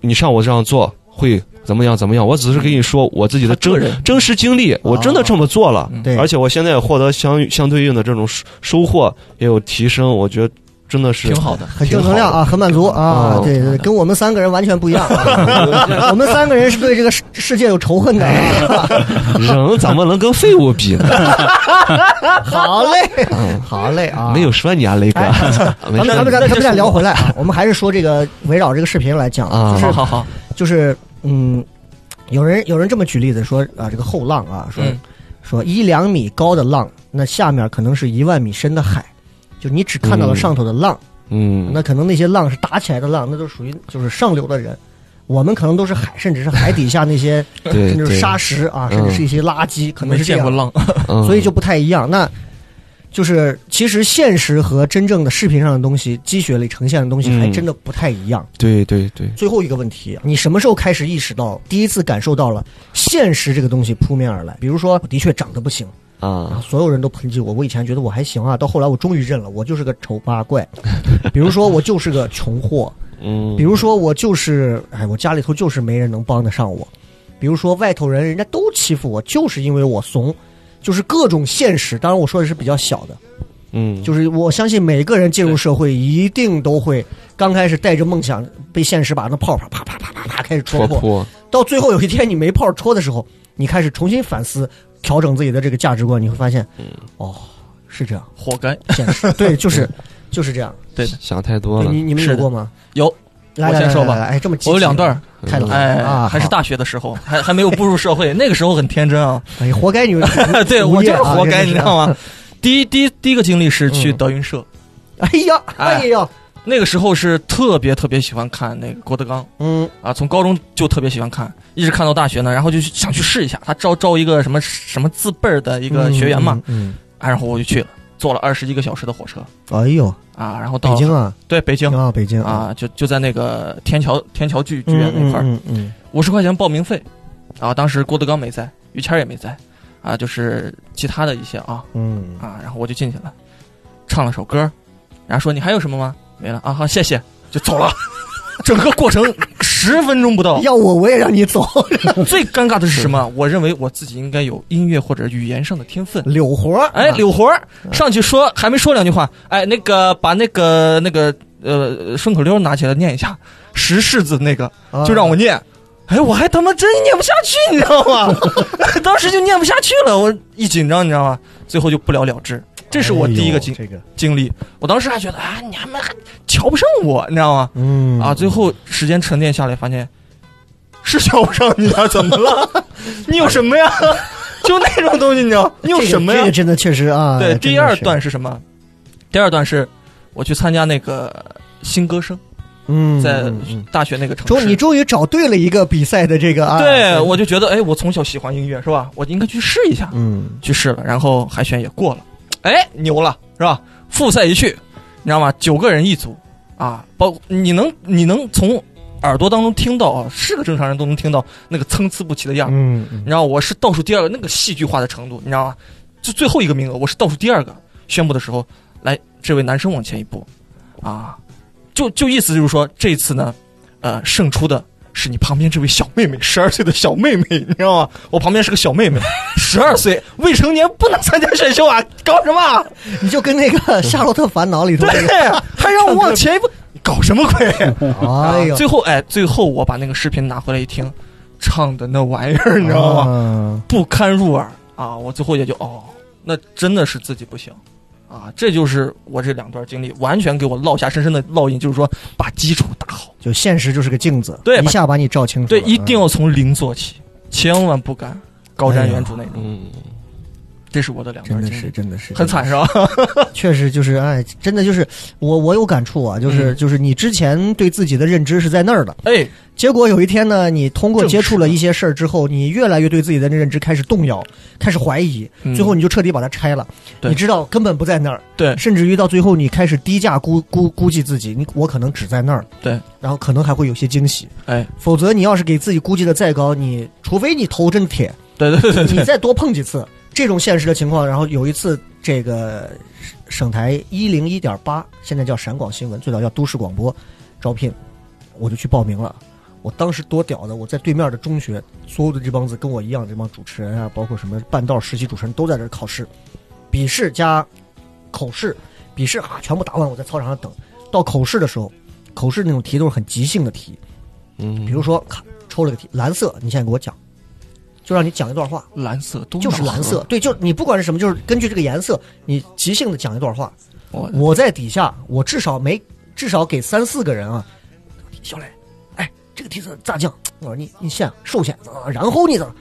Speaker 4: 你像我这样做会怎么样怎么样，我只是跟你说我自己
Speaker 6: 他
Speaker 4: 的
Speaker 6: 个
Speaker 4: 真
Speaker 6: 人
Speaker 4: 真实经历，我真的这么做了，
Speaker 3: 哦
Speaker 6: 嗯
Speaker 3: 对，
Speaker 4: 而且我现在也获得相相对应的这种收收获，也有提升，我觉得真的是
Speaker 6: 挺好的
Speaker 3: 很正能量啊，很满足啊，
Speaker 4: 哦
Speaker 3: 对对，对跟我们三个人完全不一样啊。我们三个人是对这个世世界有仇恨的啊。
Speaker 4: 人怎么能跟废物比呢？
Speaker 3: 好嘞，好嘞 啊，哎
Speaker 4: 没有。说你啊，雷哥， 没
Speaker 3: 咱们咱们
Speaker 4: 说你
Speaker 3: 咱们咱们再聊回来啊，我们还是说这个围绕这个视频来讲
Speaker 4: 啊
Speaker 3: 就是
Speaker 6: 嗯好好好，
Speaker 3: 就是嗯，有人有人这么举例子说啊，这个后浪啊，说
Speaker 6: 嗯
Speaker 3: 说一两米高的浪，那下面可能是一万米深的海，就你只看到了
Speaker 4: 嗯
Speaker 3: 上头的浪，
Speaker 4: 嗯，
Speaker 3: 那可能那些浪是打起来的浪，那都属于就是上流的人。我们可能都是海，甚至是海底下那些，
Speaker 4: 对
Speaker 3: 甚至是
Speaker 4: 对，
Speaker 3: 沙石啊，
Speaker 4: 嗯
Speaker 3: 甚至是一些垃圾，可能
Speaker 6: 没
Speaker 3: 是这
Speaker 6: 见
Speaker 3: 样
Speaker 6: 过，浪，
Speaker 4: 嗯
Speaker 3: 所以就不太一样。那就是其实现实和真正的视频上的东西、积雪里呈现的东西，
Speaker 4: 嗯
Speaker 3: 还真的不太一样。
Speaker 4: 对对对，
Speaker 3: 最后一个问题，啊你什么时候开始意识到，第一次感受到了现实这个东西扑面而来？比如说，我的确长得不行，啊
Speaker 4: 啊，
Speaker 3: 所有人都抨击我，我以前觉得 我还行啊，到后来我终于认了，我就是个丑八怪。比如说，我就是个穷货，
Speaker 4: 嗯，
Speaker 3: 比如说我就是，哎，我家里头就是没人能帮得上我，比如说外头人人家都欺负我，就是因为我怂，就是各种现实。当然我说的是比较小的，
Speaker 4: 嗯，
Speaker 3: 就是我相信每个人进入社会一定都会刚开始带着梦想被现实把那泡啪啪啪啪啪啪开始戳
Speaker 4: 戳
Speaker 3: 破，
Speaker 4: 破，
Speaker 3: 到最后有一天你没炮戳的时候，你开始重新反思、调整自己的这个价值观，你会发现，
Speaker 6: 嗯
Speaker 3: 哦，是这样，
Speaker 6: 活该。
Speaker 3: 现实 对，
Speaker 6: 嗯
Speaker 3: 就是就是这样。
Speaker 6: 对的
Speaker 4: 想太多了
Speaker 3: 你。你们
Speaker 6: 是
Speaker 3: 有
Speaker 6: 的
Speaker 3: 过吗？
Speaker 6: 有，
Speaker 3: 来
Speaker 6: 我
Speaker 3: 来
Speaker 6: 先
Speaker 3: 来
Speaker 6: 说吧
Speaker 3: 来来哎，这么积极
Speaker 6: 我有两段，儿，
Speaker 3: 太冷了
Speaker 6: 哎，
Speaker 3: 啊！
Speaker 6: 还是
Speaker 3: 好，
Speaker 6: 大学的时候，还还没有步入社会，那个时候很天真 啊。。
Speaker 3: 哎，活该你们
Speaker 6: 对
Speaker 3: 无
Speaker 6: 我就
Speaker 3: 业
Speaker 6: 是
Speaker 3: 啊
Speaker 6: 活该，你知道？
Speaker 3: 真
Speaker 6: 吗
Speaker 3: 的？
Speaker 6: 第一第一第一个经历是
Speaker 3: 嗯
Speaker 6: 去德云社，
Speaker 3: 是哎呀，哎呀，
Speaker 6: 那个时候是特别特别喜欢看那个郭德纲
Speaker 3: 嗯，
Speaker 6: 啊，从高中就特别喜欢看，一直看到大学呢，然后就去想去试一下。他招招一个什么什么字辈儿的一
Speaker 3: 一
Speaker 6: 个学员嘛，，
Speaker 3: 嗯，
Speaker 6: 啊然后我就去了，坐了二十一个小时的火车
Speaker 3: 嗯哎呦，
Speaker 6: 啊，然后到
Speaker 3: 北京啊，
Speaker 6: 对北京
Speaker 3: 啊，北京，
Speaker 6: 啊，就就在那个天桥天桥剧剧
Speaker 3: 嗯
Speaker 6: 院那块儿，
Speaker 3: 嗯嗯
Speaker 6: 五十块钱报名费，啊，当时郭德纲没在，于谦儿也没在，啊，就是其他的一些啊
Speaker 3: 嗯，嗯
Speaker 6: 啊，然后我就进去了，唱了首歌，然后说你还有什么吗？没了啊，好，谢谢，就走了。整个过程十分钟不到，
Speaker 3: 要我我也让你走，
Speaker 6: 最尴尬的是什么？我认为我自己应该有音乐或者语言上的天分。
Speaker 3: 柳活儿，
Speaker 6: 哎，柳活儿上去说，还没说两句话，哎，那个把那个那个呃顺口溜拿起来念一下，十四字那个，
Speaker 3: 啊
Speaker 6: 就让我念。哎，我还他妈真念不下去，你知道 吗？当时就念不下去了，我一紧张，你知道吗？最后就不了了之。这是我第一个经、
Speaker 3: 哎呦这个，
Speaker 6: 经历，我当时还觉得啊，你们还瞧不上我，你知道吗？
Speaker 3: 嗯
Speaker 6: 啊，最后时间沉淀下来，发现是瞧不上你啊，怎 么了？你有什么呀？就那种东西，你知道？你有
Speaker 3: 这个
Speaker 6: 什么呀？
Speaker 3: 这个真的确实啊，
Speaker 6: 对，
Speaker 3: 真的
Speaker 6: 第二
Speaker 3: 是
Speaker 6: 段，是什么？第二段是我去参加那个新歌声，
Speaker 3: 嗯，
Speaker 6: 在
Speaker 3: 嗯嗯
Speaker 6: 大学那个城
Speaker 3: 终
Speaker 6: 市。
Speaker 3: 你终于找对了一个比赛的这个啊，
Speaker 6: 对，我就觉得，哎，我从小喜欢音乐，是吧？我应该去试一下，
Speaker 3: 嗯，
Speaker 6: 去试了，然后海选也过了，哎，牛了，是吧？复赛一去，你知道吗？九个人一组啊，包你能你能从耳朵当中听到啊，是个正常人都能听到那个参差不齐的样子。
Speaker 3: 嗯嗯
Speaker 6: 你知道我是倒数第二个，那个戏剧化的程度，你知道吗？就最后一个名额，我是倒数第二个。宣布的时候，来，这位男生往前一步，啊，就就意思就是说，这次呢，呃，胜出的是你旁边这位小妹妹，十二岁的小妹妹，你知道吗？我旁边是个小妹妹， 十二岁，未成年不能参加选秀啊，搞什么啊？
Speaker 3: 你就跟那 个《夏洛特烦恼》里头那
Speaker 6: 对
Speaker 3: 个，，
Speaker 6: 还让我往前一步，搞什么鬼？
Speaker 3: 哎 呦，
Speaker 6: 最后，哎，最后我把那个视频拿回来一听，唱的那玩意儿，你知道吗？
Speaker 3: 吗？
Speaker 6: 不堪入耳啊！我最后也就哦，那真的是自己不行啊！这就是我这两段经历，完全给我烙下深深的烙印，就是说把基础打好，
Speaker 3: 就现实就是个镜子，
Speaker 6: 对
Speaker 3: 一下把你照清楚
Speaker 6: 对
Speaker 3: 了，，嗯
Speaker 6: 一定要从零做起，千万不敢高瞻远瞩那种。
Speaker 4: 嗯，
Speaker 6: 这是我的两
Speaker 3: 嗯
Speaker 6: 段
Speaker 3: 真的
Speaker 6: 经
Speaker 3: 是
Speaker 6: 历，
Speaker 3: 真的是
Speaker 6: 很，惨是吧？
Speaker 3: 确实就是哎，真的就是我我有感触啊，就是
Speaker 6: 嗯
Speaker 3: 就是你之前对自己的认知是在那儿的，
Speaker 6: 哎，
Speaker 3: 结果有一天呢，你通过接触了
Speaker 6: 正是
Speaker 3: 一些事儿之后，你越来越对自己的认知开始动摇，开始怀疑，
Speaker 6: 嗯
Speaker 3: 最后你就彻底把它拆了。
Speaker 6: 对
Speaker 3: 你知道根本不在那儿，
Speaker 6: 对
Speaker 3: 甚至于到最后你开始低价估估估计自己，你我可能只在那儿，
Speaker 6: 对，
Speaker 3: 然后可能还会有些惊喜，
Speaker 6: 哎，
Speaker 3: 否则你要是给自己估计的再高，你除非你头真铁，
Speaker 6: 对对对
Speaker 3: 你
Speaker 6: 对，
Speaker 3: 再多碰几次这种现实的情况，然后有一次这个省台一零一点八，现在叫陕广新闻，最早叫都市广播，招聘，我就去报名了。我当时多屌的，我在对面的中学，所有的这帮子跟我一样，这帮主持人啊，包括什么半道实习主持人，都在这儿考试，笔试加口试，笔试啊全部答完，我在操场上等。到口试的时候，口试那种题都是很即兴的题，
Speaker 4: 嗯，
Speaker 3: 比如说咔抽了个题，蓝色，你现在给我讲，就让你讲一段话，
Speaker 6: 蓝色都
Speaker 3: 就是蓝
Speaker 6: 嗯
Speaker 3: 色，，对，就是你不管是什么，就是根据这个颜色，你即兴的讲一段话。
Speaker 6: 我
Speaker 3: 我在底下，我至少没至少给三四个人啊，小磊，哎，这个题怎么咋讲？我说你你先瘦先，啊然后你怎么？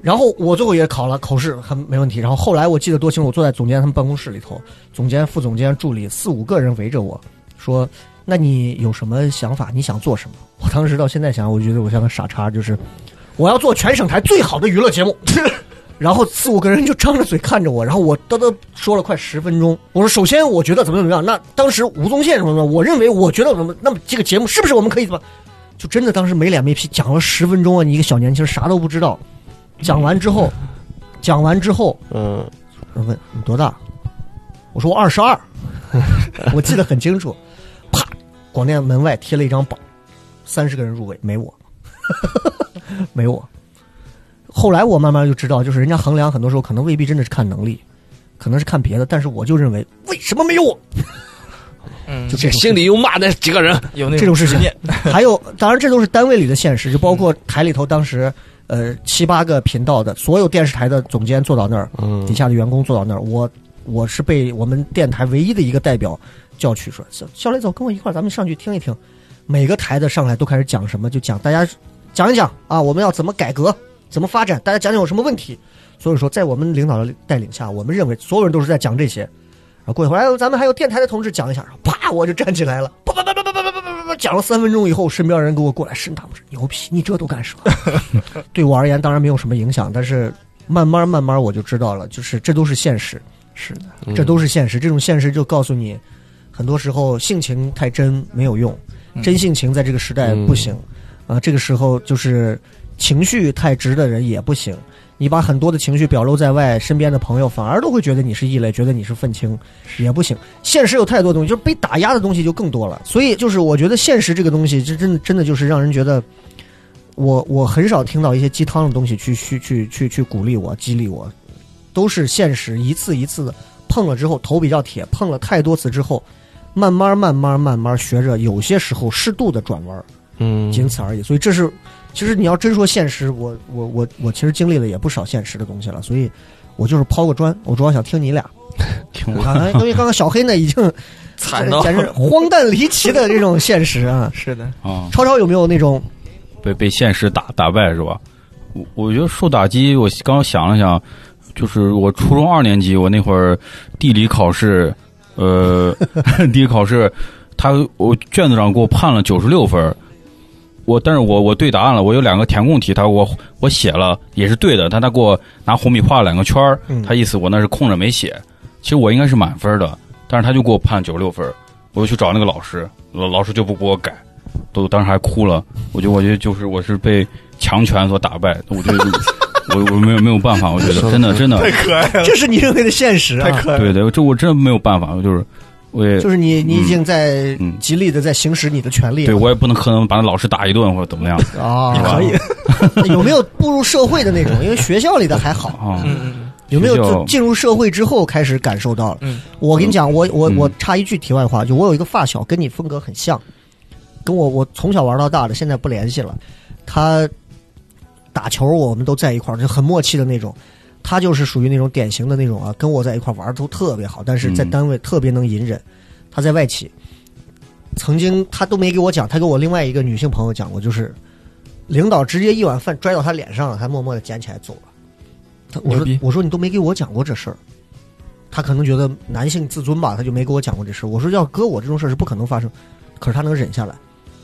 Speaker 3: 然后我最后也考了口试，很没问题。然后后来我记得多清楚，我坐在总监他们办公室里头，总监、副总监、助理四五个人围着我说：“那你有什么想法？你想做什么？”我当时到现在想，我觉得我像个傻叉，就是我要做全省台最好的娱乐节目。然后四五个人就张着嘴看着我，然后我嘚嘚说了快十分钟。我说，首先我觉得怎么怎么样，那当时吴宗宪什么什么，我认为我觉得怎么，那么这个节目是不是我们可以怎么？就真的当时没脸没皮讲了十分钟啊！你一个小年轻啥都不知道，讲完之后，讲完之后
Speaker 4: 嗯，
Speaker 3: 问 你多大？我说我二十二，我记得很清楚。啪，广电门外贴了一张榜，三十个人入围，没我， 没我。后来我慢慢就知道，就是人家衡量很多时候可能未必真的是看能力，可能是看别的，但是我就认为为什么没有我？
Speaker 6: 嗯
Speaker 3: 就
Speaker 7: 这
Speaker 3: 这种事
Speaker 7: 心里又骂那几个人，
Speaker 6: 有那
Speaker 3: 这种事情
Speaker 6: 执念，
Speaker 3: 还有，当然这都是单位里的现实，就包括台里头当时呃七八个频道的所有电视台的总监坐到那儿，
Speaker 4: 嗯
Speaker 3: 底，下的员工坐到那儿，我我是被我们电台唯一的一个代表叫去说，小小磊走，跟我一块儿，咱们上去听一听。每个台的上来都开始讲什么，就讲大家讲一讲啊，我们要怎么改革，怎么发展，大家讲讲有什么问题。所以说，在我们领导的带领下，我们认为所有人都是在讲这些。然后过一会儿，哎，咱们还有电台的同志讲一下，然后啪，我就站起来了，叭叭叭叭叭叭叭叭叭叭，讲了三分钟以后，身边人给我过来伸他们说：“牛皮，你这都敢说？” 对我而言，当然没有什么影响，但是慢慢慢慢我就知道了，就是这都是现实，
Speaker 6: 是的，
Speaker 4: 嗯
Speaker 3: 这都是现实。这种现实就告诉你，很多时候性情太真没有用，
Speaker 6: 嗯
Speaker 3: 真性情在这个时代不行。啊、这个时候就是情绪太直的人也不行。你把很多的情绪表露在外，身边的朋友反而都会觉得你是异类，觉得你是愤青，也不行。现实有太多东西，就是被打压的东西就更多了。所以就是我觉得现实这个东西，这真的真的就是让人觉得。我我很少听到一些鸡汤的东西去去去去去鼓励我、激励我，都是现实一次一次的碰了之后头比较铁，碰了太多次之后，慢慢慢慢慢慢学着有些时候适度的转弯，
Speaker 4: 嗯，
Speaker 3: 仅此而已。所以这是，其实你要真说现实，我我我我其实经历了也不少现实的东西了，所以我就是抛个砖，我主要想听你俩，
Speaker 5: 听我
Speaker 3: 啊，因为刚刚小黑呢已 经
Speaker 7: 惨
Speaker 6: 啊
Speaker 7: 到
Speaker 3: 简直荒诞离奇的这种现实 啊。
Speaker 6: 是的，
Speaker 5: 啊，
Speaker 3: 超超有没有那种
Speaker 5: 被被现实打打败是吧？我我觉得受打击，我刚刚想了想，就是我初中二年级，我那会儿地理考试，呃， 地理考试，他我卷子上给我判了九十六分儿，我但是我我对答案了，我有两个填空题，他我我写了也是对的，但他给我拿红笔画了两个圈儿
Speaker 3: 嗯，
Speaker 5: 他意思我那是空着没写，其实我应该是满分儿的，但是他就给我判九十六分儿，我就去找那个老师，老老师就不给我改，都当时还哭了，我就我觉得就是我是被强权所打败，我觉得我我没有没有办法，我觉得真的真的，
Speaker 6: 可爱了，
Speaker 3: 这是你认为的现实
Speaker 6: 太
Speaker 3: 啊？
Speaker 6: 可爱了，
Speaker 5: 对对，这我真的没有办法，我就是我也
Speaker 3: 就是你，你已经在
Speaker 5: 嗯
Speaker 3: 极力的在行使你的权利
Speaker 5: 对
Speaker 3: 了
Speaker 5: 我也不能可能把那老师打一顿或者怎么样
Speaker 3: 啊，
Speaker 5: 你 可以
Speaker 3: 以。有没有步入社会的那种？因为学校里的还好，
Speaker 5: 啊。
Speaker 6: 嗯嗯
Speaker 3: 有没有
Speaker 5: 学校
Speaker 3: 就进入社会之后开始感受到了？
Speaker 6: 嗯
Speaker 3: 我跟你讲，我我
Speaker 5: 嗯
Speaker 3: 我插一句题外话，就我有一个发小，跟你风格很像，跟我我从小玩到大的，现在不联系了。他打球我们都在一块儿，就很默契的那种。他就是属于那种典型的那种啊，跟我在一块儿玩儿都特别好，但是在
Speaker 5: 嗯
Speaker 3: 单位特别能隐忍。他在外企，曾经他都没给我讲，他给我另外一个女性朋友讲过，就是领导直接一碗饭拽到他脸上了，他默默的捡起来走了。他我
Speaker 6: 牛
Speaker 3: 说
Speaker 6: 逼
Speaker 3: 我说你都没给我讲过这事儿，他可能觉得男性自尊吧，他就没给我讲过这事儿。我说要搁我这种事儿是不可能发生，可是他能忍下来，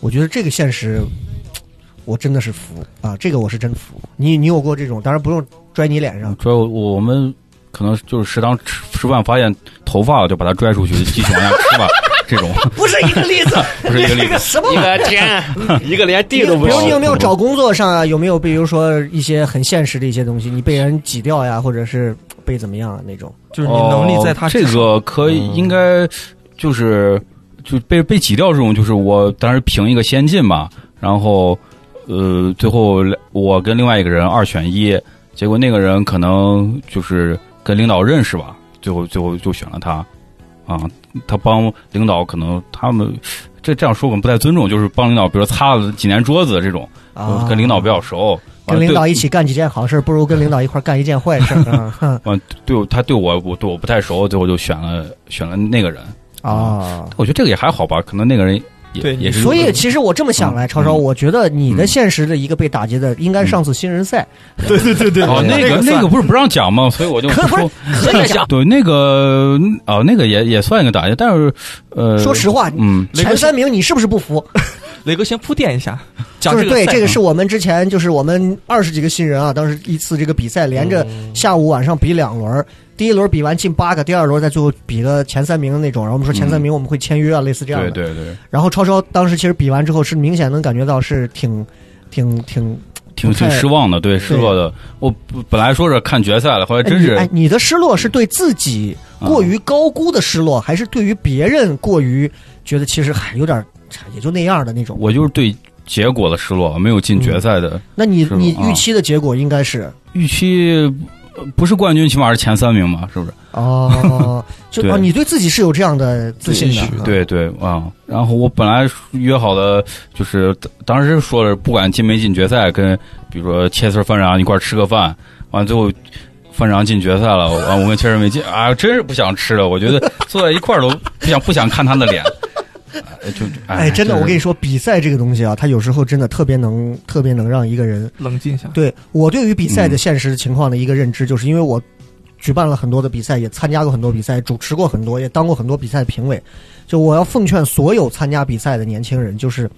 Speaker 3: 我觉得这个现实，我真的是服啊，这个我是真服。你你有过这种，当然不用拽你脸上，
Speaker 5: 主要我们可能就是食堂吃吃饭发现头发了，就把它拽出去，继续往下吃吧。这种
Speaker 3: 不是一个例子，
Speaker 5: 不是一个例子，
Speaker 3: 什么
Speaker 7: 一个天，啊 一个连地都不
Speaker 3: 比如
Speaker 7: 是
Speaker 3: 你有没有找工作上啊？有没有比如说一些很现实的一些东西，你被人挤掉呀，或者是被怎么样啊那种？
Speaker 6: 就是你能力在他
Speaker 5: 哦这
Speaker 6: 之上，
Speaker 5: 个可以应该就是就被被挤掉这种，就是我当时评一个先进嘛，然后呃最后我跟另外一个人二选一，结果那个人可能就是跟领导认识吧，最后最后就选了他啊，他帮领导可能他们这这样说我们不太尊重，就是帮领导比如说擦了几年桌子这种，
Speaker 3: 啊，
Speaker 5: 跟领导比较熟，完
Speaker 3: 跟
Speaker 5: 了
Speaker 3: 领
Speaker 5: 对
Speaker 3: 导一起干几件好事，不如跟领导一块儿干一件坏事儿啊
Speaker 7: 嗯
Speaker 3: 哼
Speaker 5: 对我他对我我对我不太熟，最后就选了选了那个人。
Speaker 3: 啊！
Speaker 5: 我觉得这个也还好吧，可能那个人也
Speaker 6: 对
Speaker 5: 也是。
Speaker 3: 所以其实我这么想来，超超，
Speaker 5: 嗯
Speaker 3: 我觉得你的现实的一个被打击的，应该上次新人赛
Speaker 6: 对对对对，
Speaker 5: 哦，那
Speaker 6: 个
Speaker 5: 个
Speaker 6: 算
Speaker 5: 那个不是不让讲吗？所以我就
Speaker 3: 可
Speaker 5: 不
Speaker 3: 不是
Speaker 5: 说。
Speaker 3: 可以讲。
Speaker 5: 对，那个哦，那个也也算一个打击，但是呃，
Speaker 3: 说实话，
Speaker 5: 嗯，
Speaker 6: 雷
Speaker 3: 前
Speaker 6: 哥先
Speaker 3: 三名你是不是不服？
Speaker 6: 雷哥先铺垫一下，讲
Speaker 3: 就是
Speaker 6: 这个
Speaker 3: 对，
Speaker 6: 赛
Speaker 3: 这
Speaker 5: 嗯
Speaker 3: 个是我们之前就是我们二十几个新人啊，当时一次这个比赛连着
Speaker 5: 嗯
Speaker 3: 下午晚上比两轮儿，第一轮比完进八个，第二轮再最后比个前三名的那种。然后我们说前三名我们会签约啊，类似这样
Speaker 5: 对
Speaker 3: 的。
Speaker 5: 对对，
Speaker 3: 然后超超当时其实比完之后是明显能感觉到是挺挺挺
Speaker 5: 挺
Speaker 3: 不太
Speaker 5: 挺失望的，对失落的。我不本来说是看决赛了，后来
Speaker 3: 哎
Speaker 5: 真
Speaker 3: 你
Speaker 5: 是
Speaker 3: 哎，你的失落是对自
Speaker 5: 嗯
Speaker 3: 己过于高估的失落，还是对于别人过于觉得其实还有点差也就那样的那种。
Speaker 5: 我就是对结果的失落，没有进
Speaker 3: 嗯
Speaker 5: 决赛的
Speaker 3: 那你
Speaker 5: 是
Speaker 3: 你
Speaker 5: 啊
Speaker 3: 预期的结果应该是
Speaker 5: 预期，呃不是冠军，起码是前三名嘛，是不是？
Speaker 3: 哦，就
Speaker 5: 对
Speaker 3: 哦，你对自己是有这样的自信的，
Speaker 4: 嗯
Speaker 3: 啊，
Speaker 5: 对对啊、然后我本来约好的就是当时说了，不管进没进决赛，跟比如说切丝儿、范长一块儿吃个饭，完最后范长进决赛了，完我跟切丝儿没进，啊，真是不想吃了，我觉得坐在一块儿都不想不想看他的脸，哎就
Speaker 3: 哎，真的，我跟你
Speaker 5: 说，
Speaker 3: 说，比赛这个东西啊，它有时候真的特别能特别能让一个人
Speaker 6: 冷静一下。
Speaker 3: 对我对于比赛的现实情况的一个认知，就是因为我举办了很多的比赛，也参加过很多比赛，主持过很多，也当过很多比赛的评委。就我要奉劝所有参加比赛的年轻人，就是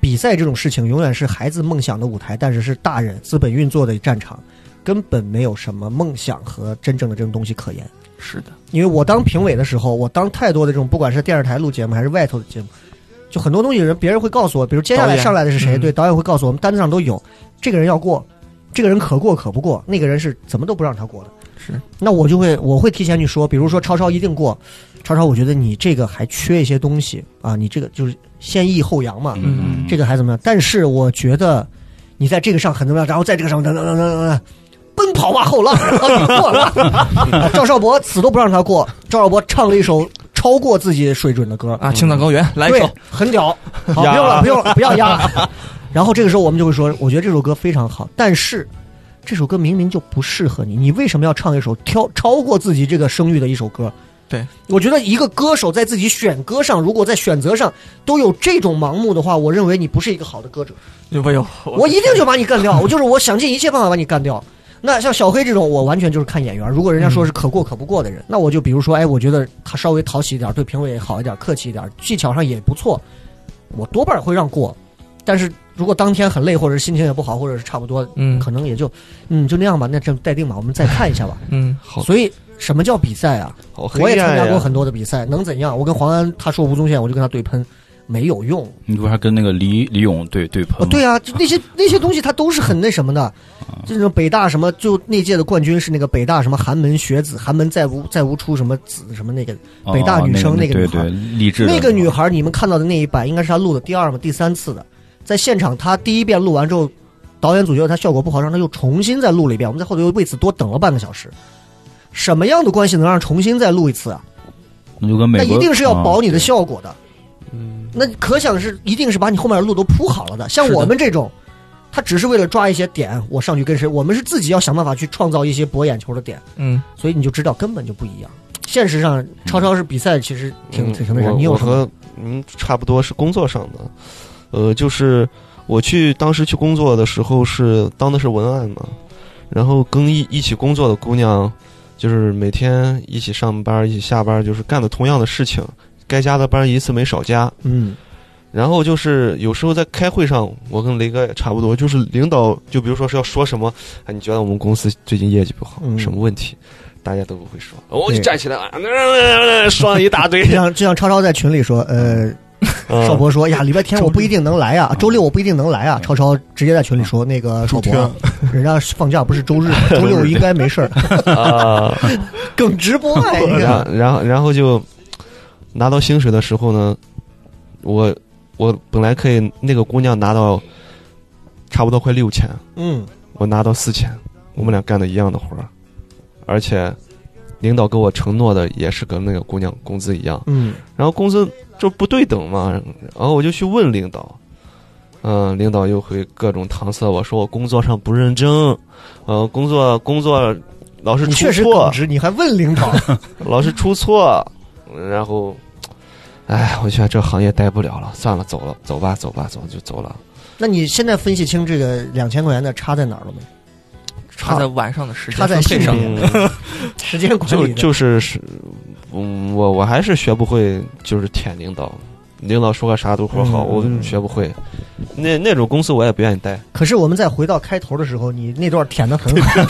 Speaker 3: 比赛这种事情永远是孩子梦想的舞台，但是是大人资本运作的战场，根本没有什么梦想和真正的这种东西可言。
Speaker 6: 是的，
Speaker 3: 因为我当评委的时候，我当太多的这种，不管是电视台录节目还是外头的节目，就很多东西人别人会告诉我，比如接下
Speaker 6: 导
Speaker 3: 来
Speaker 6: 演
Speaker 3: 上来的是谁，
Speaker 6: 嗯
Speaker 3: 对，导演会告诉我我们单子上都有，这个人要过，这个人可过可不过，那个人是怎么都不让他过的。
Speaker 6: 是，
Speaker 3: 那我就会我会提前去说，比如说超超一定过，超超我觉得你这个还缺一些东西啊，你这个就是先抑后扬嘛，
Speaker 5: 嗯，
Speaker 3: 这个还怎么样？但是我觉得你在这个上很重要，然后在这个上等等等等等等，奔跑吧后浪，然后你过了。啊赵少博死都不让他过，赵少博唱了一首超过自己水准的歌，
Speaker 6: 啊，青藏高原来一
Speaker 3: 对
Speaker 6: 首，，
Speaker 3: 很屌。好，不用了，不用了，不要压。然后这个时候我们就会说，我觉得这首歌非常好，但是。这首歌明明就不适合你，你为什么要唱一首挑超过自己这个声誉的一首歌？
Speaker 6: 对，
Speaker 3: 我觉得一个歌手在自己选歌上，如果在选择上都有这种盲目的话，我认为你不是一个好的歌手。
Speaker 6: 有没有？
Speaker 3: 我一定就把你干掉，我就是我想尽一切办法把你干掉。那像小黑这种，我完全就是看眼缘儿。如果人家说是可过可不过的人，那我就比如说，哎，我觉得他稍微讨喜一点儿，对评委好一点儿，客气一点儿，技巧上也不错，我多半儿会让过。但是如果当天很累，或者是心情也不好，或者是差不多，
Speaker 6: 嗯
Speaker 3: 可能也就嗯就那样吧，那这待定吧，我们再看一下吧。
Speaker 6: 嗯，
Speaker 4: 好，
Speaker 3: 所以什么叫比赛啊？
Speaker 4: 好黑
Speaker 3: 我也
Speaker 4: 暗
Speaker 3: 参加
Speaker 4: 呀
Speaker 3: 过很多的比赛，能怎样？我跟黄安他说吴宗宪，我就跟他对喷，没有用。
Speaker 5: 你不是还跟那个李李勇对对喷
Speaker 3: 啊，
Speaker 5: 吗？
Speaker 3: 对啊，就那些那些东西，它都是很那什么的。
Speaker 5: 嗯
Speaker 3: 就那种北大什么，就那届的冠军是那个北大什么寒门学子，寒门再无再无出什么子什么那个
Speaker 5: 哦，
Speaker 3: 北大女生
Speaker 5: 那
Speaker 3: 那个女孩
Speaker 5: 对对，励志的
Speaker 3: 那个女孩，你们看到的那一版应该是她录的第二嘛第三次的，在现场她第一遍录完之后，导演组觉得她效果不好，让她又重新再录了一遍，我们在后头又为此多等了半个小时。什么样的关系能让重新再录一次啊？
Speaker 5: 那就跟美
Speaker 3: 那
Speaker 5: 国
Speaker 3: 一定是要保你的
Speaker 5: 啊
Speaker 3: 效果的。嗯，那可想是一定是把你后面的路都铺好了的。像
Speaker 6: 是的
Speaker 3: 我们这种，他只是为了抓一些点，我上去跟谁，我们是自己要想办法去创造一些博眼球的点，
Speaker 6: 嗯，
Speaker 3: 所以你就知道根本就不一样。现实上，超超是比赛，其实挺
Speaker 4: 嗯
Speaker 3: 挺挺那啥。
Speaker 4: 我
Speaker 3: 你有
Speaker 4: 我
Speaker 3: 什么？
Speaker 4: 和嗯差不多是工作上的，呃，就是我去当时去工作的时候是当的是文案嘛，然后跟一一起工作的姑娘，就是每天一起上班一起下班，就是干的同样的事情，该加的班一次没少加。
Speaker 3: 嗯
Speaker 4: 然后就是有时候在开会上，我跟雷哥也差不多，就是领导就比如说是要说什么，啊，你觉得我们公司最近业绩不好，
Speaker 3: 嗯
Speaker 4: 什么问题，大家都不会说
Speaker 7: 我就站起来了，那说了一大堆
Speaker 3: 就，像就像超超在群里说，呃，
Speaker 4: 啊。
Speaker 3: 少博说呀，礼拜天
Speaker 5: 周
Speaker 3: 我不一定能来啊，周六我不一定能来啊。超超直接在群里说，那个少博啊，人家放假不是周日，周六应该没事儿，
Speaker 4: 啊
Speaker 3: 梗直播哎你看
Speaker 4: 然后然后然后就拿到薪水的时候呢，我我本来可以那个姑娘拿到差不多快六千，
Speaker 3: 嗯，
Speaker 4: 我拿到四千，我们俩干的一样的活儿，而且领导给我承诺的也是跟那个姑娘工资一样，
Speaker 3: 嗯
Speaker 4: 然后工资就不对等嘛，然后我就去问领导。嗯，领导又会各种搪塞我说我工作上不认真，呃，工作工作老是
Speaker 3: 你
Speaker 4: 出
Speaker 3: 确实
Speaker 4: 错
Speaker 3: 耿，直，你还问领 导，
Speaker 4: 老是出错，然后，哎，我觉得这行业待不了了，算了，走了，走吧，走吧，走就走了。
Speaker 3: 那你现在分析清这个两千块钱的差在哪儿了 没？
Speaker 6: 插在晚上的时间
Speaker 3: 插在
Speaker 6: 分配
Speaker 3: 信
Speaker 6: 上
Speaker 3: 里，
Speaker 4: 嗯，
Speaker 3: 时间管
Speaker 4: 就
Speaker 3: 理的
Speaker 4: 就是是，嗯，我我还是学不会，就是舔领导，领导说个啥都说好，
Speaker 3: 嗯
Speaker 4: 我学不会。那那种公司我也不愿意 待。
Speaker 3: 可是我们再回到开头的时候，你那段舔的很好，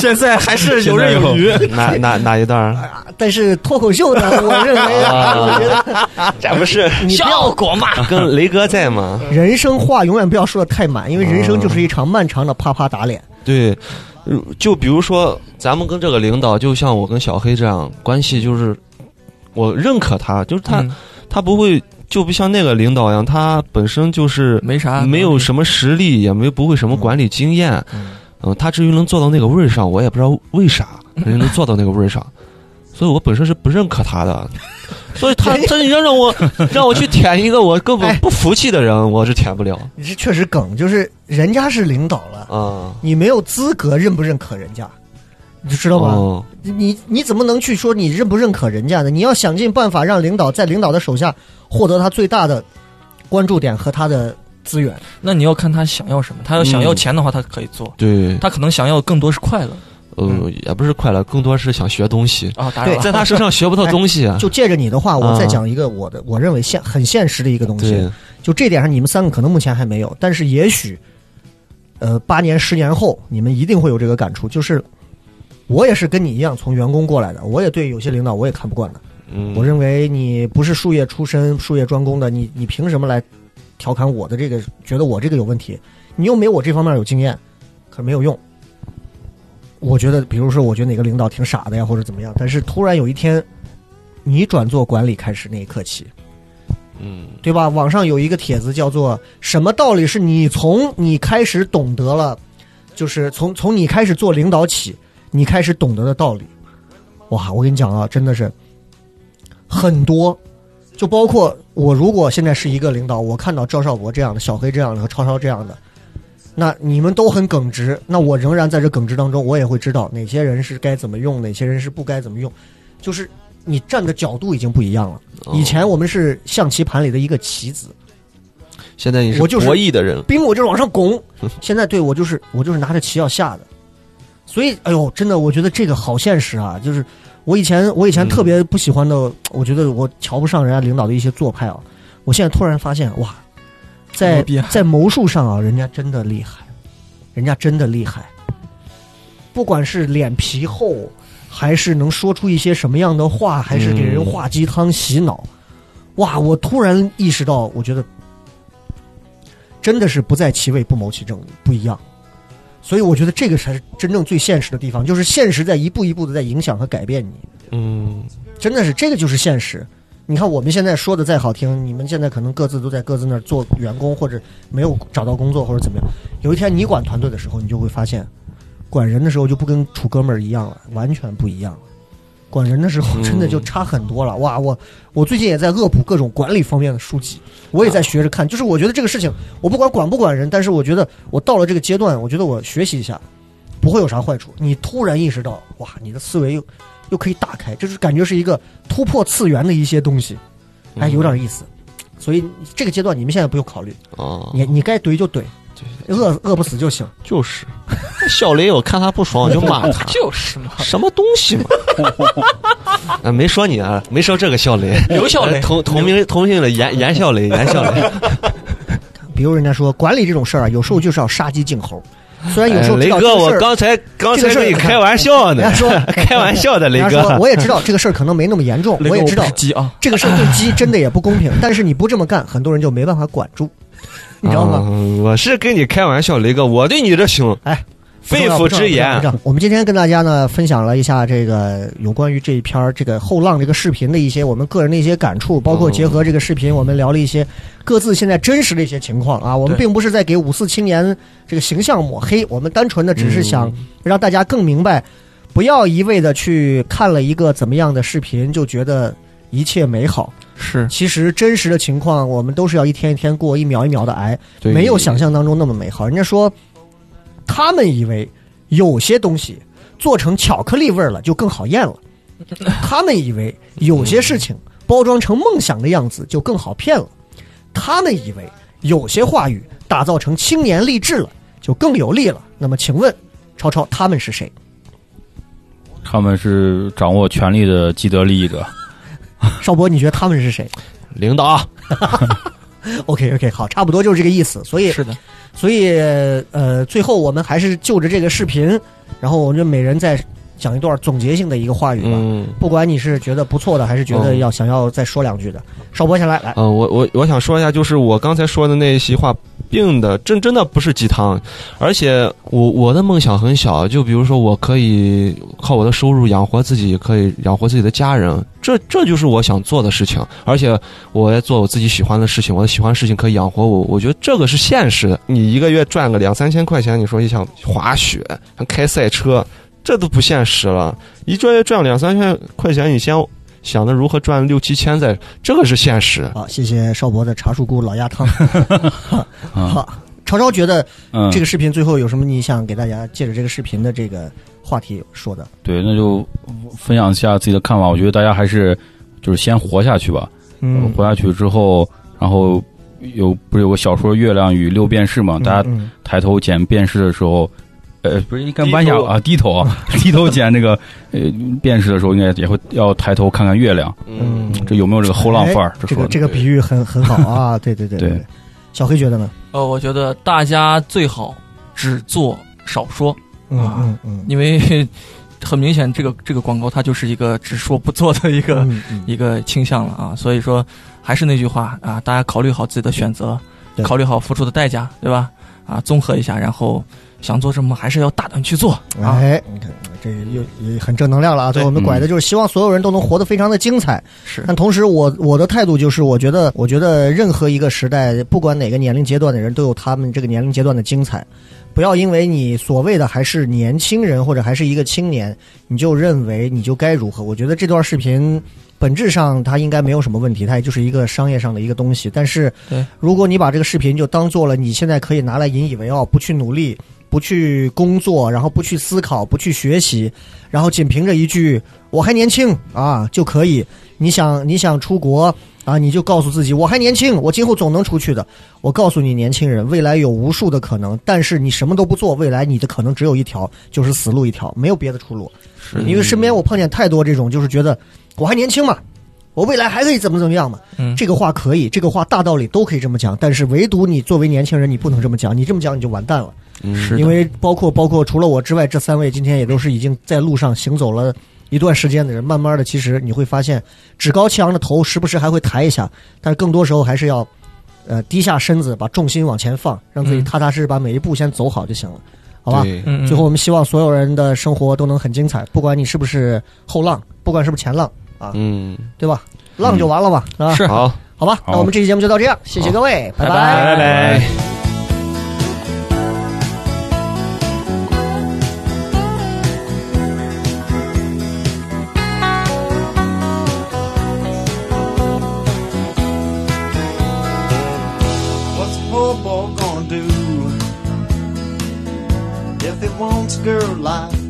Speaker 6: 现在还是游刃有余。
Speaker 4: 哪哪哪一段儿？
Speaker 3: 但是脱口秀 呢，我认为啊，我觉得
Speaker 4: 这不是
Speaker 3: 你不要
Speaker 7: 果嘛，
Speaker 4: 跟雷哥在吗？
Speaker 3: 人生话永远不要说的太满，因为人生
Speaker 4: 嗯
Speaker 3: 就是一场漫长的啪啪打脸。
Speaker 4: 对，呃就比如说咱们跟这个领导，就像我跟小黑这样关系，就是我认可他，就是他、
Speaker 6: 嗯
Speaker 4: 他不会就不像那个领导一样，他本身就是
Speaker 6: 没啥，
Speaker 4: 没有什么实力，也没不会什么管理经验。
Speaker 3: 嗯
Speaker 4: 嗯，他至于能做到那个位儿上，我也不知道为啥 人家能做到那个位儿上，所以我本身是不认可 他的，所以他真要让我让我去舔一个我根
Speaker 3: 哎
Speaker 4: 本不服气的人，我是舔不了
Speaker 3: 你这确实梗，就是人家是领导了，
Speaker 4: 啊，
Speaker 3: 你没有资格认不认可人家，你就知道吧？
Speaker 4: 哦，
Speaker 3: 你你怎么能去说你认不认可人家呢？你要想尽办法让领导在领导的手下获得他最大的关注点和他的资源。
Speaker 6: 那你要看他想要什么。他要想要
Speaker 4: 嗯
Speaker 6: 钱的话，他可以做。
Speaker 4: 对，
Speaker 6: 他可能想要更多是快乐
Speaker 4: 呃，
Speaker 3: 嗯
Speaker 4: 也不是快乐，更多是想学东西，
Speaker 6: 啊，打扰
Speaker 4: 在
Speaker 6: 了。
Speaker 4: 他身上学不到东西啊。
Speaker 3: 哎就借着你的话，我
Speaker 4: 啊
Speaker 3: 再讲一个我的、我认为现很现实的一个东西
Speaker 4: 对。，
Speaker 3: 就这点上，你们三个可能目前还没有，但是也许，呃，八年、十年后，你们一定会有这个感触。就是我也是跟你一样从员工过来的，我也对有些领导我也看不惯的。
Speaker 4: 嗯，
Speaker 3: 我认为你不是术业出身、术业专攻的，你你凭什么来调侃我的这个？觉得我这个有问题？你又没有我这方面有经验，可没有用。我觉得，比如说，我觉得哪个领导挺傻的呀，或者怎么样，但是突然有一天，你转做管理开始那一刻起，
Speaker 4: 嗯，
Speaker 3: 对吧？网上有一个帖子叫做“什么道理是你从你开始懂得了，就是从从你开始做领导起，你开始懂得的道理”。哇，我跟你讲啊，真的是很多，就包括我如果现在是一个领导，我看到赵少博这样的、小黑这样的和超超这样的，那你们都很耿直，那我仍然在这耿直当中，我也会知道哪些人是该怎么用，哪些人是不该怎么用，就是你站的角度已经不一样了。
Speaker 4: 哦
Speaker 3: 以前我们是象棋盘里的一个棋子，
Speaker 4: 现在你是
Speaker 3: 我就是
Speaker 4: 博弈的人，
Speaker 3: 兵我就是往上拱， 现在对我就是我就是拿着棋要下的，所以哎呦，真的我觉得这个好现实啊！就是我以前我以前
Speaker 4: 嗯
Speaker 3: 特别不喜欢的，我觉得我瞧不上人家领导的一些做派啊，我现在突然发现哇，在
Speaker 6: 牛逼啊
Speaker 3: 在谋术上啊，人家真的厉害，人家真的厉害，不管是脸皮厚，还是能说出一些什么样的话，还是给人
Speaker 4: 嗯
Speaker 3: 话鸡汤洗脑。哇！我突然意识到，我觉得真的是不在其位不谋其政，不一样。所以我觉得这个才是真正最现实的地方，就是现实在一步一步的在影响和改变你。
Speaker 4: 嗯，
Speaker 3: 真的是这个就是现实。你看我们现在说的再好听，你们现在可能各自都在各自那儿做员工，或者没有找到工作，或者怎么样。有一天你管团队的时候，你就会发现，管人的时候就不跟处哥们儿一样了，完全不一样了。管人的时候
Speaker 4: 嗯
Speaker 3: 真的就差很多了。哇，我我最近也在恶补各种管理方面的书籍，我也在学着看。就是我觉得这个事情，我不管管不管人，但是我觉得我到了这个阶段，我觉得我学习一下，不会有啥坏处。你突然意识到，哇，你的思维又又可以打开，这就是感觉是一个突破次元的一些东西，
Speaker 4: 嗯
Speaker 3: 哎，有点意思。所以这个阶段你们现在不用考虑，
Speaker 4: 啊，
Speaker 3: 你你该怼就怼，饿饿不死就行。
Speaker 4: 就是小雷，我看他不爽，我就骂他，
Speaker 6: 就是 嘛，
Speaker 4: 什么东西嘛？啊，没说你啊，没说这个笑雷，
Speaker 6: 刘笑雷
Speaker 4: 哎同同名同姓 的严严笑雷，严笑 雷，
Speaker 3: 比如人家说管理这种事儿啊，有时候就是要杀鸡儆猴，虽然有时
Speaker 4: 哎
Speaker 3: 候
Speaker 4: 雷
Speaker 3: 知道这个
Speaker 4: 哥，
Speaker 3: 事
Speaker 4: 我
Speaker 3: 儿
Speaker 4: 刚才刚
Speaker 3: 这个
Speaker 4: 才
Speaker 3: 事儿
Speaker 4: 跟你开玩笑呢
Speaker 3: 人家， 说 哎
Speaker 4: 开玩笑的，雷
Speaker 3: 人家说
Speaker 4: 哥，
Speaker 3: 我也知道这个事儿可能没那么严重，
Speaker 6: 雷
Speaker 3: 我
Speaker 6: 哥
Speaker 3: 也
Speaker 6: 不
Speaker 3: 知道
Speaker 6: 是鸡啊，
Speaker 3: 这个事儿对鸡真的也不公平，但是你不这么干，很多人就没办法管住，你知道吗？
Speaker 4: 啊我是跟你开玩笑，雷哥，我对你这行，
Speaker 3: 哎，
Speaker 4: 肺腑之
Speaker 3: 不重要不重要不重
Speaker 4: 言，
Speaker 3: 要我们今天跟大家呢分享了一下这个有关于这一篇儿这个后浪这个视频的一些我们个人的一些感触，包括结合这个视频，我们聊了一些各自现在真实的一些情况啊。我们
Speaker 6: 对
Speaker 3: 并不是在给五四青年这个形象抹黑，我们单纯的只是想
Speaker 4: 嗯
Speaker 3: 让大家更明白，不要一味的去看了一个怎么样的视频就觉得一切美好。
Speaker 6: 是
Speaker 3: 其实真实的情况，我们都是要一天一天过，一秒一秒的挨。
Speaker 4: 对
Speaker 3: 没有想，象当中那么美好。人家说，他们以为有些东西做成巧克力味儿了就更好咽了，他们以为有些事情包装成梦想的样子就更好骗了，他们以为有些话语打造成青年励志了就更有力了。那么，请问超超他们是谁？
Speaker 5: 他们是掌握权力的既得利益者。
Speaker 3: 邵博，你觉得他们是谁
Speaker 4: 领导，啊
Speaker 3: ？OK OK，好，差不多就是这个意思。所以
Speaker 6: 是的，
Speaker 3: 所以呃，最后我们还是就着这个视频，然后我们就每人再讲一段总结性的一个话语吧。
Speaker 4: 嗯。
Speaker 3: 不管你是觉得不错的，还是觉得
Speaker 4: 嗯
Speaker 3: 要想要再说两句的，邵博先来来。
Speaker 4: 呃嗯，我我我想说一下，就是我刚才说的那一席话，病的，真真的不是鸡汤。而且我我的梦想很小，就比如说我可以靠我的收入养活自己，可以养活自己的家人，这这就是我想做的事情。而且我在做我自己喜欢的事情，我的喜欢的事情可以养活我，我觉得这个是现实的。你一个月赚个两三千块钱，你说你想滑雪、想开赛车，这都不现实了。一个月赚两三千块钱，你先想着如何赚六七千再，这个是现实。
Speaker 3: 好，谢谢邵博的茶树菇老鸭汤。
Speaker 5: 啊，
Speaker 3: 好，超超觉得
Speaker 5: 嗯，
Speaker 3: 这个视频最后有什么你想给大家借着这个视频的这个话题说的？
Speaker 5: 对，那就分享一下自己的看法。我觉得大家还是就是先活下去吧，
Speaker 3: 嗯，
Speaker 5: 活下去之后，然后有不是有个小说《月亮与六便士》嘛？大家
Speaker 3: 嗯
Speaker 5: 抬头捡便士的时候，呃，不是应该弯下
Speaker 6: 低头
Speaker 5: 啊，低头 啊，低头捡那个呃便士的时候，应该也会要抬头看看月亮，
Speaker 3: 嗯
Speaker 5: 这有没有这个后浪范儿？
Speaker 3: 这
Speaker 5: 说
Speaker 3: 个
Speaker 5: 的
Speaker 3: 这个比喻很很好啊！对对对
Speaker 5: 对
Speaker 3: 对，小黑觉得呢？
Speaker 6: 呃，我觉得大家最好只做少说，
Speaker 3: 嗯嗯嗯
Speaker 6: 因为 很明显，这个这个广告它就是一个只说不做的一个、
Speaker 5: 呃
Speaker 3: 嗯嗯，
Speaker 6: 一个倾向了啊。所以说，还是那句话啊，大家考虑好自己的选择，
Speaker 3: 对
Speaker 6: 考虑好付出的代价，对吧？啊，综合一下，然后想做什么还是要大胆去做啊。
Speaker 3: 哎，你看这个又也很正能量了啊！所以我们拐的就是希望所有人都能活得非常的精彩。
Speaker 6: 是
Speaker 3: 但同时我，我的态度就是，我觉得，我觉得任何一个时代，不管哪个年龄阶段的人，都有他们这个年龄阶段的精彩。不要因为你所谓的还是年轻人或者还是一个青年，你就认为你就该如何。我觉得这段视频本质上它应该没有什么问题，它也就是一个商业上的一个东西。但是
Speaker 6: 对，
Speaker 3: 如果你把这个视频就当做了你现在可以拿来引以为傲，不去努力，不去工作，然后不去思考，不去学习，然后仅凭着一句“我还年轻”啊就可以。你想你想出国啊，你就告诉自己“我还年轻，我今后总能出去的”。我告诉你，年轻人，未来有无数的可能，但是你什么都不做，未来你的可能只有一条，就是死路一条，没有别的出路。
Speaker 6: 是
Speaker 3: 因为身边我碰见太多这种，就是觉得我还年轻嘛，我未来还可以怎么怎么样嘛。
Speaker 6: 嗯
Speaker 3: 这个话可以，这个话大道理都可以这么讲，但是唯独你作为年轻人，你不能这么讲，你这么讲你就完蛋了。
Speaker 4: 嗯
Speaker 6: 是
Speaker 3: 嗯因为包括包括除了我之外，这三位今天也都是已经在路上行走了一段时间的人。慢慢的，其实你会发现，趾高气扬的头时不时还会抬一下，但是更多时候还是要，呃，低下身子，把重心往前放，让自己
Speaker 6: 嗯
Speaker 3: 踏踏实实把每一步先走好就行了，好吧？
Speaker 4: 对
Speaker 6: 嗯，嗯
Speaker 3: 最后，我们希望所有人的生活都能很精彩，不管你是不是后浪，不管是不是前浪，
Speaker 4: 嗯，
Speaker 3: 对吧？浪就完了吧，啊，
Speaker 6: 是
Speaker 4: 好，
Speaker 3: 好吧？那我们这期节目就到这样，谢谢各位，拜拜
Speaker 5: 拜拜。
Speaker 8: What's a poor boy gonna do if he wants a girl like